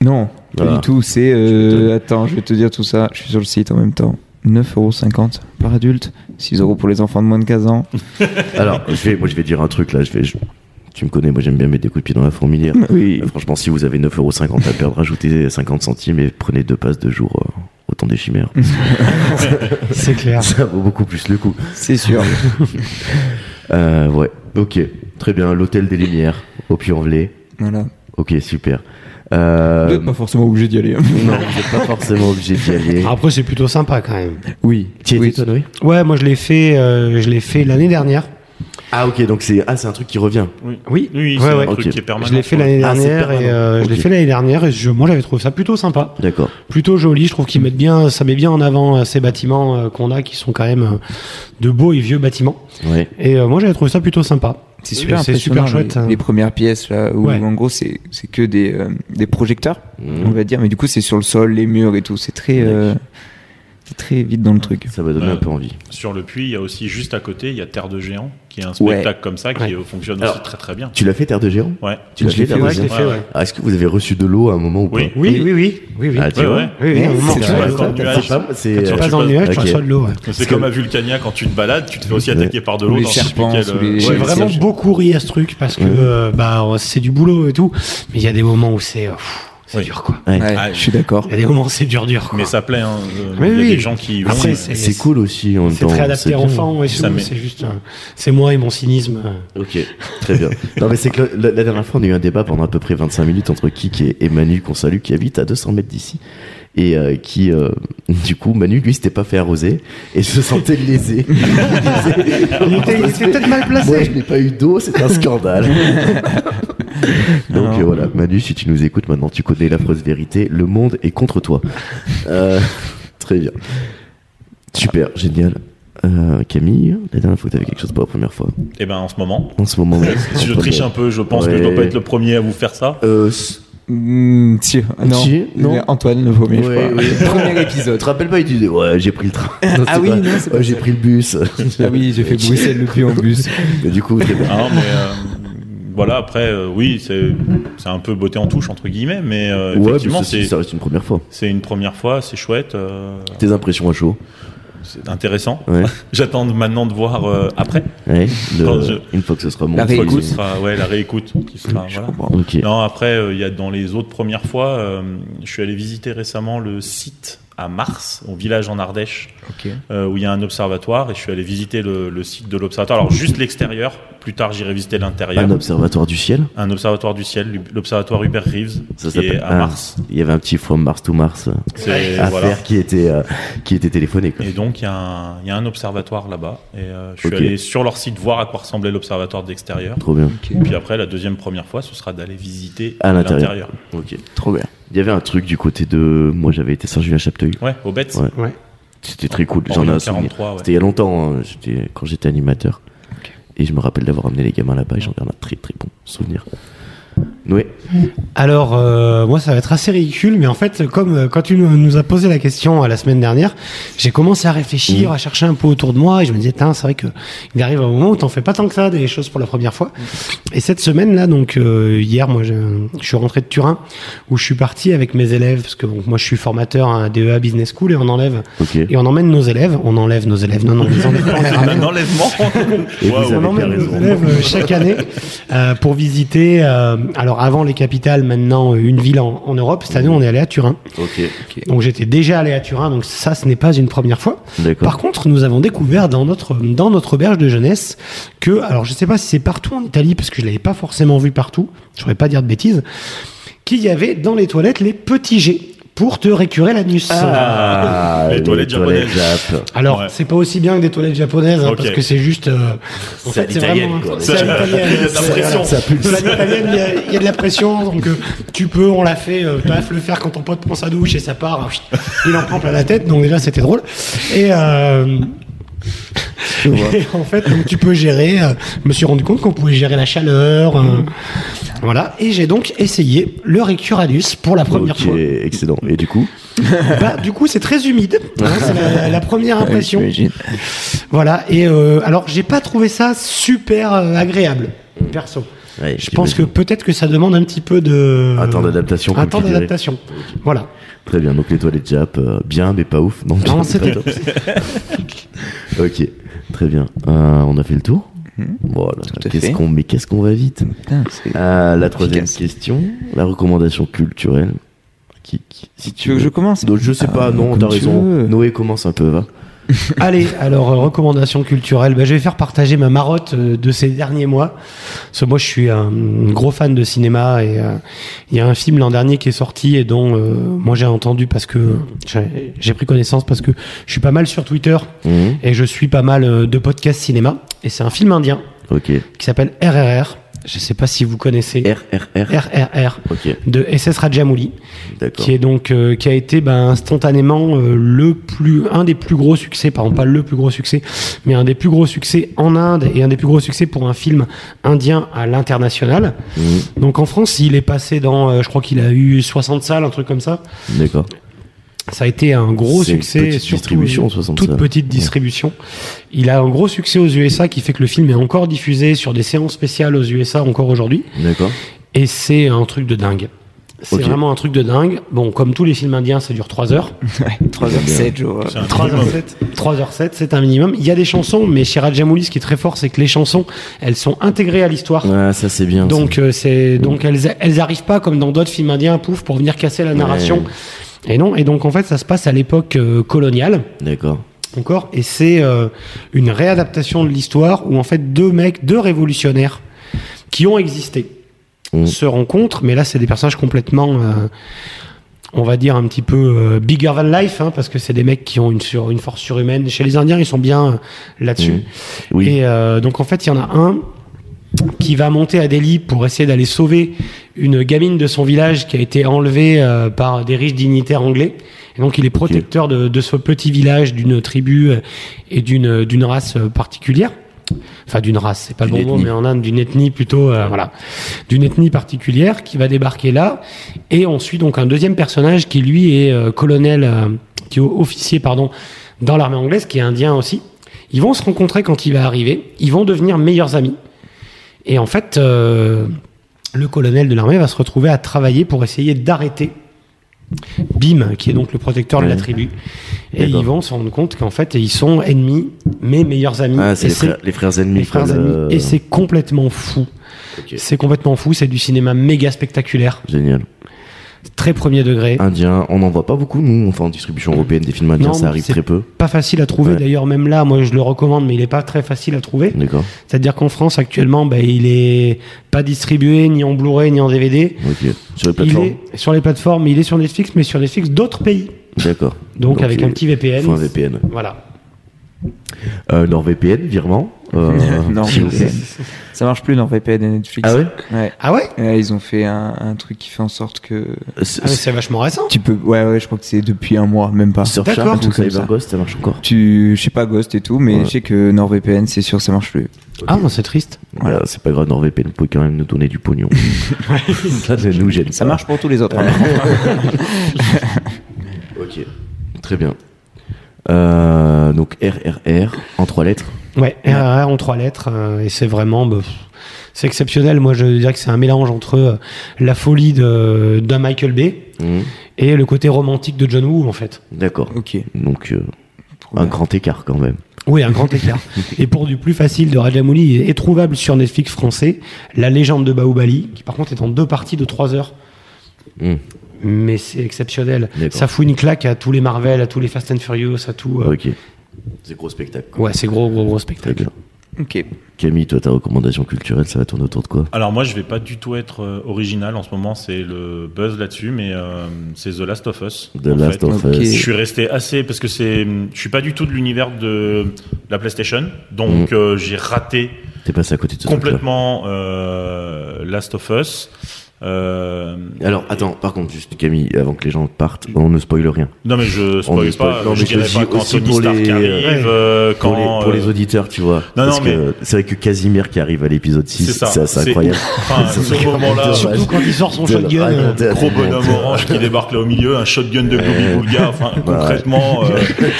Non, pas Voilà. du tout. C'est. euh, attends, je vais te dire tout ça. Je suis sur le site en même temps. 9,50€ par adulte, 6€ euros pour les enfants de moins de 15 ans. Alors, je vais, moi je vais dire un truc là. Je vais, je- Tu me connais, moi j'aime bien mettre des coups de pied dans la fourmilière. Oui. Euh, Franchement, si vous avez 9,50€ à perdre, rajoutez 50 centimes et prenez deux passes de jour euh, au temps des chimères. C'est clair. Ça vaut beaucoup plus le coup. C'est sûr. Euh, ouais, ok, très bien. L'hôtel des Lumières au Puy-en-Velay. voilà. Ok, super. Euh, Vous n'êtes pas forcément obligé d'y aller. hein. non, vous n'êtes pas forcément obligé d'y aller. Après, c'est plutôt sympa quand même. Oui. T'y étais, Ah, oui. toi, Noé Ouais, moi je l'ai fait, euh, je l'ai fait l'année dernière. Ah, ok, donc c'est ah, c'est un truc qui revient. Oui, Oui. oui Ouais, c'est ouais. un truc Ok. qui est permanent. Je l'ai fait quoi. l'année Ah, c'est dernière et permanent. euh, je l'ai Ok. fait l'année dernière et je- moi j'avais trouvé ça plutôt sympa, D'accord. plutôt joli. Je trouve qu'ils mettent bien, ça met bien en avant euh, ces bâtiments euh, qu'on a qui sont quand même euh, de beaux et vieux bâtiments. Ouais. Et euh, moi j'avais trouvé ça plutôt sympa. C'est super, hein. C'est impressionnant, super chouette. Les, les premières pièces, là, où Ouais. en gros, c'est c'est que des, euh, des projecteurs, Mmh. on va dire. Mais du coup, c'est sur le sol, les murs et tout. C'est très, euh, c'est très vite dans le truc. Ça m'a donné Ouais. un peu envie. Sur le puits, il y a aussi juste à côté, il y a Terre de Géants, qui est un Ouais. spectacle comme ça qui Ouais. fonctionne Alors- aussi très très bien. Tu l'as fait, Terre de Géant Ouais. Tu l'as Je fait, l'ai fait, Terre de Ouais, je l'ai Géant ouais, fait, ouais. ouais. Ah, Est-ce que vous avez reçu de l'eau à un moment ou pas Oui. Oui, oui, oui, oui, oui. Ah, tu Ouais, vois ouais. Oui, oui, Ouais, on c'est m'en clair. reçoit Ouais, de l'eau. dans le nuage. C'est pas- Quand c'est- tu Tu euh, passes dans le passes- nuage, tu ok. reçois de l'eau. ouais. C'est comme à Vulcania, quand tu te balades, tu te fais aussi Ouais. attaquer par de l'eau. Les dans je sais plus serpents, quel, sous euh, les- ouais, J'ai le vraiment siège. beaucoup ri à ce truc parce que Ouais. euh, bah c'est du boulot et tout, mais il y a des moments où c'est euh, pff, c'est Oui. dur quoi. Ouais. Ouais, Ah, je suis d'accord. Il y a des moments où c'est dur dur. quoi. Mais ça plaît, hein. euh, Mais Il y a oui. des gens qui vont. Après, euh, c'est- C'est cool aussi en même C'est temps. très adapté bien. enfant, et Ça tout, met- c'est juste, euh, c'est moi et mon cynisme. euh. Ok, très bien. Non, mais c'est que la, la dernière fois, on a eu un débat pendant à peu près 25 minutes entre Kik et, et Manu, qu'on salue, qui habite à 200 mètres d'ici. Et euh, qui, euh, du coup, Manu, lui, s'était pas fait arroser et se sentait lésé. Il était, il était peut-être mal Moi, je placé. n'ai pas eu d'eau, c'est un scandale. Donc euh, voilà, Manu, si tu nous écoutes maintenant, tu connais l'affreuse vérité. Le monde est contre toi. Euh, très bien. Super, génial. Euh, Camille, la dernière fois que tu avais quelque chose pour la première fois. Eh ben, en ce moment. En ce moment. Si je triche un peu, je pense que je Ouais. dois pas être le premier à vous faire ça. Euh, s- Mmh, si, non. Si, non. Mais Antoine le premier, Ouais, je crois. ouais. Premier Tu épisode. te rappelles pas, il disait Ouais, j'ai pris le train. Non, Ah c'est oui, pas- non, c'est pas Ouais, J'ai ça. pris le bus. Ah oui, j'ai fait Bruxelles le puy en bus. Mais du coup, c'est bien. Hein, mais, euh, voilà, après, euh, oui, c'est c'est un peu beauté en touche, entre guillemets, mais euh, Ouais, effectivement, mais ça, c'est ça reste une première fois. c'est une première fois, c'est chouette, euh, Tes impressions à chaud. c'est intéressant. Ouais. J'attends maintenant de voir euh, après. Ouais, le- Quand je- Une fois que ce sera monté. La Une fois que ce réécoute. sera- ouais, la réécoute qui sera. Je voilà. comprends. Ok. Non, après, euh, il y a dans les autres premières fois, euh, je suis allé visiter récemment le site à Mars, au village en Ardèche, Ok. euh, où il y a un observatoire, et je suis allé visiter le, le site de l'observatoire. Alors, juste l'extérieur, plus tard j'irai visiter l'intérieur. Un observatoire du ciel. Un observatoire du ciel, l'ub- l'observatoire Hubert Reeves, Ça qui est s'appelle à ah, Mars. Il y avait un petit From Mars to Mars euh, C'est- à voilà. faire qui était, euh, qui était téléphoné. Quoi. Et donc, il y, a un- il y a un observatoire là-bas. Et euh, je suis Ok. allé sur leur site voir à quoi ressemblait l'observatoire d'extérieur. Trop bien. Puis après, la deuxième première fois, ce sera d'aller visiter À l'intérieur. l'intérieur. Ok. Trop bien. Il y avait un truc du côté de. Moi j'avais été Saint-Julien-Chapteuil. Ouais, au bête. Ouais. Ouais. C'était très cool. J'en ai un souvenir. 43, ouais. C'était il y a longtemps, hein, j'étais- quand j'étais animateur. Et je me rappelle d'avoir amené les gamins là-bas et j'en garde un très très bon souvenir. Noé, Alors, euh, moi, ça va être assez ridicule, mais en fait, comme euh, quand tu nous, nous as posé la question euh, la semaine dernière, j'ai commencé à réfléchir, à chercher un peu autour de moi, et je me disais, Tain, c'est vrai que il arrive un moment où t'en fais pas tant que ça des choses pour la première fois. Et cette semaine-là, donc euh, hier, moi, je, je suis rentré de Turin, où je suis parti avec mes élèves, parce que donc, moi, je suis formateur à un DEA Business School, et on enlève, ok. et on emmène nos élèves, on enlève nos élèves, non, non, on les enlève pas, on les ramène. Un enlèvement Et Waouh. vous avez On bien emmène nos raison. élèves euh, chaque année euh, pour visiter, euh, alors avant les capitales, maintenant une ville en, en Europe. Cette année, on est allé à Turin. Ok. Donc j'étais déjà allé à Turin, donc ça, ce n'est pas une première fois. D'accord. Par contre, nous avons découvert dans notre, dans notre auberge de jeunesse que, alors je sais pas si c'est partout en Italie, parce que je l'avais pas forcément vu partout, je ne vais pas dire de bêtises, qu'il y avait dans les toilettes les petits jets pour te récurer l'anus. Ah, Les toilettes jap. Alors, Ouais. c'est pas aussi bien que des toilettes japonaises, hein, Ok. parce que c'est juste. euh, en C'est à fait, c'est l'italienne, vraiment. quoi. C'est à Ça- l'italienne. il y a de la C'est- pression. voilà. De la italienne, il y a- il y, a de la pression, donc euh, tu peux, on l'a fait, euh, paf, le faire quand ton pote prend sa douche et ça part, hein, chut, il en prend plein la tête, donc déjà c'était drôle. Et. euh, et en fait, donc, tu peux gérer. euh, je me suis rendu compte qu'on pouvait gérer la chaleur. euh, Mm. Voilà. Et j'ai donc essayé le Recuralus pour la première Ok, fois. excellent. Et du coup Bah, du coup, c'est très humide. hein, c'est la, la première impression. J'imagine. Voilà, et euh, alors j'ai pas trouvé ça super euh, agréable, perso. Ouais, Je pense que Mmh. j'imagine. peut-être que ça demande un petit peu de. Un temps d'adaptation, Un comme temps tu dirais. d'adaptation. Voilà. Très bien, donc les toilettes Jap, euh, bien mais pas ouf. Non, Non, pas c'était- top. ok, très bien. Euh, on a fait le tour Voilà, Hmm. à qu'est-ce fait. qu'on, mais qu'est-ce qu'on va vite Putain, c'est- Euh, La troisième Efficace. question, la recommandation culturelle. Qui- qui- si Tu veux que je commence Donc, je sais pas, Ah, non, comme t'as tu raison. veux. Noé commence un peu, va. Allez, alors euh, recommandation culturelle. Bah, je vais faire partager ma marotte euh, de ces derniers mois. Parce que moi, je suis un gros fan de cinéma et euh, il y a un film l'an dernier qui est sorti et dont euh, moi j'ai entendu parce que j'ai j'ai pris connaissance parce que je suis pas mal sur Twitter Mhm. et je suis pas mal euh, de podcasts cinéma. Et c'est un film indien. Ok. qui s'appelle RRR. Je ne sais pas si vous connaissez R, R, R. RRR Ok, de SS Rajamouli, d'accord. qui est donc euh, qui a été ben, instantanément euh, le plus un des plus gros succès, pardon pas le plus gros succès, mais un des plus gros succès en Inde et un des plus gros succès pour un film indien à l'international. Mhm, Donc en France, il est passé dans, euh, je crois qu'il a eu 60 salles, un truc comme ça. D'accord. Ça a été un gros C'est une succès, petite surtout distribution, une 60 toute salles. petite distribution. Il a un gros succès aux USA qui fait que le film est encore diffusé sur des séances spéciales aux USA encore aujourd'hui. D'accord. Et c'est un truc de dingue. C'est Ok. vraiment un truc de dingue. Bon, comme tous les films indiens, ça dure 3 heures. 3h07, Joe. C'est un 3h07. 3h07, c'est un minimum. Il y a des chansons, mais chez Rajamouli, ce qui est très fort, c'est que les chansons, elles sont intégrées à l'histoire. Ah, ça c'est bien. ça. Donc, euh, c'est, donc elles, elles arrivent pas comme dans d'autres films indiens, pouf, pour venir casser la narration. Et non. Et donc, en fait, ça se passe à l'époque euh, coloniale D'accord. encore. Et c'est euh, une réadaptation de l'histoire où en fait deux mecs, deux révolutionnaires qui ont existé Mm. se rencontrent, mais là c'est des personnages complètement, euh, on va dire un petit peu euh, bigger than life, hein, parce que c'est des mecs qui ont une, sur, une force surhumaine. Chez les Indiens, ils sont bien euh, là-dessus. Mm. Oui. Et euh, donc en fait, il y en a un qui va monter à Delhi pour essayer d'aller sauver une gamine de son village qui a été enlevée euh, par des riches dignitaires anglais. Et donc il est protecteur de, de ce petit village, d'une tribu euh, et d'une d'une race euh, particulière. Enfin d'une race, c'est pas le bon D'une mot, ethnie. mais en Inde d'une ethnie plutôt, euh, voilà, d'une ethnie particulière qui va débarquer là. Et on suit donc un deuxième personnage qui lui est euh, colonel, euh, qui est officier pardon, dans l'armée anglaise, qui est indien aussi. Ils vont se rencontrer quand il va arriver. Ils vont devenir meilleurs amis. Et en fait, euh, le colonel de l'armée va se retrouver à travailler pour essayer d'arrêter Bim, qui est donc le protecteur de la Ouais. tribu. Et D'accord. ils vont se rendre compte qu'en fait, ils sont ennemis, mais meilleurs amis. Ah, c'est Et les frères, les frères ennemis. les frères quoi, ennemis. le- Et c'est complètement fou. Ok. C'est complètement fou. C'est du cinéma méga spectaculaire, Génial. très premier degré. Indien, on n'en voit pas beaucoup, nous. Enfin, en distribution européenne, des films indiens, Euh, Non, ça arrive c'est- très peu. Pas facile à trouver. Ouais. D'ailleurs, même là, moi, je le recommande, mais il est pas très facile à trouver. D'accord. C'est-à-dire qu'en France, actuellement, bah, il est pas distribué ni en Blu-ray ni en DVD. Ok. Sur les Il plateformes. est sur les plateformes, il est sur Netflix, mais sur Netflix d'autres pays. D'accord. Donc, avec il un petit VPN. Faut un VPN. Voilà. Euh, NordVPN, virement. Euh, Non, s'il vous plaît. VPN. Ça marche plus dans VPN et Netflix. Ah ouais Ouais. Ah ouais Et là, ils ont fait un, un truc qui fait en sorte que C'est- Ah, mais C'est vachement récent. tu peux. Ouais, ouais, je crois que c'est depuis un mois, même pas. D'accord. Surfshark Tout ou comme ça. CyberGhost, ça marche encore. Tu, je sais pas Ghost et tout, mais Ouais. je sais que NordVPN, c'est sûr, ça marche plus. Ah non, c'est triste. Voilà, c'est pas grave, NordVPN, vous pouvez quand même nous donner du pognon. ça ne nous gêne Ça pas. marche pour tous les autres. hein. Ok. Très bien. Euh, donc RRR, en trois lettres. Ouais, RRR en trois lettres, euh, et c'est vraiment, bah, pff, c'est exceptionnel. Moi, je dirais que c'est un mélange entre euh, la folie de- d'un Michael Bay Mmh. Mhm. et le côté romantique de John Woo, en fait. D'accord. ok. Donc, euh, Trop un bien. grand écart quand même. Oui, un grand écart. et pour du plus facile de Rajamouli, il est trouvable sur Netflix français, La légende de Baobali, qui par contre est en deux parties de trois heures. Hmm. mais c'est exceptionnel. D'accord. Ça fout une claque à tous les Marvel, à tous les Fast and Furious, à tout. euh, Ok. C'est gros spectacle. quoi. Ouais, c'est gros, gros, gros Très spectacle. bien. Ok. Camille, toi, ta recommandation culturelle, ça va tourner autour de quoi Alors moi, je vais pas du tout être euh, original en ce moment. C'est le buzz là-dessus, mais euh, c'est The Last of Us. The en Last fait. of Ok. Us. Je suis resté assez parce que c'est, je suis pas du tout de l'univers de la PlayStation, Mm. donc euh, j'ai raté T'es passé à côté de ce complètement euh, Last of Us. Euh, truc-là. Alors, attends, par contre, juste Camille, avant que les gens partent, on ne spoile rien. non mais je On ne spoil spoil- pas. non, je mais dirais je pas dis quand aussi Tony pour Stark les- arrive, ouais. euh, quand Pour, les, pour les euh, auditeurs, tu vois. Non, non, parce que c'est vrai que Casimir qui arrive à l'épisode 6, c'est ça, c'est assez incroyable. Enfin, Ça, c'est ce quand même moment-là, dommage. Surtout quand il sort son De le shotgun. euh, raconter à gros tout le monde. bonhomme orange qui débarque là au milieu, un shotgun de Globi Boulga. Enfin, concrètement, euh,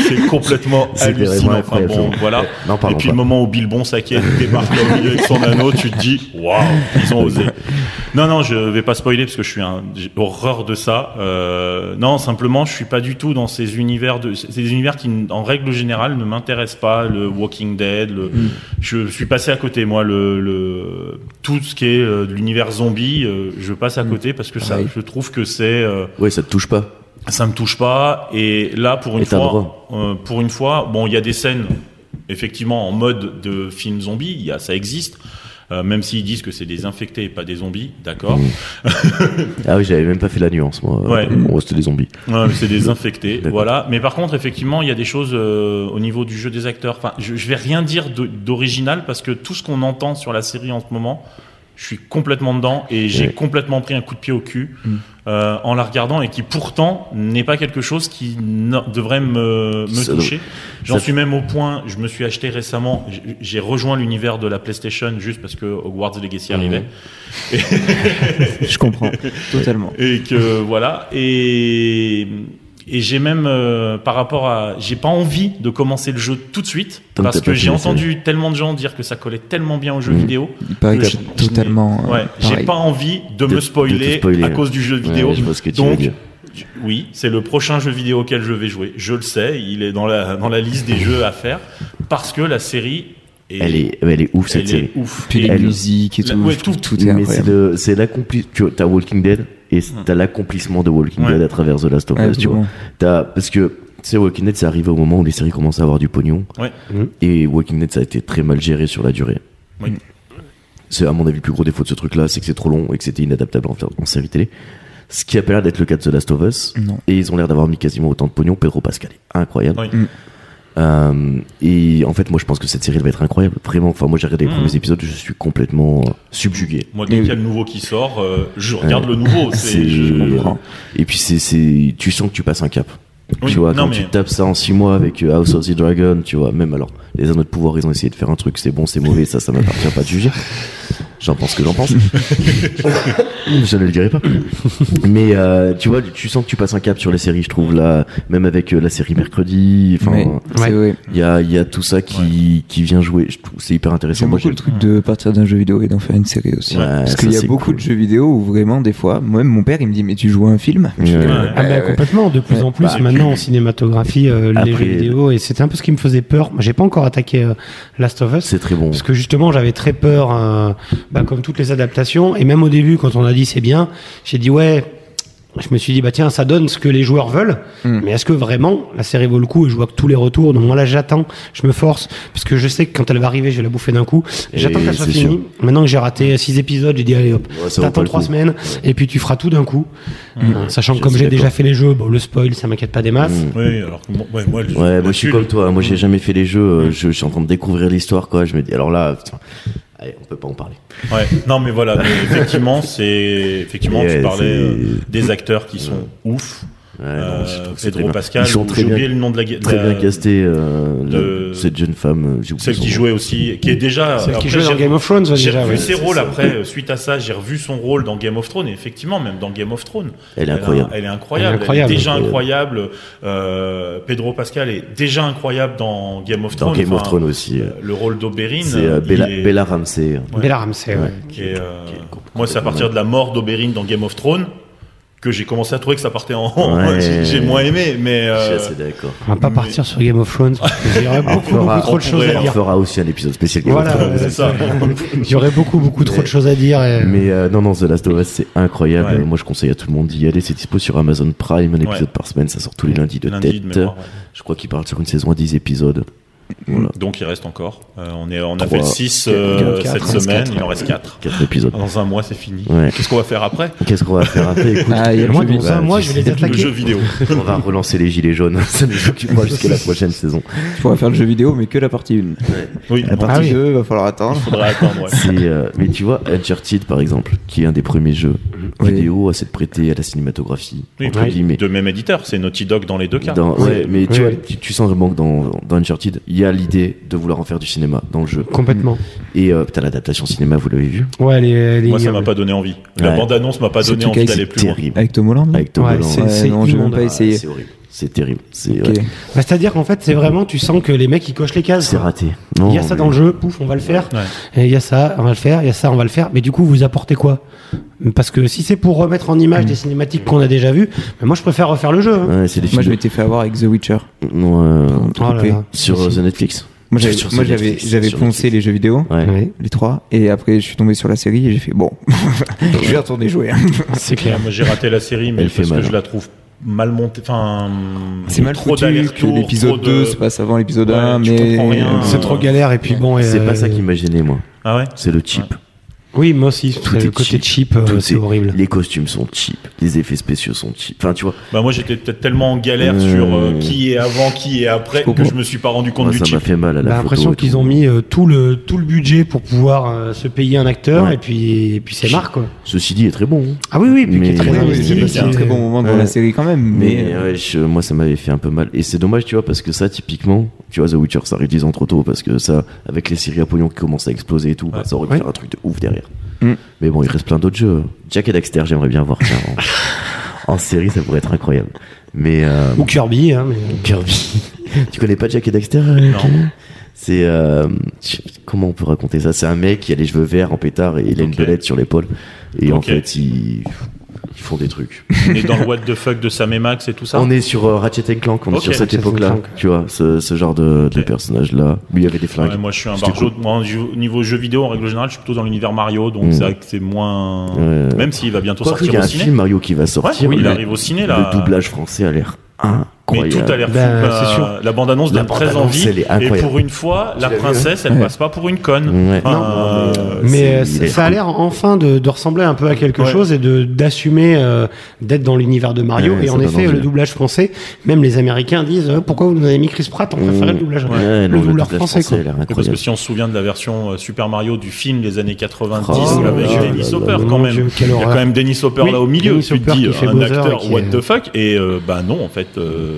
c'est complètement C'est vraiment hallucinant. Enfin, incroyable, bon, c'est bon. voilà. Non, pardon, Et puis pas. le moment où Bilbon Saké débarque là au milieu avec son anneau, tu te dis, waouh, ils ont osé. Non, non, je vais pas spoiler parce que je suis un, j'ai horreur de ça. Euh, non, simplement, je suis pas du tout dans ces univers de, ces univers qui, en règle générale, ne m'intéressent pas. Le Walking Dead, le, Mm. je suis passé à côté. Moi, le, le- tout ce qui est euh, de l'univers zombie, euh, je passe à Mm. côté parce que Ah ça, Pareil. je trouve que c'est, euh, Ouais, ça te touche pas. ça me touche pas. Et là, pour une Et t'as le fois, droit. euh, pour une fois, bon, il y a des scènes effectivement en mode de film zombie, il y a, ça existe. Euh, même s'ils disent que c'est des infectés et pas des zombies, d'accord. Ah oui, j'avais même pas fait la nuance, moi. Ouais. Bon, c'était des zombies. Ouais, mais c'est désinfecté, D'accord. voilà. Mais par contre, effectivement, il y a des choses euh, au niveau du jeu des acteurs. Enfin, je, je vais rien dire de- d'original parce que tout ce qu'on entend sur la série en ce moment, je suis complètement dedans et j'ai Ouais. Mm. complètement pris un coup de pied au cul euh, en la regardant et qui pourtant n'est pas quelque chose qui no- devrait me, me Ça toucher. J'en ça- suis même au point, je me suis acheté récemment, j- j'ai rejoint l'univers de la PlayStation juste parce que Hogwarts Legacy arrivait. Mhm. Je comprends totalement. Et que voilà. Et, et j'ai même, euh, par rapport à. J'ai pas envie de commencer le jeu tout de suite. Tant que parce t'as pas que j'ai fini, c'est entendu tellement de gens dire que ça collait tellement bien au jeu Mhm. vidéo. Il paraît que que je- t'as totalement. Ouais, euh, j'ai pareil. pas envie De- de, me de te spoiler, spoiler, à ouais. cause du jeu Ouais, vidéo. je vois ce que tu veux Donc, dire. je- oui, c'est le prochain jeu vidéo auquel je vais jouer. Je le sais, il est dans la, dans la liste des jeux à faire. Parce que la série. Est, Elle est, elle est ouf, elle cette est série. ouf. Puis Et- les Elle- musiques et La- tout. ouais, je trouve tout. tout est Mais c'est incroyable. de, c'est l'accomplissement. Tu vois, t'as Walking Dead et t'as l'accomplissement de Walking Ouais. Dead à travers The Last of Ouais, Us, tu vois. bon. T'as- parce que, tu sais, Walking Dead, c'est arrivé au moment où les séries commençaient à avoir du pognon. Ouais. Mhm. Et Walking Dead, ça a été très mal géré sur la durée. Oui. C'est, à mon avis, le plus gros défaut de ce truc-là, c'est que c'est trop long et que c'était inadaptable en, en série télé. Ce qui a pas l'air d'être le cas de The Last of Us. Non. Et ils ont l'air d'avoir mis quasiment autant de pognon. Pedro Pascal est incroyable. Mmh. Oui. Mm. Euh, et en fait, moi, je pense que cette série elle va être incroyable. Vraiment. Enfin, moi, j'ai regardé les Mm. premiers épisodes, je suis complètement euh, subjugué. Moi, dès qu'il y a Oui. le nouveau qui sort, euh, je regarde le nouveau. C'est, C'est- je- comprends. Et puis, c'est, c'est, tu sens que tu passes un cap. hein. Oui, tu vois, non, quand mais- tu tapes ça en 6 mois avec euh, House of the Dragon, tu vois, même alors, les anneaux de pouvoir, ils ont essayé de faire un truc, c'est bon, c'est mauvais, ça, ça m'appartient pas de juger. J'en pense que j'en pense. je ne le dirai pas. Mais euh, tu vois, tu sens que tu passes un cap sur les séries, je trouve, là, même avec euh, la série mercredi, enfin. Mais c'est ouais. Il y a, il y a tout ça qui, qui vient jouer. Je trouve c'est hyper intéressant. J'aime Moi, beaucoup le truc de partir d'un jeu vidéo et d'en faire une série aussi. Ouais, Parce ça, qu'il y a c'est beaucoup cool. de jeux vidéo où vraiment, des fois, moi-même, mon père, il me dit Mais tu joues à un film Je dis, Ouais. Ouais, Ah ben, ouais. complètement, de plus Ouais. en plus Bah, maintenant on cinématographie euh, Après- les jeux vidéo et c'était un peu ce qui me faisait peur. Moi, J'ai pas encore attaqué euh, Last of Us C'est très bon. parce que justement j'avais très peur, euh, bah, comme toutes les adaptations et même au début quand on a dit c'est bien, j'ai dit ouais, je me suis dit bah tiens ça donne ce que les joueurs veulent, Mm. mais est-ce que vraiment la série vaut le coup et je vois que tous les retours donc moi là j'attends, je me force parce que je sais que quand elle va arriver je vais la bouffer d'un coup. J'attends Et qu'elle soit c'est finie. sûr. Maintenant que j'ai raté six épisodes, j'ai dit allez hop, Ouais, ça vaut pas t'attends le trois coup. Mm. semaines et puis tu feras tout d'un coup. Euh, Sachant que Je comme suis j'ai d'accord. déjà fait les jeux, bon, le spoil, ça m'inquiète pas des masses. Mm. Oui, alors que moi, ouais, moi, le- Ouais, moi je suis le- comme toi, hein. moi j'ai Mm. jamais fait les jeux, euh, je, je suis en train de découvrir l'histoire quoi, je me dis alors là, putain, allez, on peut pas en parler. Ouais. Non, mais voilà. mais effectivement, c'est effectivement Ouais, tu parlais c'est- euh, des acteurs qui sont ouf. Ouais, Euh, non, je trouve que c'est très Pedro bien. Pascal. ils sont J'ai très oublié bien, le nom de la de très la- bien castés, euh, de- la- cette jeune femme, euh, j'ai oublié Celle son qui nom. jouait aussi, qui est déjà. Celle après, qui joue dans j'ai- Game of Thrones, ouais, J'ai déjà. revu ouais. c'est ses rôles ça. après. euh, Suite à ça, j'ai revu son rôle dans Game of Thrones. Et effectivement, même dans Game of Thrones, Elle est a- incroyable. Elle est incroyable. Elle est incroyable. Elle est déjà Incroyable. incroyable. Euh, Pedro Pascal est déjà incroyable dans Game of Dans Thrones. Game of Enfin, Thrones aussi. euh, euh, Le rôle d'Oberyn. C'est euh, il Bella, est- Euh, Bella Ramsey. Ouais. Bella Ramsey, ouais. Et, euh, moi, c'est à partir de la mort d'Oberyn dans Game of Thrones que j'ai commencé à trouver que ça partait en. Ouais. j'ai- j'ai moins aimé, mais. Je suis euh, assez d'accord. On va pas Mais- partir sur Game of Thrones parce qu'il y aurait beaucoup, fera- beaucoup trop de on choses à On pourrait- dire. fera aussi un épisode spécial. Game of Voilà, Thrones. c'est ouais, ça. Il y aurait beaucoup, beaucoup trop de choses à dire. et- Mais euh, non, non, The Last of Us, c'est incroyable. Ouais. Moi, je conseille à tout le monde d'y aller. C'est dispo sur Amazon Prime, un épisode Ouais. par semaine. Ça sort tous les lundis de lundi de tête. mémoire, ouais. je crois qu'il parle sur une saison à 10 épisodes. Voilà. Donc il reste encore. Euh, on est, on a Trois, fait le 6 quatre, euh, quatre, cette quatre, semaine, quatre, il en reste 4. 4 épisodes. Dans un mois, c'est fini. Ouais. Qu'est-ce qu'on va faire après Qu'est-ce qu'on va faire après Écoute, Ah, il y a le moi, jeu vidéo. dans un Bah, mois, tu je sais. vais les attaquer. Le jeu vidéo. On va relancer les gilets jaunes. Ça nous occupera jusqu'à la prochaine saison. Tu pourrais faire le jeu vidéo, mais que la partie Ah 1. Oui, La on partie Partie oui. 2, va falloir attendre. faudra attendre. ouais. C'est, euh, mais tu vois, Uncharted, par exemple, qui est un des premiers jeux Oui. vidéo à s'être prêté à la cinématographie, Oui, entre oui. guillemets. De même éditeur, c'est Naughty Dog dans les deux cas. Dans- ouais, mais tu, Oui. vois, tu, tu sens vraiment que dans, dans Uncharted, il y a l'idée de vouloir en faire du cinéma dans le jeu. Complètement. Et euh, putain, l'adaptation cinéma, vous l'avez vu Ouais, elle est, elle est Moi, ça m'a ignoble. pas donné envie. La Ouais. bande-annonce m'a pas C'est donné tout envie cas, d'aller C'est plus loin. terrible. Avec Tom Holland Avec Tom Ouais, Holland. c'est- Ouais, non, j'ai même immonde. pas ah, essayé. C'est horrible. C'est terrible. C'est Ok. ouais, Bah, C'est-à-dire qu'en fait, c'est vraiment, tu sens que les mecs, ils cochent les cases. c'est raté. Non, Il y a ça dans le jeu, pouf, on va le faire. Ouais. Et il y a ça, on va le faire. Il y a ça, on va le faire. Mais du coup, vous apportez quoi Parce que si c'est pour remettre en image des cinématiques qu'on a déjà vues, mais moi, je préfère refaire le jeu. hein. Ouais, c'est des Moi, films. je m'étais fait avoir avec The Witcher. de- Non, euh, Oh là là. sur euh, The Netflix. Moi, j'avais- Sur moi, The j'avais Netflix, j'avais sur poncé Netflix. les jeux vidéo. Ouais. Ouais. Les trois, et après je suis tombé sur la série et j'ai fait bon, je vais retourner jouer. hein. C'est clair. Moi, j'ai raté la série, mais Elle fait parce que mal. je la trouve mal montée. Enfin, C'est mal trop foutu que d'aller-retour, l'épisode trop 2 de- se passe avant l'épisode Ouais, 1, tu mais. euh, comprends rien. C'est trop galère. Et puis bon. C'est euh, pas ça qui m'a gêné, moi. Ah ouais C'est le chip. Oui, moi aussi. c'est est le côté cheap, euh, Tout c'est est- horrible. Les costumes sont cheap. Les effets spéciaux sont cheap. Enfin, tu vois, Bah moi j'étais peut-être tellement en galère sur euh, qui est avant, qui est après que je me suis pas rendu compte moi, du ça chip. m'a fait mal à J'ai la Bah, l'impression photo. qu'ils ont mis euh, tout le tout le budget pour pouvoir euh, se payer un acteur Ouais. et puis et puis c'est marre quoi. Ceci dit, est très bon. hein. Ah oui oui, puis qui est Mais- Oui, très Oui, investi. c'est oui, passé un qui est- très bon moment dans Ouais. la série quand même, mais. Mais euh, ouais, je- moi, ça m'avait fait un peu mal. Et c'est dommage, tu vois, parce que ça, typiquement, tu vois, The Witcher, ça arrive 10 ans trop tôt, parce que ça, avec les séries à pognon qui commencent à exploser et tout, bah, ça aurait pu Ouais. faire un truc de ouf derrière. Mm. Mais bon, il reste plein d'autres jeux. Jack et Daxter, j'aimerais bien voir. tiens, en, en série, ça pourrait être incroyable. Mais euh, Ou Kirby, hein, mais... Kirby, tu connais pas Jack et Daxter euh, Non. Camille C'est euh, je sais- comment on peut raconter ça C'est un mec qui a les cheveux verts en pétard et il a une Ok. belette sur l'épaule. Et en Ok. fait, ils, ils font des trucs. On est dans le what the fuck de Sam et Max et tout ça. On est sur euh, Ratchet and Clank, on est Ok, sur cette Ratchet and époque-là, Clank. tu vois, ce, ce genre de, de Ok. personnage-là. Lui, il y avait des flingues. Ouais, moi je suis un C'était barjo. cool. Moi, au niveau- niveau jeu vidéo, en règle générale, je suis plutôt dans l'univers Mario, donc Mm. c'est vrai que c'est moins. Ouais. Même s'il va bientôt Quoi qu'il y sortir a au un ciné. film Mario qui va Ouais, sortir. oui, il mais arrive au ciné là. Le doublage français a l'air Mais incroyable. Bah, tout a l'air fou. Ben, Euh, c'est sûr. La bande annonce La donne très bande-annonce, envie. elle est Et incroyable. pour une fois, la princesse, elle Ouais. passe pas pour une conne. hein Ouais. Enfin, Non, euh, mais C'est- euh, il est ça a cool. l'air enfin de, de ressembler un peu à quelque Ouais. chose et de d'assumer euh, d'être dans l'univers de Mario. Ouais, et ça en donne effet, envie. le doublage français, même les Américains disent euh, pourquoi vous nous avez mis Chris Pratt, on préférait le doublage, Mmh. Ouais, le non, doubleur français. quoi. a l'air Parce que incroyable. si on se souvient de la version euh, Super Mario du film des années 90 Oh là avec là Dennis là Hopper là. Mon quand même, Dieu, il quelle y a quand horreur. même Dennis Hopper Oui, là au milieu, Dennis tu te Hopper dis qui fait un Bowser acteur et qui what est- the fuck et euh, bah non en fait euh,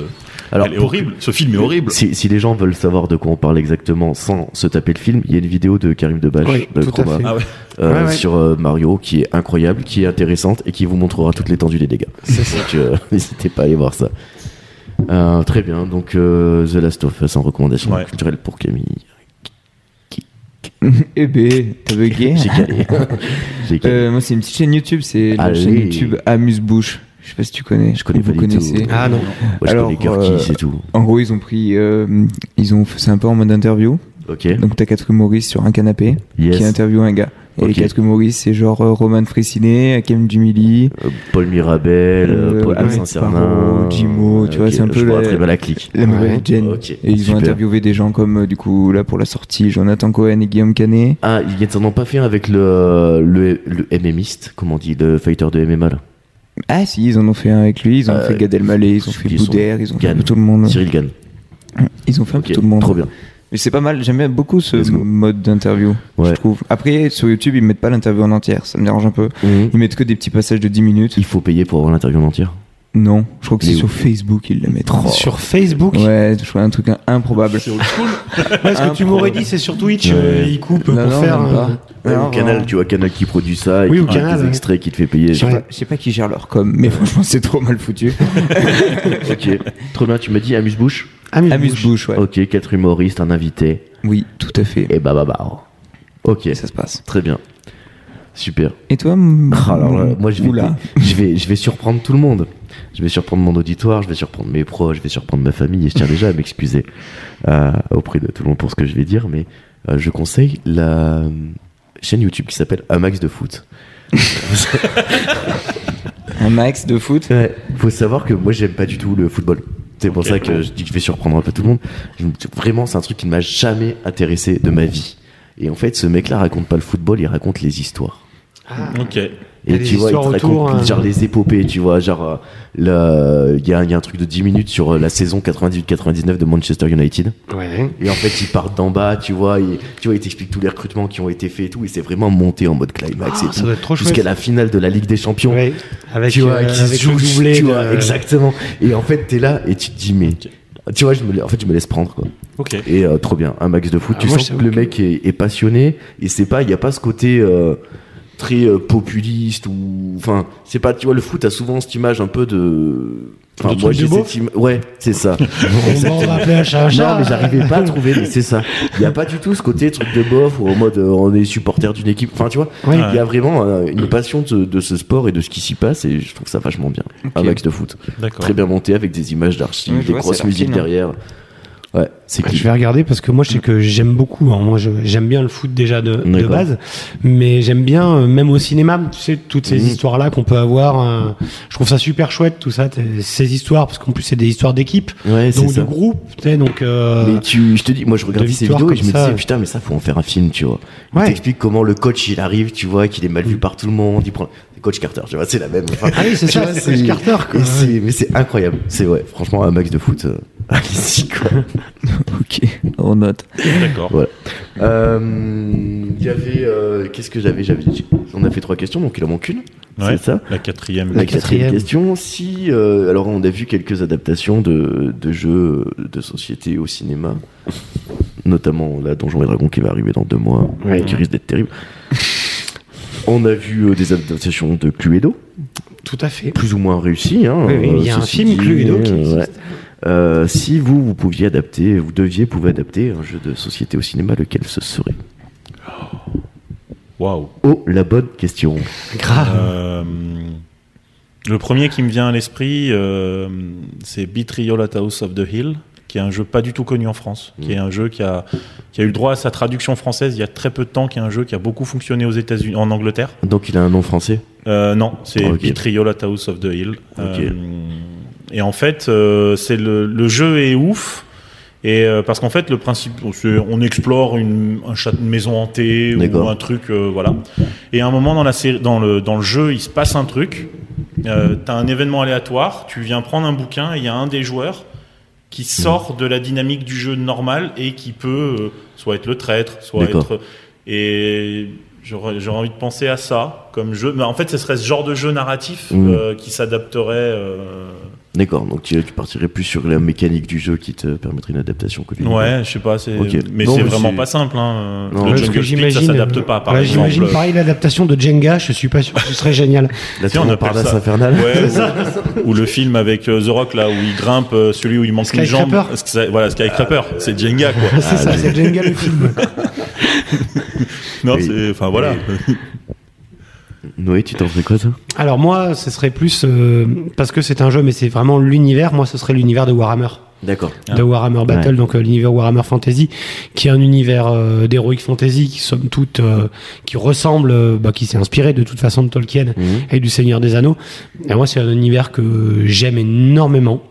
Alors, elle est pour- horrible, ce film est horrible. Si, si les gens veulent savoir de quoi on parle exactement sans se taper le film, il y a une vidéo de Karim Debache Oui, de tout à Chroma fait. Ah ouais. euh, Ouais, ouais. sur euh, Mario qui est incroyable, qui est intéressante et qui vous montrera toute l'étendue des dégâts. Donc euh, n'hésitez pas à aller voir ça. Euh, très bien, donc euh, The Last of Us en recommandation Ouais. culturelle pour Camille. Eh ben, t'as bugué. J'ai calé. J'ai calé. Euh, moi, c'est une petite chaîne YouTube, c'est la Allez. chaîne YouTube Amuse-Bouche. Je sais pas si tu connais. Je connais Vous pas du tout. connaissez. Ah non. Moi, je alors, connais Gurki, euh, c'est tout. En gros, ils ont pris. euh, ils ont fait ça un peu en mode interview. Ok. Donc, t'as quatre humoristes sur un canapé qui Yes. interviewent un gars. Et les Ok. quatre humoristes, c'est genre euh, Roman Frissinet, Hakim Dumili, Euh, Paul Mirabel, euh, Euh, Paul Alex Saint-Sernin, Barrault, Jimo, tu vois, c'est un peu la... les- très bien la clique. La Nouvelle Ouais. Gen. Ok, Et ils ont super. interviewé des gens comme, euh, du coup, là pour la sortie, Jonathan Cohen et Guillaume Canet. Ah, ils n'en ont pas fait un avec le, le, le MMiste, comment on dit, le fighter de MMA là. Ah si, ils en ont fait un avec lui, ils ont Euh, fait Gad Elmaleh, ils j'ai ont fait oublié son Boudère, ils ont fait un Gann. peu tout le monde. Cyril Gann. Ils ont fait un Ok, peu tout le monde. trop bien. Mais c'est pas mal, j'aime bien beaucoup ce Let's go. mode d'interview, Ouais. je trouve. Après, sur YouTube, ils mettent pas l'interview en entière, ça me dérange un peu. Mhm. Ils mettent que des petits passages de 10 minutes. Il faut payer pour avoir l'interview mentir. Ah, Non, je crois que c'est Mais sur oui. Oh. Facebook, ils le mettent. Sur Facebook, Ouais, je crois un truc improbable. C'est old school. parce que tu m'aurais dit c'est sur Twitch, euh, ils coupent Non, pour non, faire. même un- pas. Non, Canal, vraiment. tu vois, Canal qui produit ça, et Oui, qui ou met Canal, des ouais. extraits qui te fait payer. Je sais pas- je sais pas qui gère leur com, mais franchement, c'est trop mal foutu. ok, trop bien, tu m'as dit amuse-bouche. Amuse-bouche. Amuse-bouche, ouais. Ok, quatre humoristes, un invité, Oui, tout à fait. et bah bah bah. oh. Ok, Ça se passe. très bien. Super. Et toi m- Ah, Alors là, moi je vais, Oula. je vais, je vais surprendre tout le monde. Je vais surprendre mon auditoire, je vais surprendre mes proches, je vais surprendre ma famille. Et je tiens déjà à m'excuser euh, auprès de tout le monde pour ce que je vais dire, mais euh, je conseille la euh, chaîne YouTube qui s'appelle Amax de foot. Un max de foot. Faut savoir que moi j'aime pas du tout le football. C'est pour Ok. ça que je dis que je vais surprendre un peu tout le monde. Je me- Vraiment, c'est un truc qui ne m'a jamais intéressé de ma vie. Et en fait, ce mec-là raconte pas le football, il raconte les histoires. Ah. Ok. Il y a Et des tu vois, il te histoires autour, raconte hein. genre les épopées, tu vois, genre euh, le- il y, a il y a un truc de 10 minutes sur euh, la saison 98-99 de Manchester United. Ouais. Et en fait, ils partent d'en bas, tu vois, et, tu vois, ils t'expliquent tous les recrutements qui ont été faits et tout, et c'est vraiment monté en mode climax Ah, et ça tout, doit être trop jusqu'à chouette. la finale de la Ligue des Champions. Ouais. Avec, tu vois, euh, qui avec se le joue, doublé. tu de- vois, exactement. Et en fait, t'es là et tu te dis, mais, tu vois, je me, la- en fait, je me laisse prendre, quoi. Ok. Et euh, trop bien, un max de foot. Ah, tu moi, sens je que le t'avoue mec est, est passionné et c'est pas, il y a pas ce côté euh, très euh, populiste ou, enfin, c'est pas, tu vois, le foot a souvent cette image un peu de. Enfin, De moi truc de j'ai beauf cette im- Ouais, c'est ça. Bon, on va appeler un chat un chat. Non, mais j'arrivais pas à trouver, mais c'est ça. Il n'y a pas du tout ce côté truc de bof ou en mode euh, on est supporter d'une équipe. Enfin, tu vois, il Ouais. y a vraiment euh, une passion de, de ce sport et de ce qui s'y passe et je trouve ça vachement bien. Un max de foot. D'accord. Très bien monté avec des images d'archives, Ouais, je des vois, grosses c'est l'archive, musiques hein. derrière. Ouais, c'est Je qui vais regarder parce que moi je sais que j'aime beaucoup. hein. Moi je- j'aime bien le foot déjà de, de D'accord. base, mais j'aime bien euh, même au cinéma. Tu sais toutes ces Mhm. histoires là qu'on peut avoir. euh, je trouve ça super chouette tout ça, t'es- ces histoires parce qu'en plus c'est des histoires d'équipe, Ouais, c'est donc de ça. groupe. tu sais, Donc euh, Mais tu, je te dis, moi je regardais de ces victoire vidéos et je comme me ça. disais, putain, mais ça faut en faire un film, tu vois. Il Ouais. t'explique comment le coach il arrive, tu vois, qu'il est mal vu par tout le monde, il prend. c'est Coach Carter, tu vois, c'est la même. Enfin, Ah oui, c'est tu ça, vois, c'est Coach Carter, quoi. et c'est- Mais c'est incroyable, c'est ouais, franchement, un max de foot. euh, Allez-y, quoi. Ok, on note. D'accord. Voilà. Euh, Il y avait. euh, Qu'est-ce que j'avais J'avais dit. On a fait trois questions, donc il en manque une. C'est Ouais. ça La quatrième. La quatrième. quatrième question, si euh, alors on a vu quelques adaptations de, de jeux de société au cinéma, notamment la Donjons et Dragons qui va arriver dans deux mois, Ouais. qui risque d'être terrible. On a vu euh, des adaptations de Cluedo, tout à fait. plus ou moins réussies. hein, Oui, oui, euh, il y a un ceci film dit, Cluedo qui euh, existe. ouais. Euh, si vous, vous pouviez adapter, vous deviez pouvoir adapter un jeu de société au cinéma, lequel ce serait Waouh. Oh, la bonne question. Grave. Euh, Le premier qui me vient à l'esprit, euh, c'est Beatriol at House of the Hill, qui est un jeu pas du tout connu en France, qui est un jeu qui a, qui a eu le droit à sa traduction française il y a très peu de temps, qui est un jeu qui a beaucoup fonctionné aux États-Unis, en Angleterre. Donc il a un nom français Euh, non, c'est Ok. Beatriol at House of the Hill. Euh, Ok. et en fait, euh, c'est le, le jeu est ouf. Et euh, parce qu'en fait, le principe, c'est- on explore une, un chat- une maison hantée ou D'accord. un truc, euh, voilà. Et à un moment dans la série, dans le dans le jeu, il se passe un truc. Euh, T'as un événement aléatoire. Tu viens prendre un bouquin et il y a un des joueurs qui sort de la dynamique du jeu normal et qui peut euh, soit être le traître, soit D'accord. être. Et j'aurais j'aurais envie de penser à ça comme jeu. Mais en fait, ce serait ce genre de jeu narratif Mm. euh, qui s'adapterait. euh, D'accord, donc tu, tu partirais plus sur la mécanique du jeu qui te permettrait une adaptation que Ouais, je sais pas. c'est- Ok. Mais Non, c'est mais vraiment c'est- pas simple. Hein. Non, le parce Parce jungle que speed, ça j'imagine. s'adapte pas. Par ouais, exemple. j'imagine pareil l'adaptation de Jenga. Je suis pas sûr que ce serait génial. La Si, on tour appelle Parnasse ça- infernale Ouais, ou, ou le film avec euh, The Rock là où il grimpe, euh, celui où il manque une jambe. Skyscraper. Parce que ça- Voilà, Skycrapper, Ah, c'est Jenga quoi. c'est ça, c'est Jenga le film. Non, Oui. c'est enfin voilà. Noé, tu t'en ferais quoi, toi Alors moi, ce serait plus euh, parce que c'est un jeu, mais c'est vraiment l'univers. Moi, ce serait l'univers de Warhammer, D'accord. de Warhammer Battle, donc euh, l'univers Warhammer Fantasy, qui est un univers euh, d'heroic fantasy qui somme toute, euh, qui ressemble, euh, bah, qui s'est inspiré de toute façon de Tolkien Mhm. et du Seigneur des Anneaux. Et moi, c'est un univers que j'aime énormément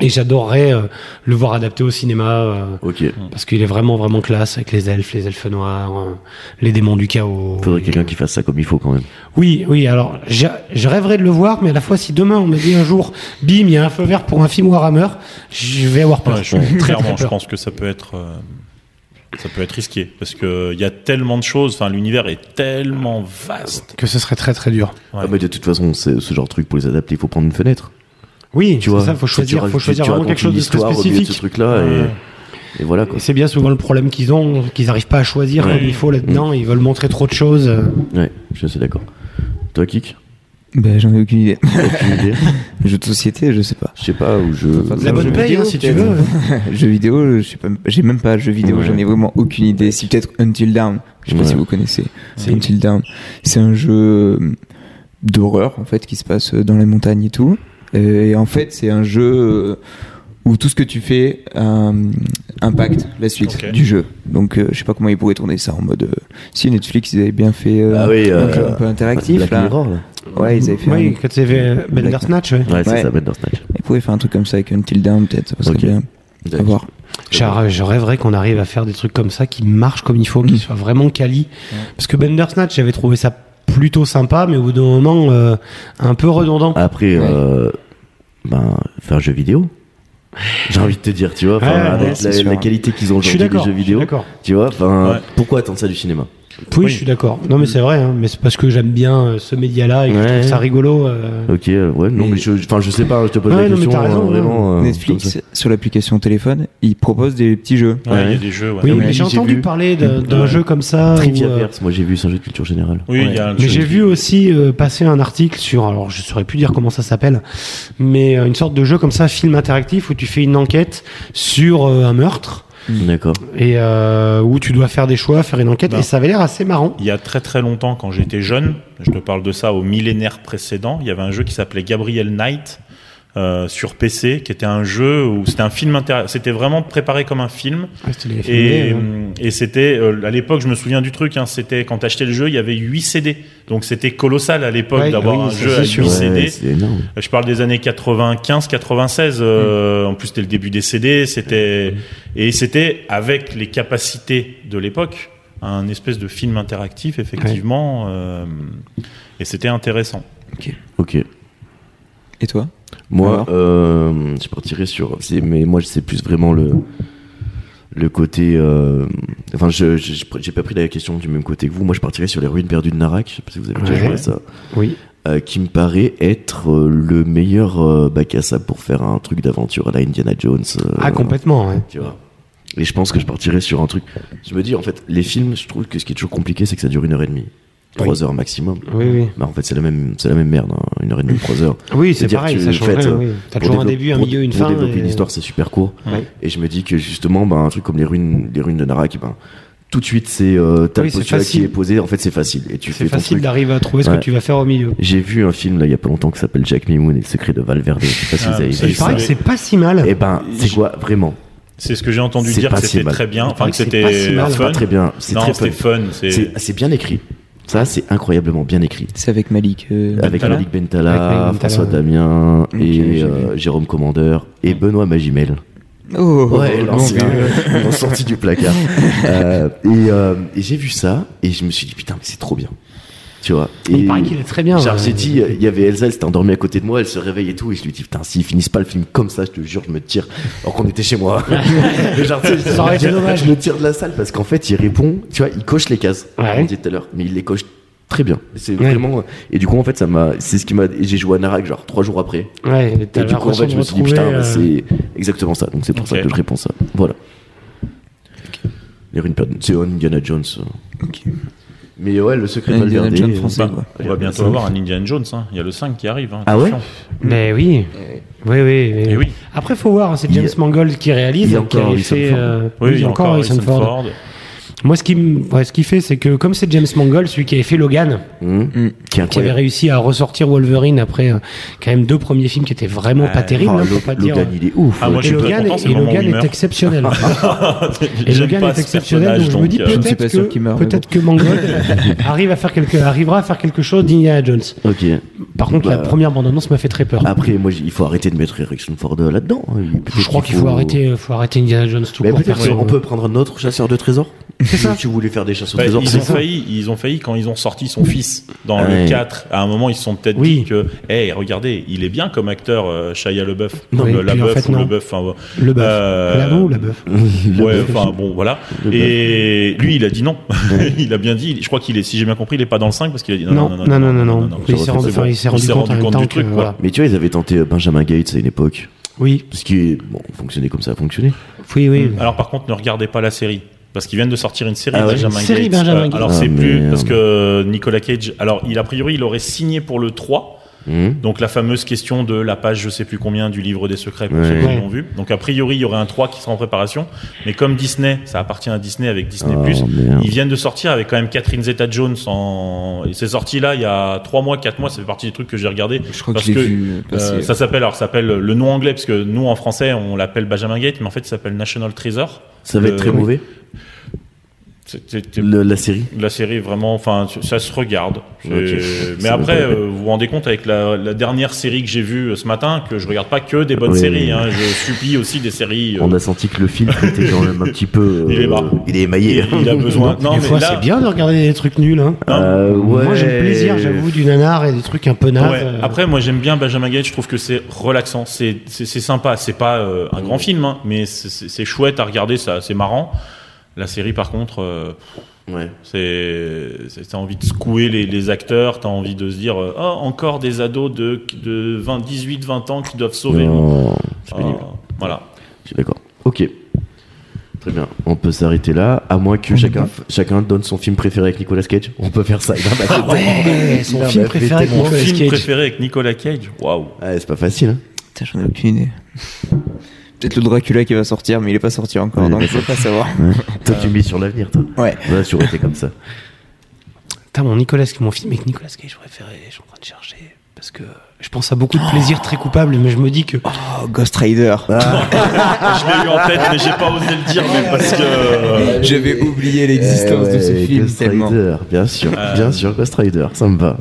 et j'adorerais euh, le voir adapté au cinéma. euh, Ok. parce qu'il est vraiment vraiment classe avec les elfes, les elfes noirs, euh, les démons du chaos. Faudrait quelqu'un qui fasse ça comme il faut quand même. Oui, oui, alors je, je rêverais de le voir, mais à la fois si demain on me dit un jour, bim, il y a un feu vert pour un film Warhammer, je vais avoir peur. Ouais, je- Très, très clairement, je peur. pense que ça peut être euh, ça peut être risqué parce que il y a tellement de choses. Enfin, l'univers est tellement vaste. Que ce serait très très dur. Ouais. Ah, mais de toute façon, c'est- ce genre de truc, pour les adapter, il faut prendre une fenêtre. Oui, Tu vois c'est ça, faut Si tu choisir, faut rajoutes- choisir tu vraiment racontes quelque chose une de très histoire au milieu de ce spécifique. truc-là et- Ouais. et, voilà Et quoi. c'est bien souvent le problème qu'ils ont, qu'ils n'arrivent pas à choisir Ouais. Mm. comme il faut là-dedans, ils veulent montrer trop de choses. Ouais, je suis assez d'accord. Toi, Kik Ben, j'en ai aucune idée. Aucune idée. Jeux de société, je sais pas. Je sais pas où je. Faut faire de La Ouais, bonne jeux paye, vidéo, hein, si tu peut-être. veux. jeux vidéo, je sais pas, j'ai même pas jeux vidéo, Ouais. j'en ai vraiment aucune idée. Si peut-être Until Dawn, je sais pas Ouais. si vous connaissez. C'est- Until Dawn, c'est un jeu euh, d'horreur en fait qui se passe euh, dans les montagnes et tout. Euh, Et en fait, c'est un jeu euh, où tout ce que tu fais euh, impacte la suite Ok. du jeu. Donc, euh, je sais pas comment ils pourraient tourner ça en mode. euh, si Netflix, ils avaient bien fait euh, Ah oui, un euh, jeu un peu interactif Black là. Mirror, là. Ouais, ils avaient fait. Oui, un- quand c'est fait Bender Snatch, ouais. Ouais, c'est Ouais. ça, Bandersnatch. Ils pourraient faire un truc comme ça avec Until Dawn peut-être. Ça serait Ok. bien. À voir. Je je rêverais qu'on arrive à faire des trucs comme ça qui marchent comme il faut, Mm. qui soient vraiment quali. Parce que Bender Snatch, j'avais trouvé ça plutôt sympa, mais au bout d'un moment, euh, un peu redondant. Après, Ouais. euh, ben, faire jeu vidéo. J'ai envie de te dire, tu vois, enfin, Ouais, avec ouais, c'est la, sûr. la qualité qu'ils ont je suis aujourd'hui des d'accord. jeux je suis vidéo, d'accord. tu vois, enfin, Ouais. pourquoi attendre ça du cinéma Oui, Oui. je suis d'accord. Non, mais c'est vrai, hein, mais c'est parce que j'aime bien euh, ce média-là et que je Mm. Ouais. trouve ça rigolo. euh. Ok, euh, ouais, non, Mais- mais, je, enfin, je sais pas, je te pose Ouais, la non, mais question, t'as raison, hein. euh, ouais. vraiment. euh, comme ça. Netflix, sur l'application téléphone, ils proposent des petits jeux. Ouais, il y a des jeux. ouais. Oui, Ouais, mais j'ai j'ai entendu vu. parler d'un d'un Ouais. jeu comme ça. Trivia où, euh, Verse, moi j'ai vu, c'est un jeu de culture générale. Oui, il y a un Mais jeu j'ai qui- vu aussi euh, passer un article sur, alors je saurais plus dire comment ça s'appelle, mais euh, une sorte de jeu comme ça, film interactif, où tu fais une enquête sur euh, un meurtre D'accord. et euh, où tu dois faire des choix, faire une enquête, Non. et ça avait l'air assez marrant. Il y a très très longtemps, quand j'étais jeune, je te parle de ça au millénaire précédent, il y avait un jeu qui s'appelait Gabriel Knight euh, sur PC, qui était un jeu où c'était un film intér- c'était vraiment préparé comme un film. Et, et c'était euh, à l'époque, je me souviens du truc, hein, c'était quand t'achetais le jeu, il y avait 8 CD, donc c'était colossal à l'époque Ouais, d'avoir oui, un ça, jeu c'est à 8 sûr. Ouais, CD. c'est énorme. Je parle des années 95, 96. euh, En plus, c'était le début des CD. C'était et c'était avec les capacités de l'époque, un espèce de film interactif, effectivement. euh, et c'était intéressant. Ok. Et toi Moi, Alors euh, je partirais sur. c'est- Mais moi, c'est plus vraiment le le côté. euh, Enfin, je je- je- j'ai pas pris la question du même côté que vous. Moi, je partirais sur les ruines perdues de Narak. Je sais pas si vous avez déjà Ouais. joué à ça. Oui. euh, qui me paraît être euh, le meilleur euh, bac à sable pour faire un truc d'aventure à la Indiana Jones. euh, Ah, complètement, ouais. Tu vois. Et je pense que je partirais sur un truc. Je me dis, en fait, les films, je trouve que ce qui est toujours compliqué, c'est que ça dure une heure et demie. Trois heures maximum. Oui, oui. Bah, en fait, c'est la même, c'est la même merde, hein, une heure et demie, trois heures. Oui, c'est C'est-à-dire pareil, que ça tu change fais, rien. euh, oui. T'as Pour toujours un dévelop- début, un pour- milieu, une pour fin. développer et- une histoire, c'est super court. Ouais. Et je me dis que justement, bah, un truc comme les ruines, les ruines de Narak, ben, tout de suite, c'est euh, t'as Oui, le c'est postulat facile. qui est posé. En fait, c'est facile. Et tu fais C'est ton facile truc. d'arriver à trouver ce que Ouais. tu vas faire au milieu. J'ai vu un film là il y a pas longtemps qui s'appelle Jack Me Moon et le secret de Valverde. Je sais pas si Ah, vous avez mais ça, vu Il paraît ça. que c'est pas si mal. Et ben, c'est quoi vraiment C'est ce que j'ai entendu C'est dire pas que si c'était mal. très bien, enfin paraît que que c'est pas si c'était mal. C'est C'est pas fun. très bien. C'est Non, très fun. c'était fun. c'est- bah, C'est c'est bien écrit. Ça, c'est incroyablement bien écrit. C'est avec Malik. euh, Avec Bentala. Malik Avec Malik Bentala, Bentala, François ouais. Damien j'ai et vu. euh, Jérôme Commandeur et Benoît Magimel. Oh, Ouais, bon l'ancien, vieux. ils l'ont sorti du placard. Euh, et euh, et j'ai vu ça et je me suis dit putain mais c'est trop bien, tu vois. Il Et- paraît qu'il est très bien. euh, Genre, ouais. j'ai dit, euh, il y avait Elsa, elle s'était endormie à côté de moi, elle se réveille et tout, et je lui dis, putain, s'ils finissent pas le film comme ça, je te jure, je me tire, alors qu'on était chez moi. Mais genre, tu sais, Ça aurait été je- dommage. Je me tire de la salle parce qu'en fait, il répond, tu vois, il coche les cases, Ouais. on disait tout à l'heure, mais il les coche très bien. C'est Ouais. vraiment, et du coup, en fait, ça m'a, c'est ce qui m'a, et j'ai joué à Narak, genre, trois jours après. Ouais, Et t'as du coup, en l'impression fait, de je me suis dit, putain, retrouver, bah, euh, c'est exactement ça, donc c'est pour ça Ok. que je réponds ça. Voilà. Les ruines perdues. C'est Indiana Jones. euh. Ok. Mais ouais, le secret de Indiana Valverde, Jones euh, français, Bah, quoi. on va bientôt avoir un Indiana Jones. hein. Il y a le 5 qui arrive. hein, Ah ouais attention. Mais oui. Oui, oui. oui. Eh oui. Après, faut voir, hein, c'est Il y a- James Mangold qui réalise, il y a hein, qui encore avait Harrison fait. Ford. euh, Oui, il y a encore Harrison Ford. Ford. Moi, ce qui, me- ouais, ce qui fait, c'est que comme c'est James Mangold, celui qui avait fait Logan, Hmm. hum, Qui est qui avait incroyable. réussi à ressortir Wolverine après euh, quand même deux premiers films qui étaient vraiment pas Ouais. terribles, Ah, hein, Lo- faut pas dire. Logan, il est ouf. Ah, moi, et je suis très Logan, content, c'est et le moment où Logan il est meurt. exceptionnel. Et J'aime Logan pas est ce exceptionnel, donc personnage, je me dis donc, euh, Je ne suis pas peut-être sûr que, qu'il meurt, mais peut-être que Mangold arrive à faire quelque, arrivera à faire quelque chose d'Indiana Jones. Ok. Par contre, la Bah, première bande-annonce m'a fait très peur. Après, moi, j- il faut arrêter de mettre Erickson Ford euh, là-dedans. Il- peut-être Je crois qu'il faut arrêter, euh, faut arrêter Indiana Jones tout Mais court. peut-être perso. qu'on peut prendre un autre chasseur de trésors. C'est ça. Tu voulais faire des chasseurs de Bah, trésors. ils, c'est ont ça. failli, ils ont failli quand ils ont sorti son fils dans Ouais. le 4. À un moment, ils se sont peut-être Ah Oui. dit que, hey, regardez, il est bien comme acteur, euh, Shia LeBeouf. Non, Ou mais le- la puis en bœuf fait, ou non. le bœuf. enfin, ouais. Le bœuf. Euh, Là-bas ou la bœuf Ouais, enfin bon, voilà. Le Et lui, il a dit non. il a bien dit, je crois qu'il est, si j'ai bien compris, il est pas dans le 5 parce qu'il a dit non. Non, non, non, non, non. je Il s'est rendu, refais, c'est enfin, bon. il s'est rendu compte, en même temps du que, truc, quoi. voilà. Mais tu vois, ils avaient tenté euh, Benjamin Gates à une époque. Oui, Ce qui est, bon, fonctionné comme ça a fonctionné. oui, oui. Alors par contre, ne regardez pas la série. Parce qu'ils viennent de sortir une série Ah ouais. Benjamin Série Gates. Benjamin Euh, Gates. alors Ah, c'est plus merde. parce que Nicolas Cage. Alors il a priori il aurait signé pour le 3 Hmm. Hum. Donc la fameuse question de la page je sais plus combien du livre des secrets pour ceux qui Ouais. l'ont vu. Donc a priori il y aurait un 3 qui sera en préparation, mais comme Disney, ça appartient à Disney avec Disney Ah, Oh, Plus. merde. Ils viennent de sortir avec quand même Catherine Zeta-Jones en et c'est sorti là il y a 3 mois, 4 mois, ça fait partie des trucs que j'ai regardé Je crois parce que je l'ai que, vu passer. euh, ça s'appelle alors ça s'appelle le nom anglais parce que nous en français on l'appelle Benjamin Gate mais en fait ça s'appelle National Treasure. Ça va Euh, être très oui. mauvais, C'est- c'est- le- la série. la série vraiment enfin ça se regarde C'est- Ok. mais Ça après m'intéresse. euh, vous vous rendez compte avec la, la dernière série que j'ai vue euh, ce matin que je regarde pas que des bonnes Oui, séries oui. hein. je supplie aussi des séries euh, On a senti que le filtre était quand même un petit peu. euh, Il est bas. il est émaillé. il a besoin Ah, non des mais fois, là c'est bien de regarder des trucs nuls. Hein. Euh, ouais. Moi, j'ai le plaisir, j'avoue, du nanar et des trucs un peu nazes. ouais. euh. après moi j'aime bien Benjamin Gage je trouve que c'est relaxant c'est c'est c'est sympa c'est pas euh, un Mm. grand film hein, mais c'est- c'est c'est chouette à regarder ça c'est marrant la série par contre euh, Ouais. C'est, c'est- t'as envie de secouer les, les acteurs, t'as envie de se dire, euh, oh, encore des ados de, de 20, 18, 20 ans qui doivent sauver. le monde. Non, Ah, c'est pénible. voilà. Je suis d'accord. Ok. Très bien. On peut s'arrêter là, à moins que chacun, chacun donne son film préféré avec Nicolas Cage. On peut faire ça. Il en a fait Ah Ouais, son Il en film a fait préféré tellement. pour Nicolas Film Cage. préféré avec Nicolas Cage. Waouh. Ouais, c'est pas facile. Hein. Putain, j'en ai aucune idée. Peut-être le Dracula qui va sortir, mais il est pas sorti encore, Ouais, donc il est je peux pas savoir. Toi, tu mises sur l'avenir, toi. Ouais. Voilà, si aurait été comme ça. Putain, mon Nicolas, mon film avec Nicolas Cage préféré, je suis en train de chercher. Parce que je pense à beaucoup de plaisirs très coupables, mais je me dis que. Oh, Ghost Rider. Je l'ai eu en tête, mais j'ai pas osé le dire, mais parce que. euh, J'avais oublié l'existence Eh de ce ouais, film Ghost tellement. Rider, bien sûr. Euh. Bien sûr, Ghost Rider, ça me va.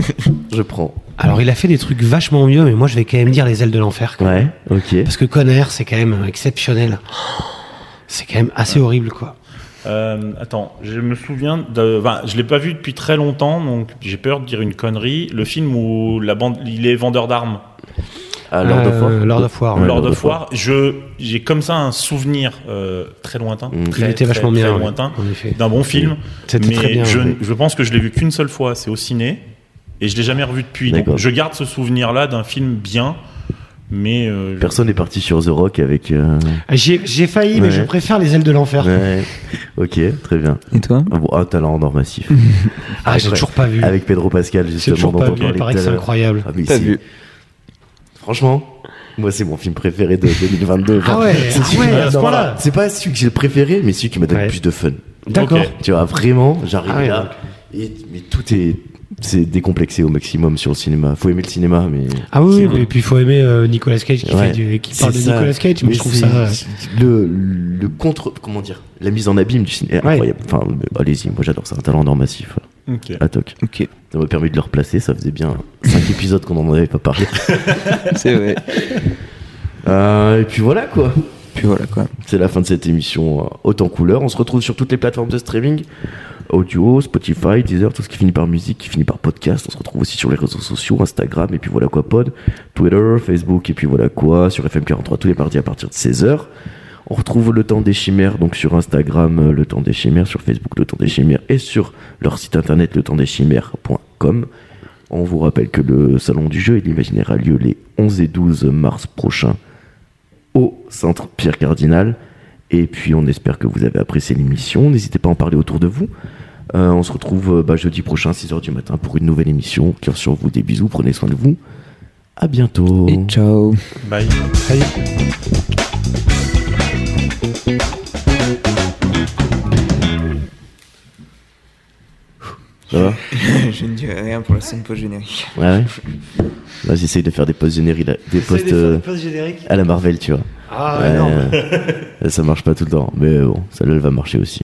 Je prends. Alors, il a fait des trucs vachement mieux, mais moi, je vais quand même dire Les ailes de l'enfer. quand même. Ouais, ok. Parce que Conner, c'est quand même exceptionnel. C'est quand même assez horrible, quoi. euh, attends, je me souviens de. Enfin, je l'ai pas vu depuis très longtemps, donc j'ai peur de dire une connerie. Le film où la bande, il est vendeur d'armes. Ah, Lord of War. Euh, Lord of War, ouais. Ouais, Lord Lord of of War, je j'ai comme ça un souvenir euh, très lointain, Mm. très, il était très, vachement très bien. ouais, lointain, En effet. d'un bon film. C'était mais très bien. je, ouais. je pense que je l'ai vu qu'une seule fois, c'est au ciné, et je l'ai jamais revu depuis. Donc, D'accord. je garde ce souvenir-là d'un film bien, mais euh, Personne n'est parti sur The Rock avec. euh, J'ai j'ai failli, mais Ouais. je préfère Les ailes de l'enfer. Ouais. Ok, très bien. Et toi Ah, bon, ah, talent en or massif. Ah, j'ai Ouais. toujours pas vu. Avec Pedro Pascal, J'ai justement, toujours dont pas on vu. Il parlait paraît tout que à c'est l'heure. incroyable. Ah, mais T'as si. vu Franchement, moi, c'est mon film préféré de 2022. Ah ouais, C'est ah celui ouais, qui m'a- à ce non, point-là. voilà. C'est pas celui que j'ai le préféré, mais celui qui m'a donné Ouais. le plus de fun. D'accord. Ok. Tu vois, vraiment, j'arrive Ah ouais, là. Et, mais tout est. C'est décomplexé au maximum sur le cinéma. Faut aimer le cinéma, mais. Ah oui, oui, et puis il faut aimer euh, Nicolas Cage qui, Ouais. fait du, qui C'est parle de ça. Nicolas Cage, mais, je trouve ça. euh, c'est- Le, le contre. Comment dire La mise en abîme du cinéma. Ouais. Incroyable. Enfin, euh, allez-y, moi j'adore, c'est un talent en or massif. voilà. ok. À toc. Ok, Ça m'a permis de le replacer, ça faisait bien 5 épisodes qu'on en avait pas parlé. c'est vrai. Euh, et puis voilà quoi. Puis voilà quoi. C'est la fin de cette émission euh, haute en couleur. On se retrouve sur toutes les plateformes de streaming audio, Spotify, Deezer, tout ce qui finit par musique, qui finit par podcast. On se retrouve aussi sur les réseaux sociaux, Instagram, et puis voilà quoi, pod, Twitter, Facebook, et puis voilà quoi, sur FM43 tous les mardis à partir de 16h. On retrouve le temps des chimères, donc sur Instagram, euh, le temps des chimères, sur Facebook, le temps des chimères, et sur leur site internet, le temps des chimères.com. On vous rappelle que le salon du jeu et de l'imaginaire a lieu les 11 et 12 mars prochains au centre Pierre Cardinal. Et puis on espère que vous avez apprécié l'émission. N'hésitez pas à en parler autour de vous. Euh, on se retrouve euh, bah, jeudi prochain, 6h du matin, pour une nouvelle émission. Cœur sur vous, des bisous, prenez soin de vous. À bientôt. Et ciao. Bye. Ça va Je ne dirai rien pour la scène post-générique. Ouais, ouais. Là, j'essaye de faire des postes génériques, là, des postes euh, à la Marvel, tu vois. Ah, Ouais, non, ouais. Ça marche pas tout le temps, mais bon, celle-là, elle va marcher aussi.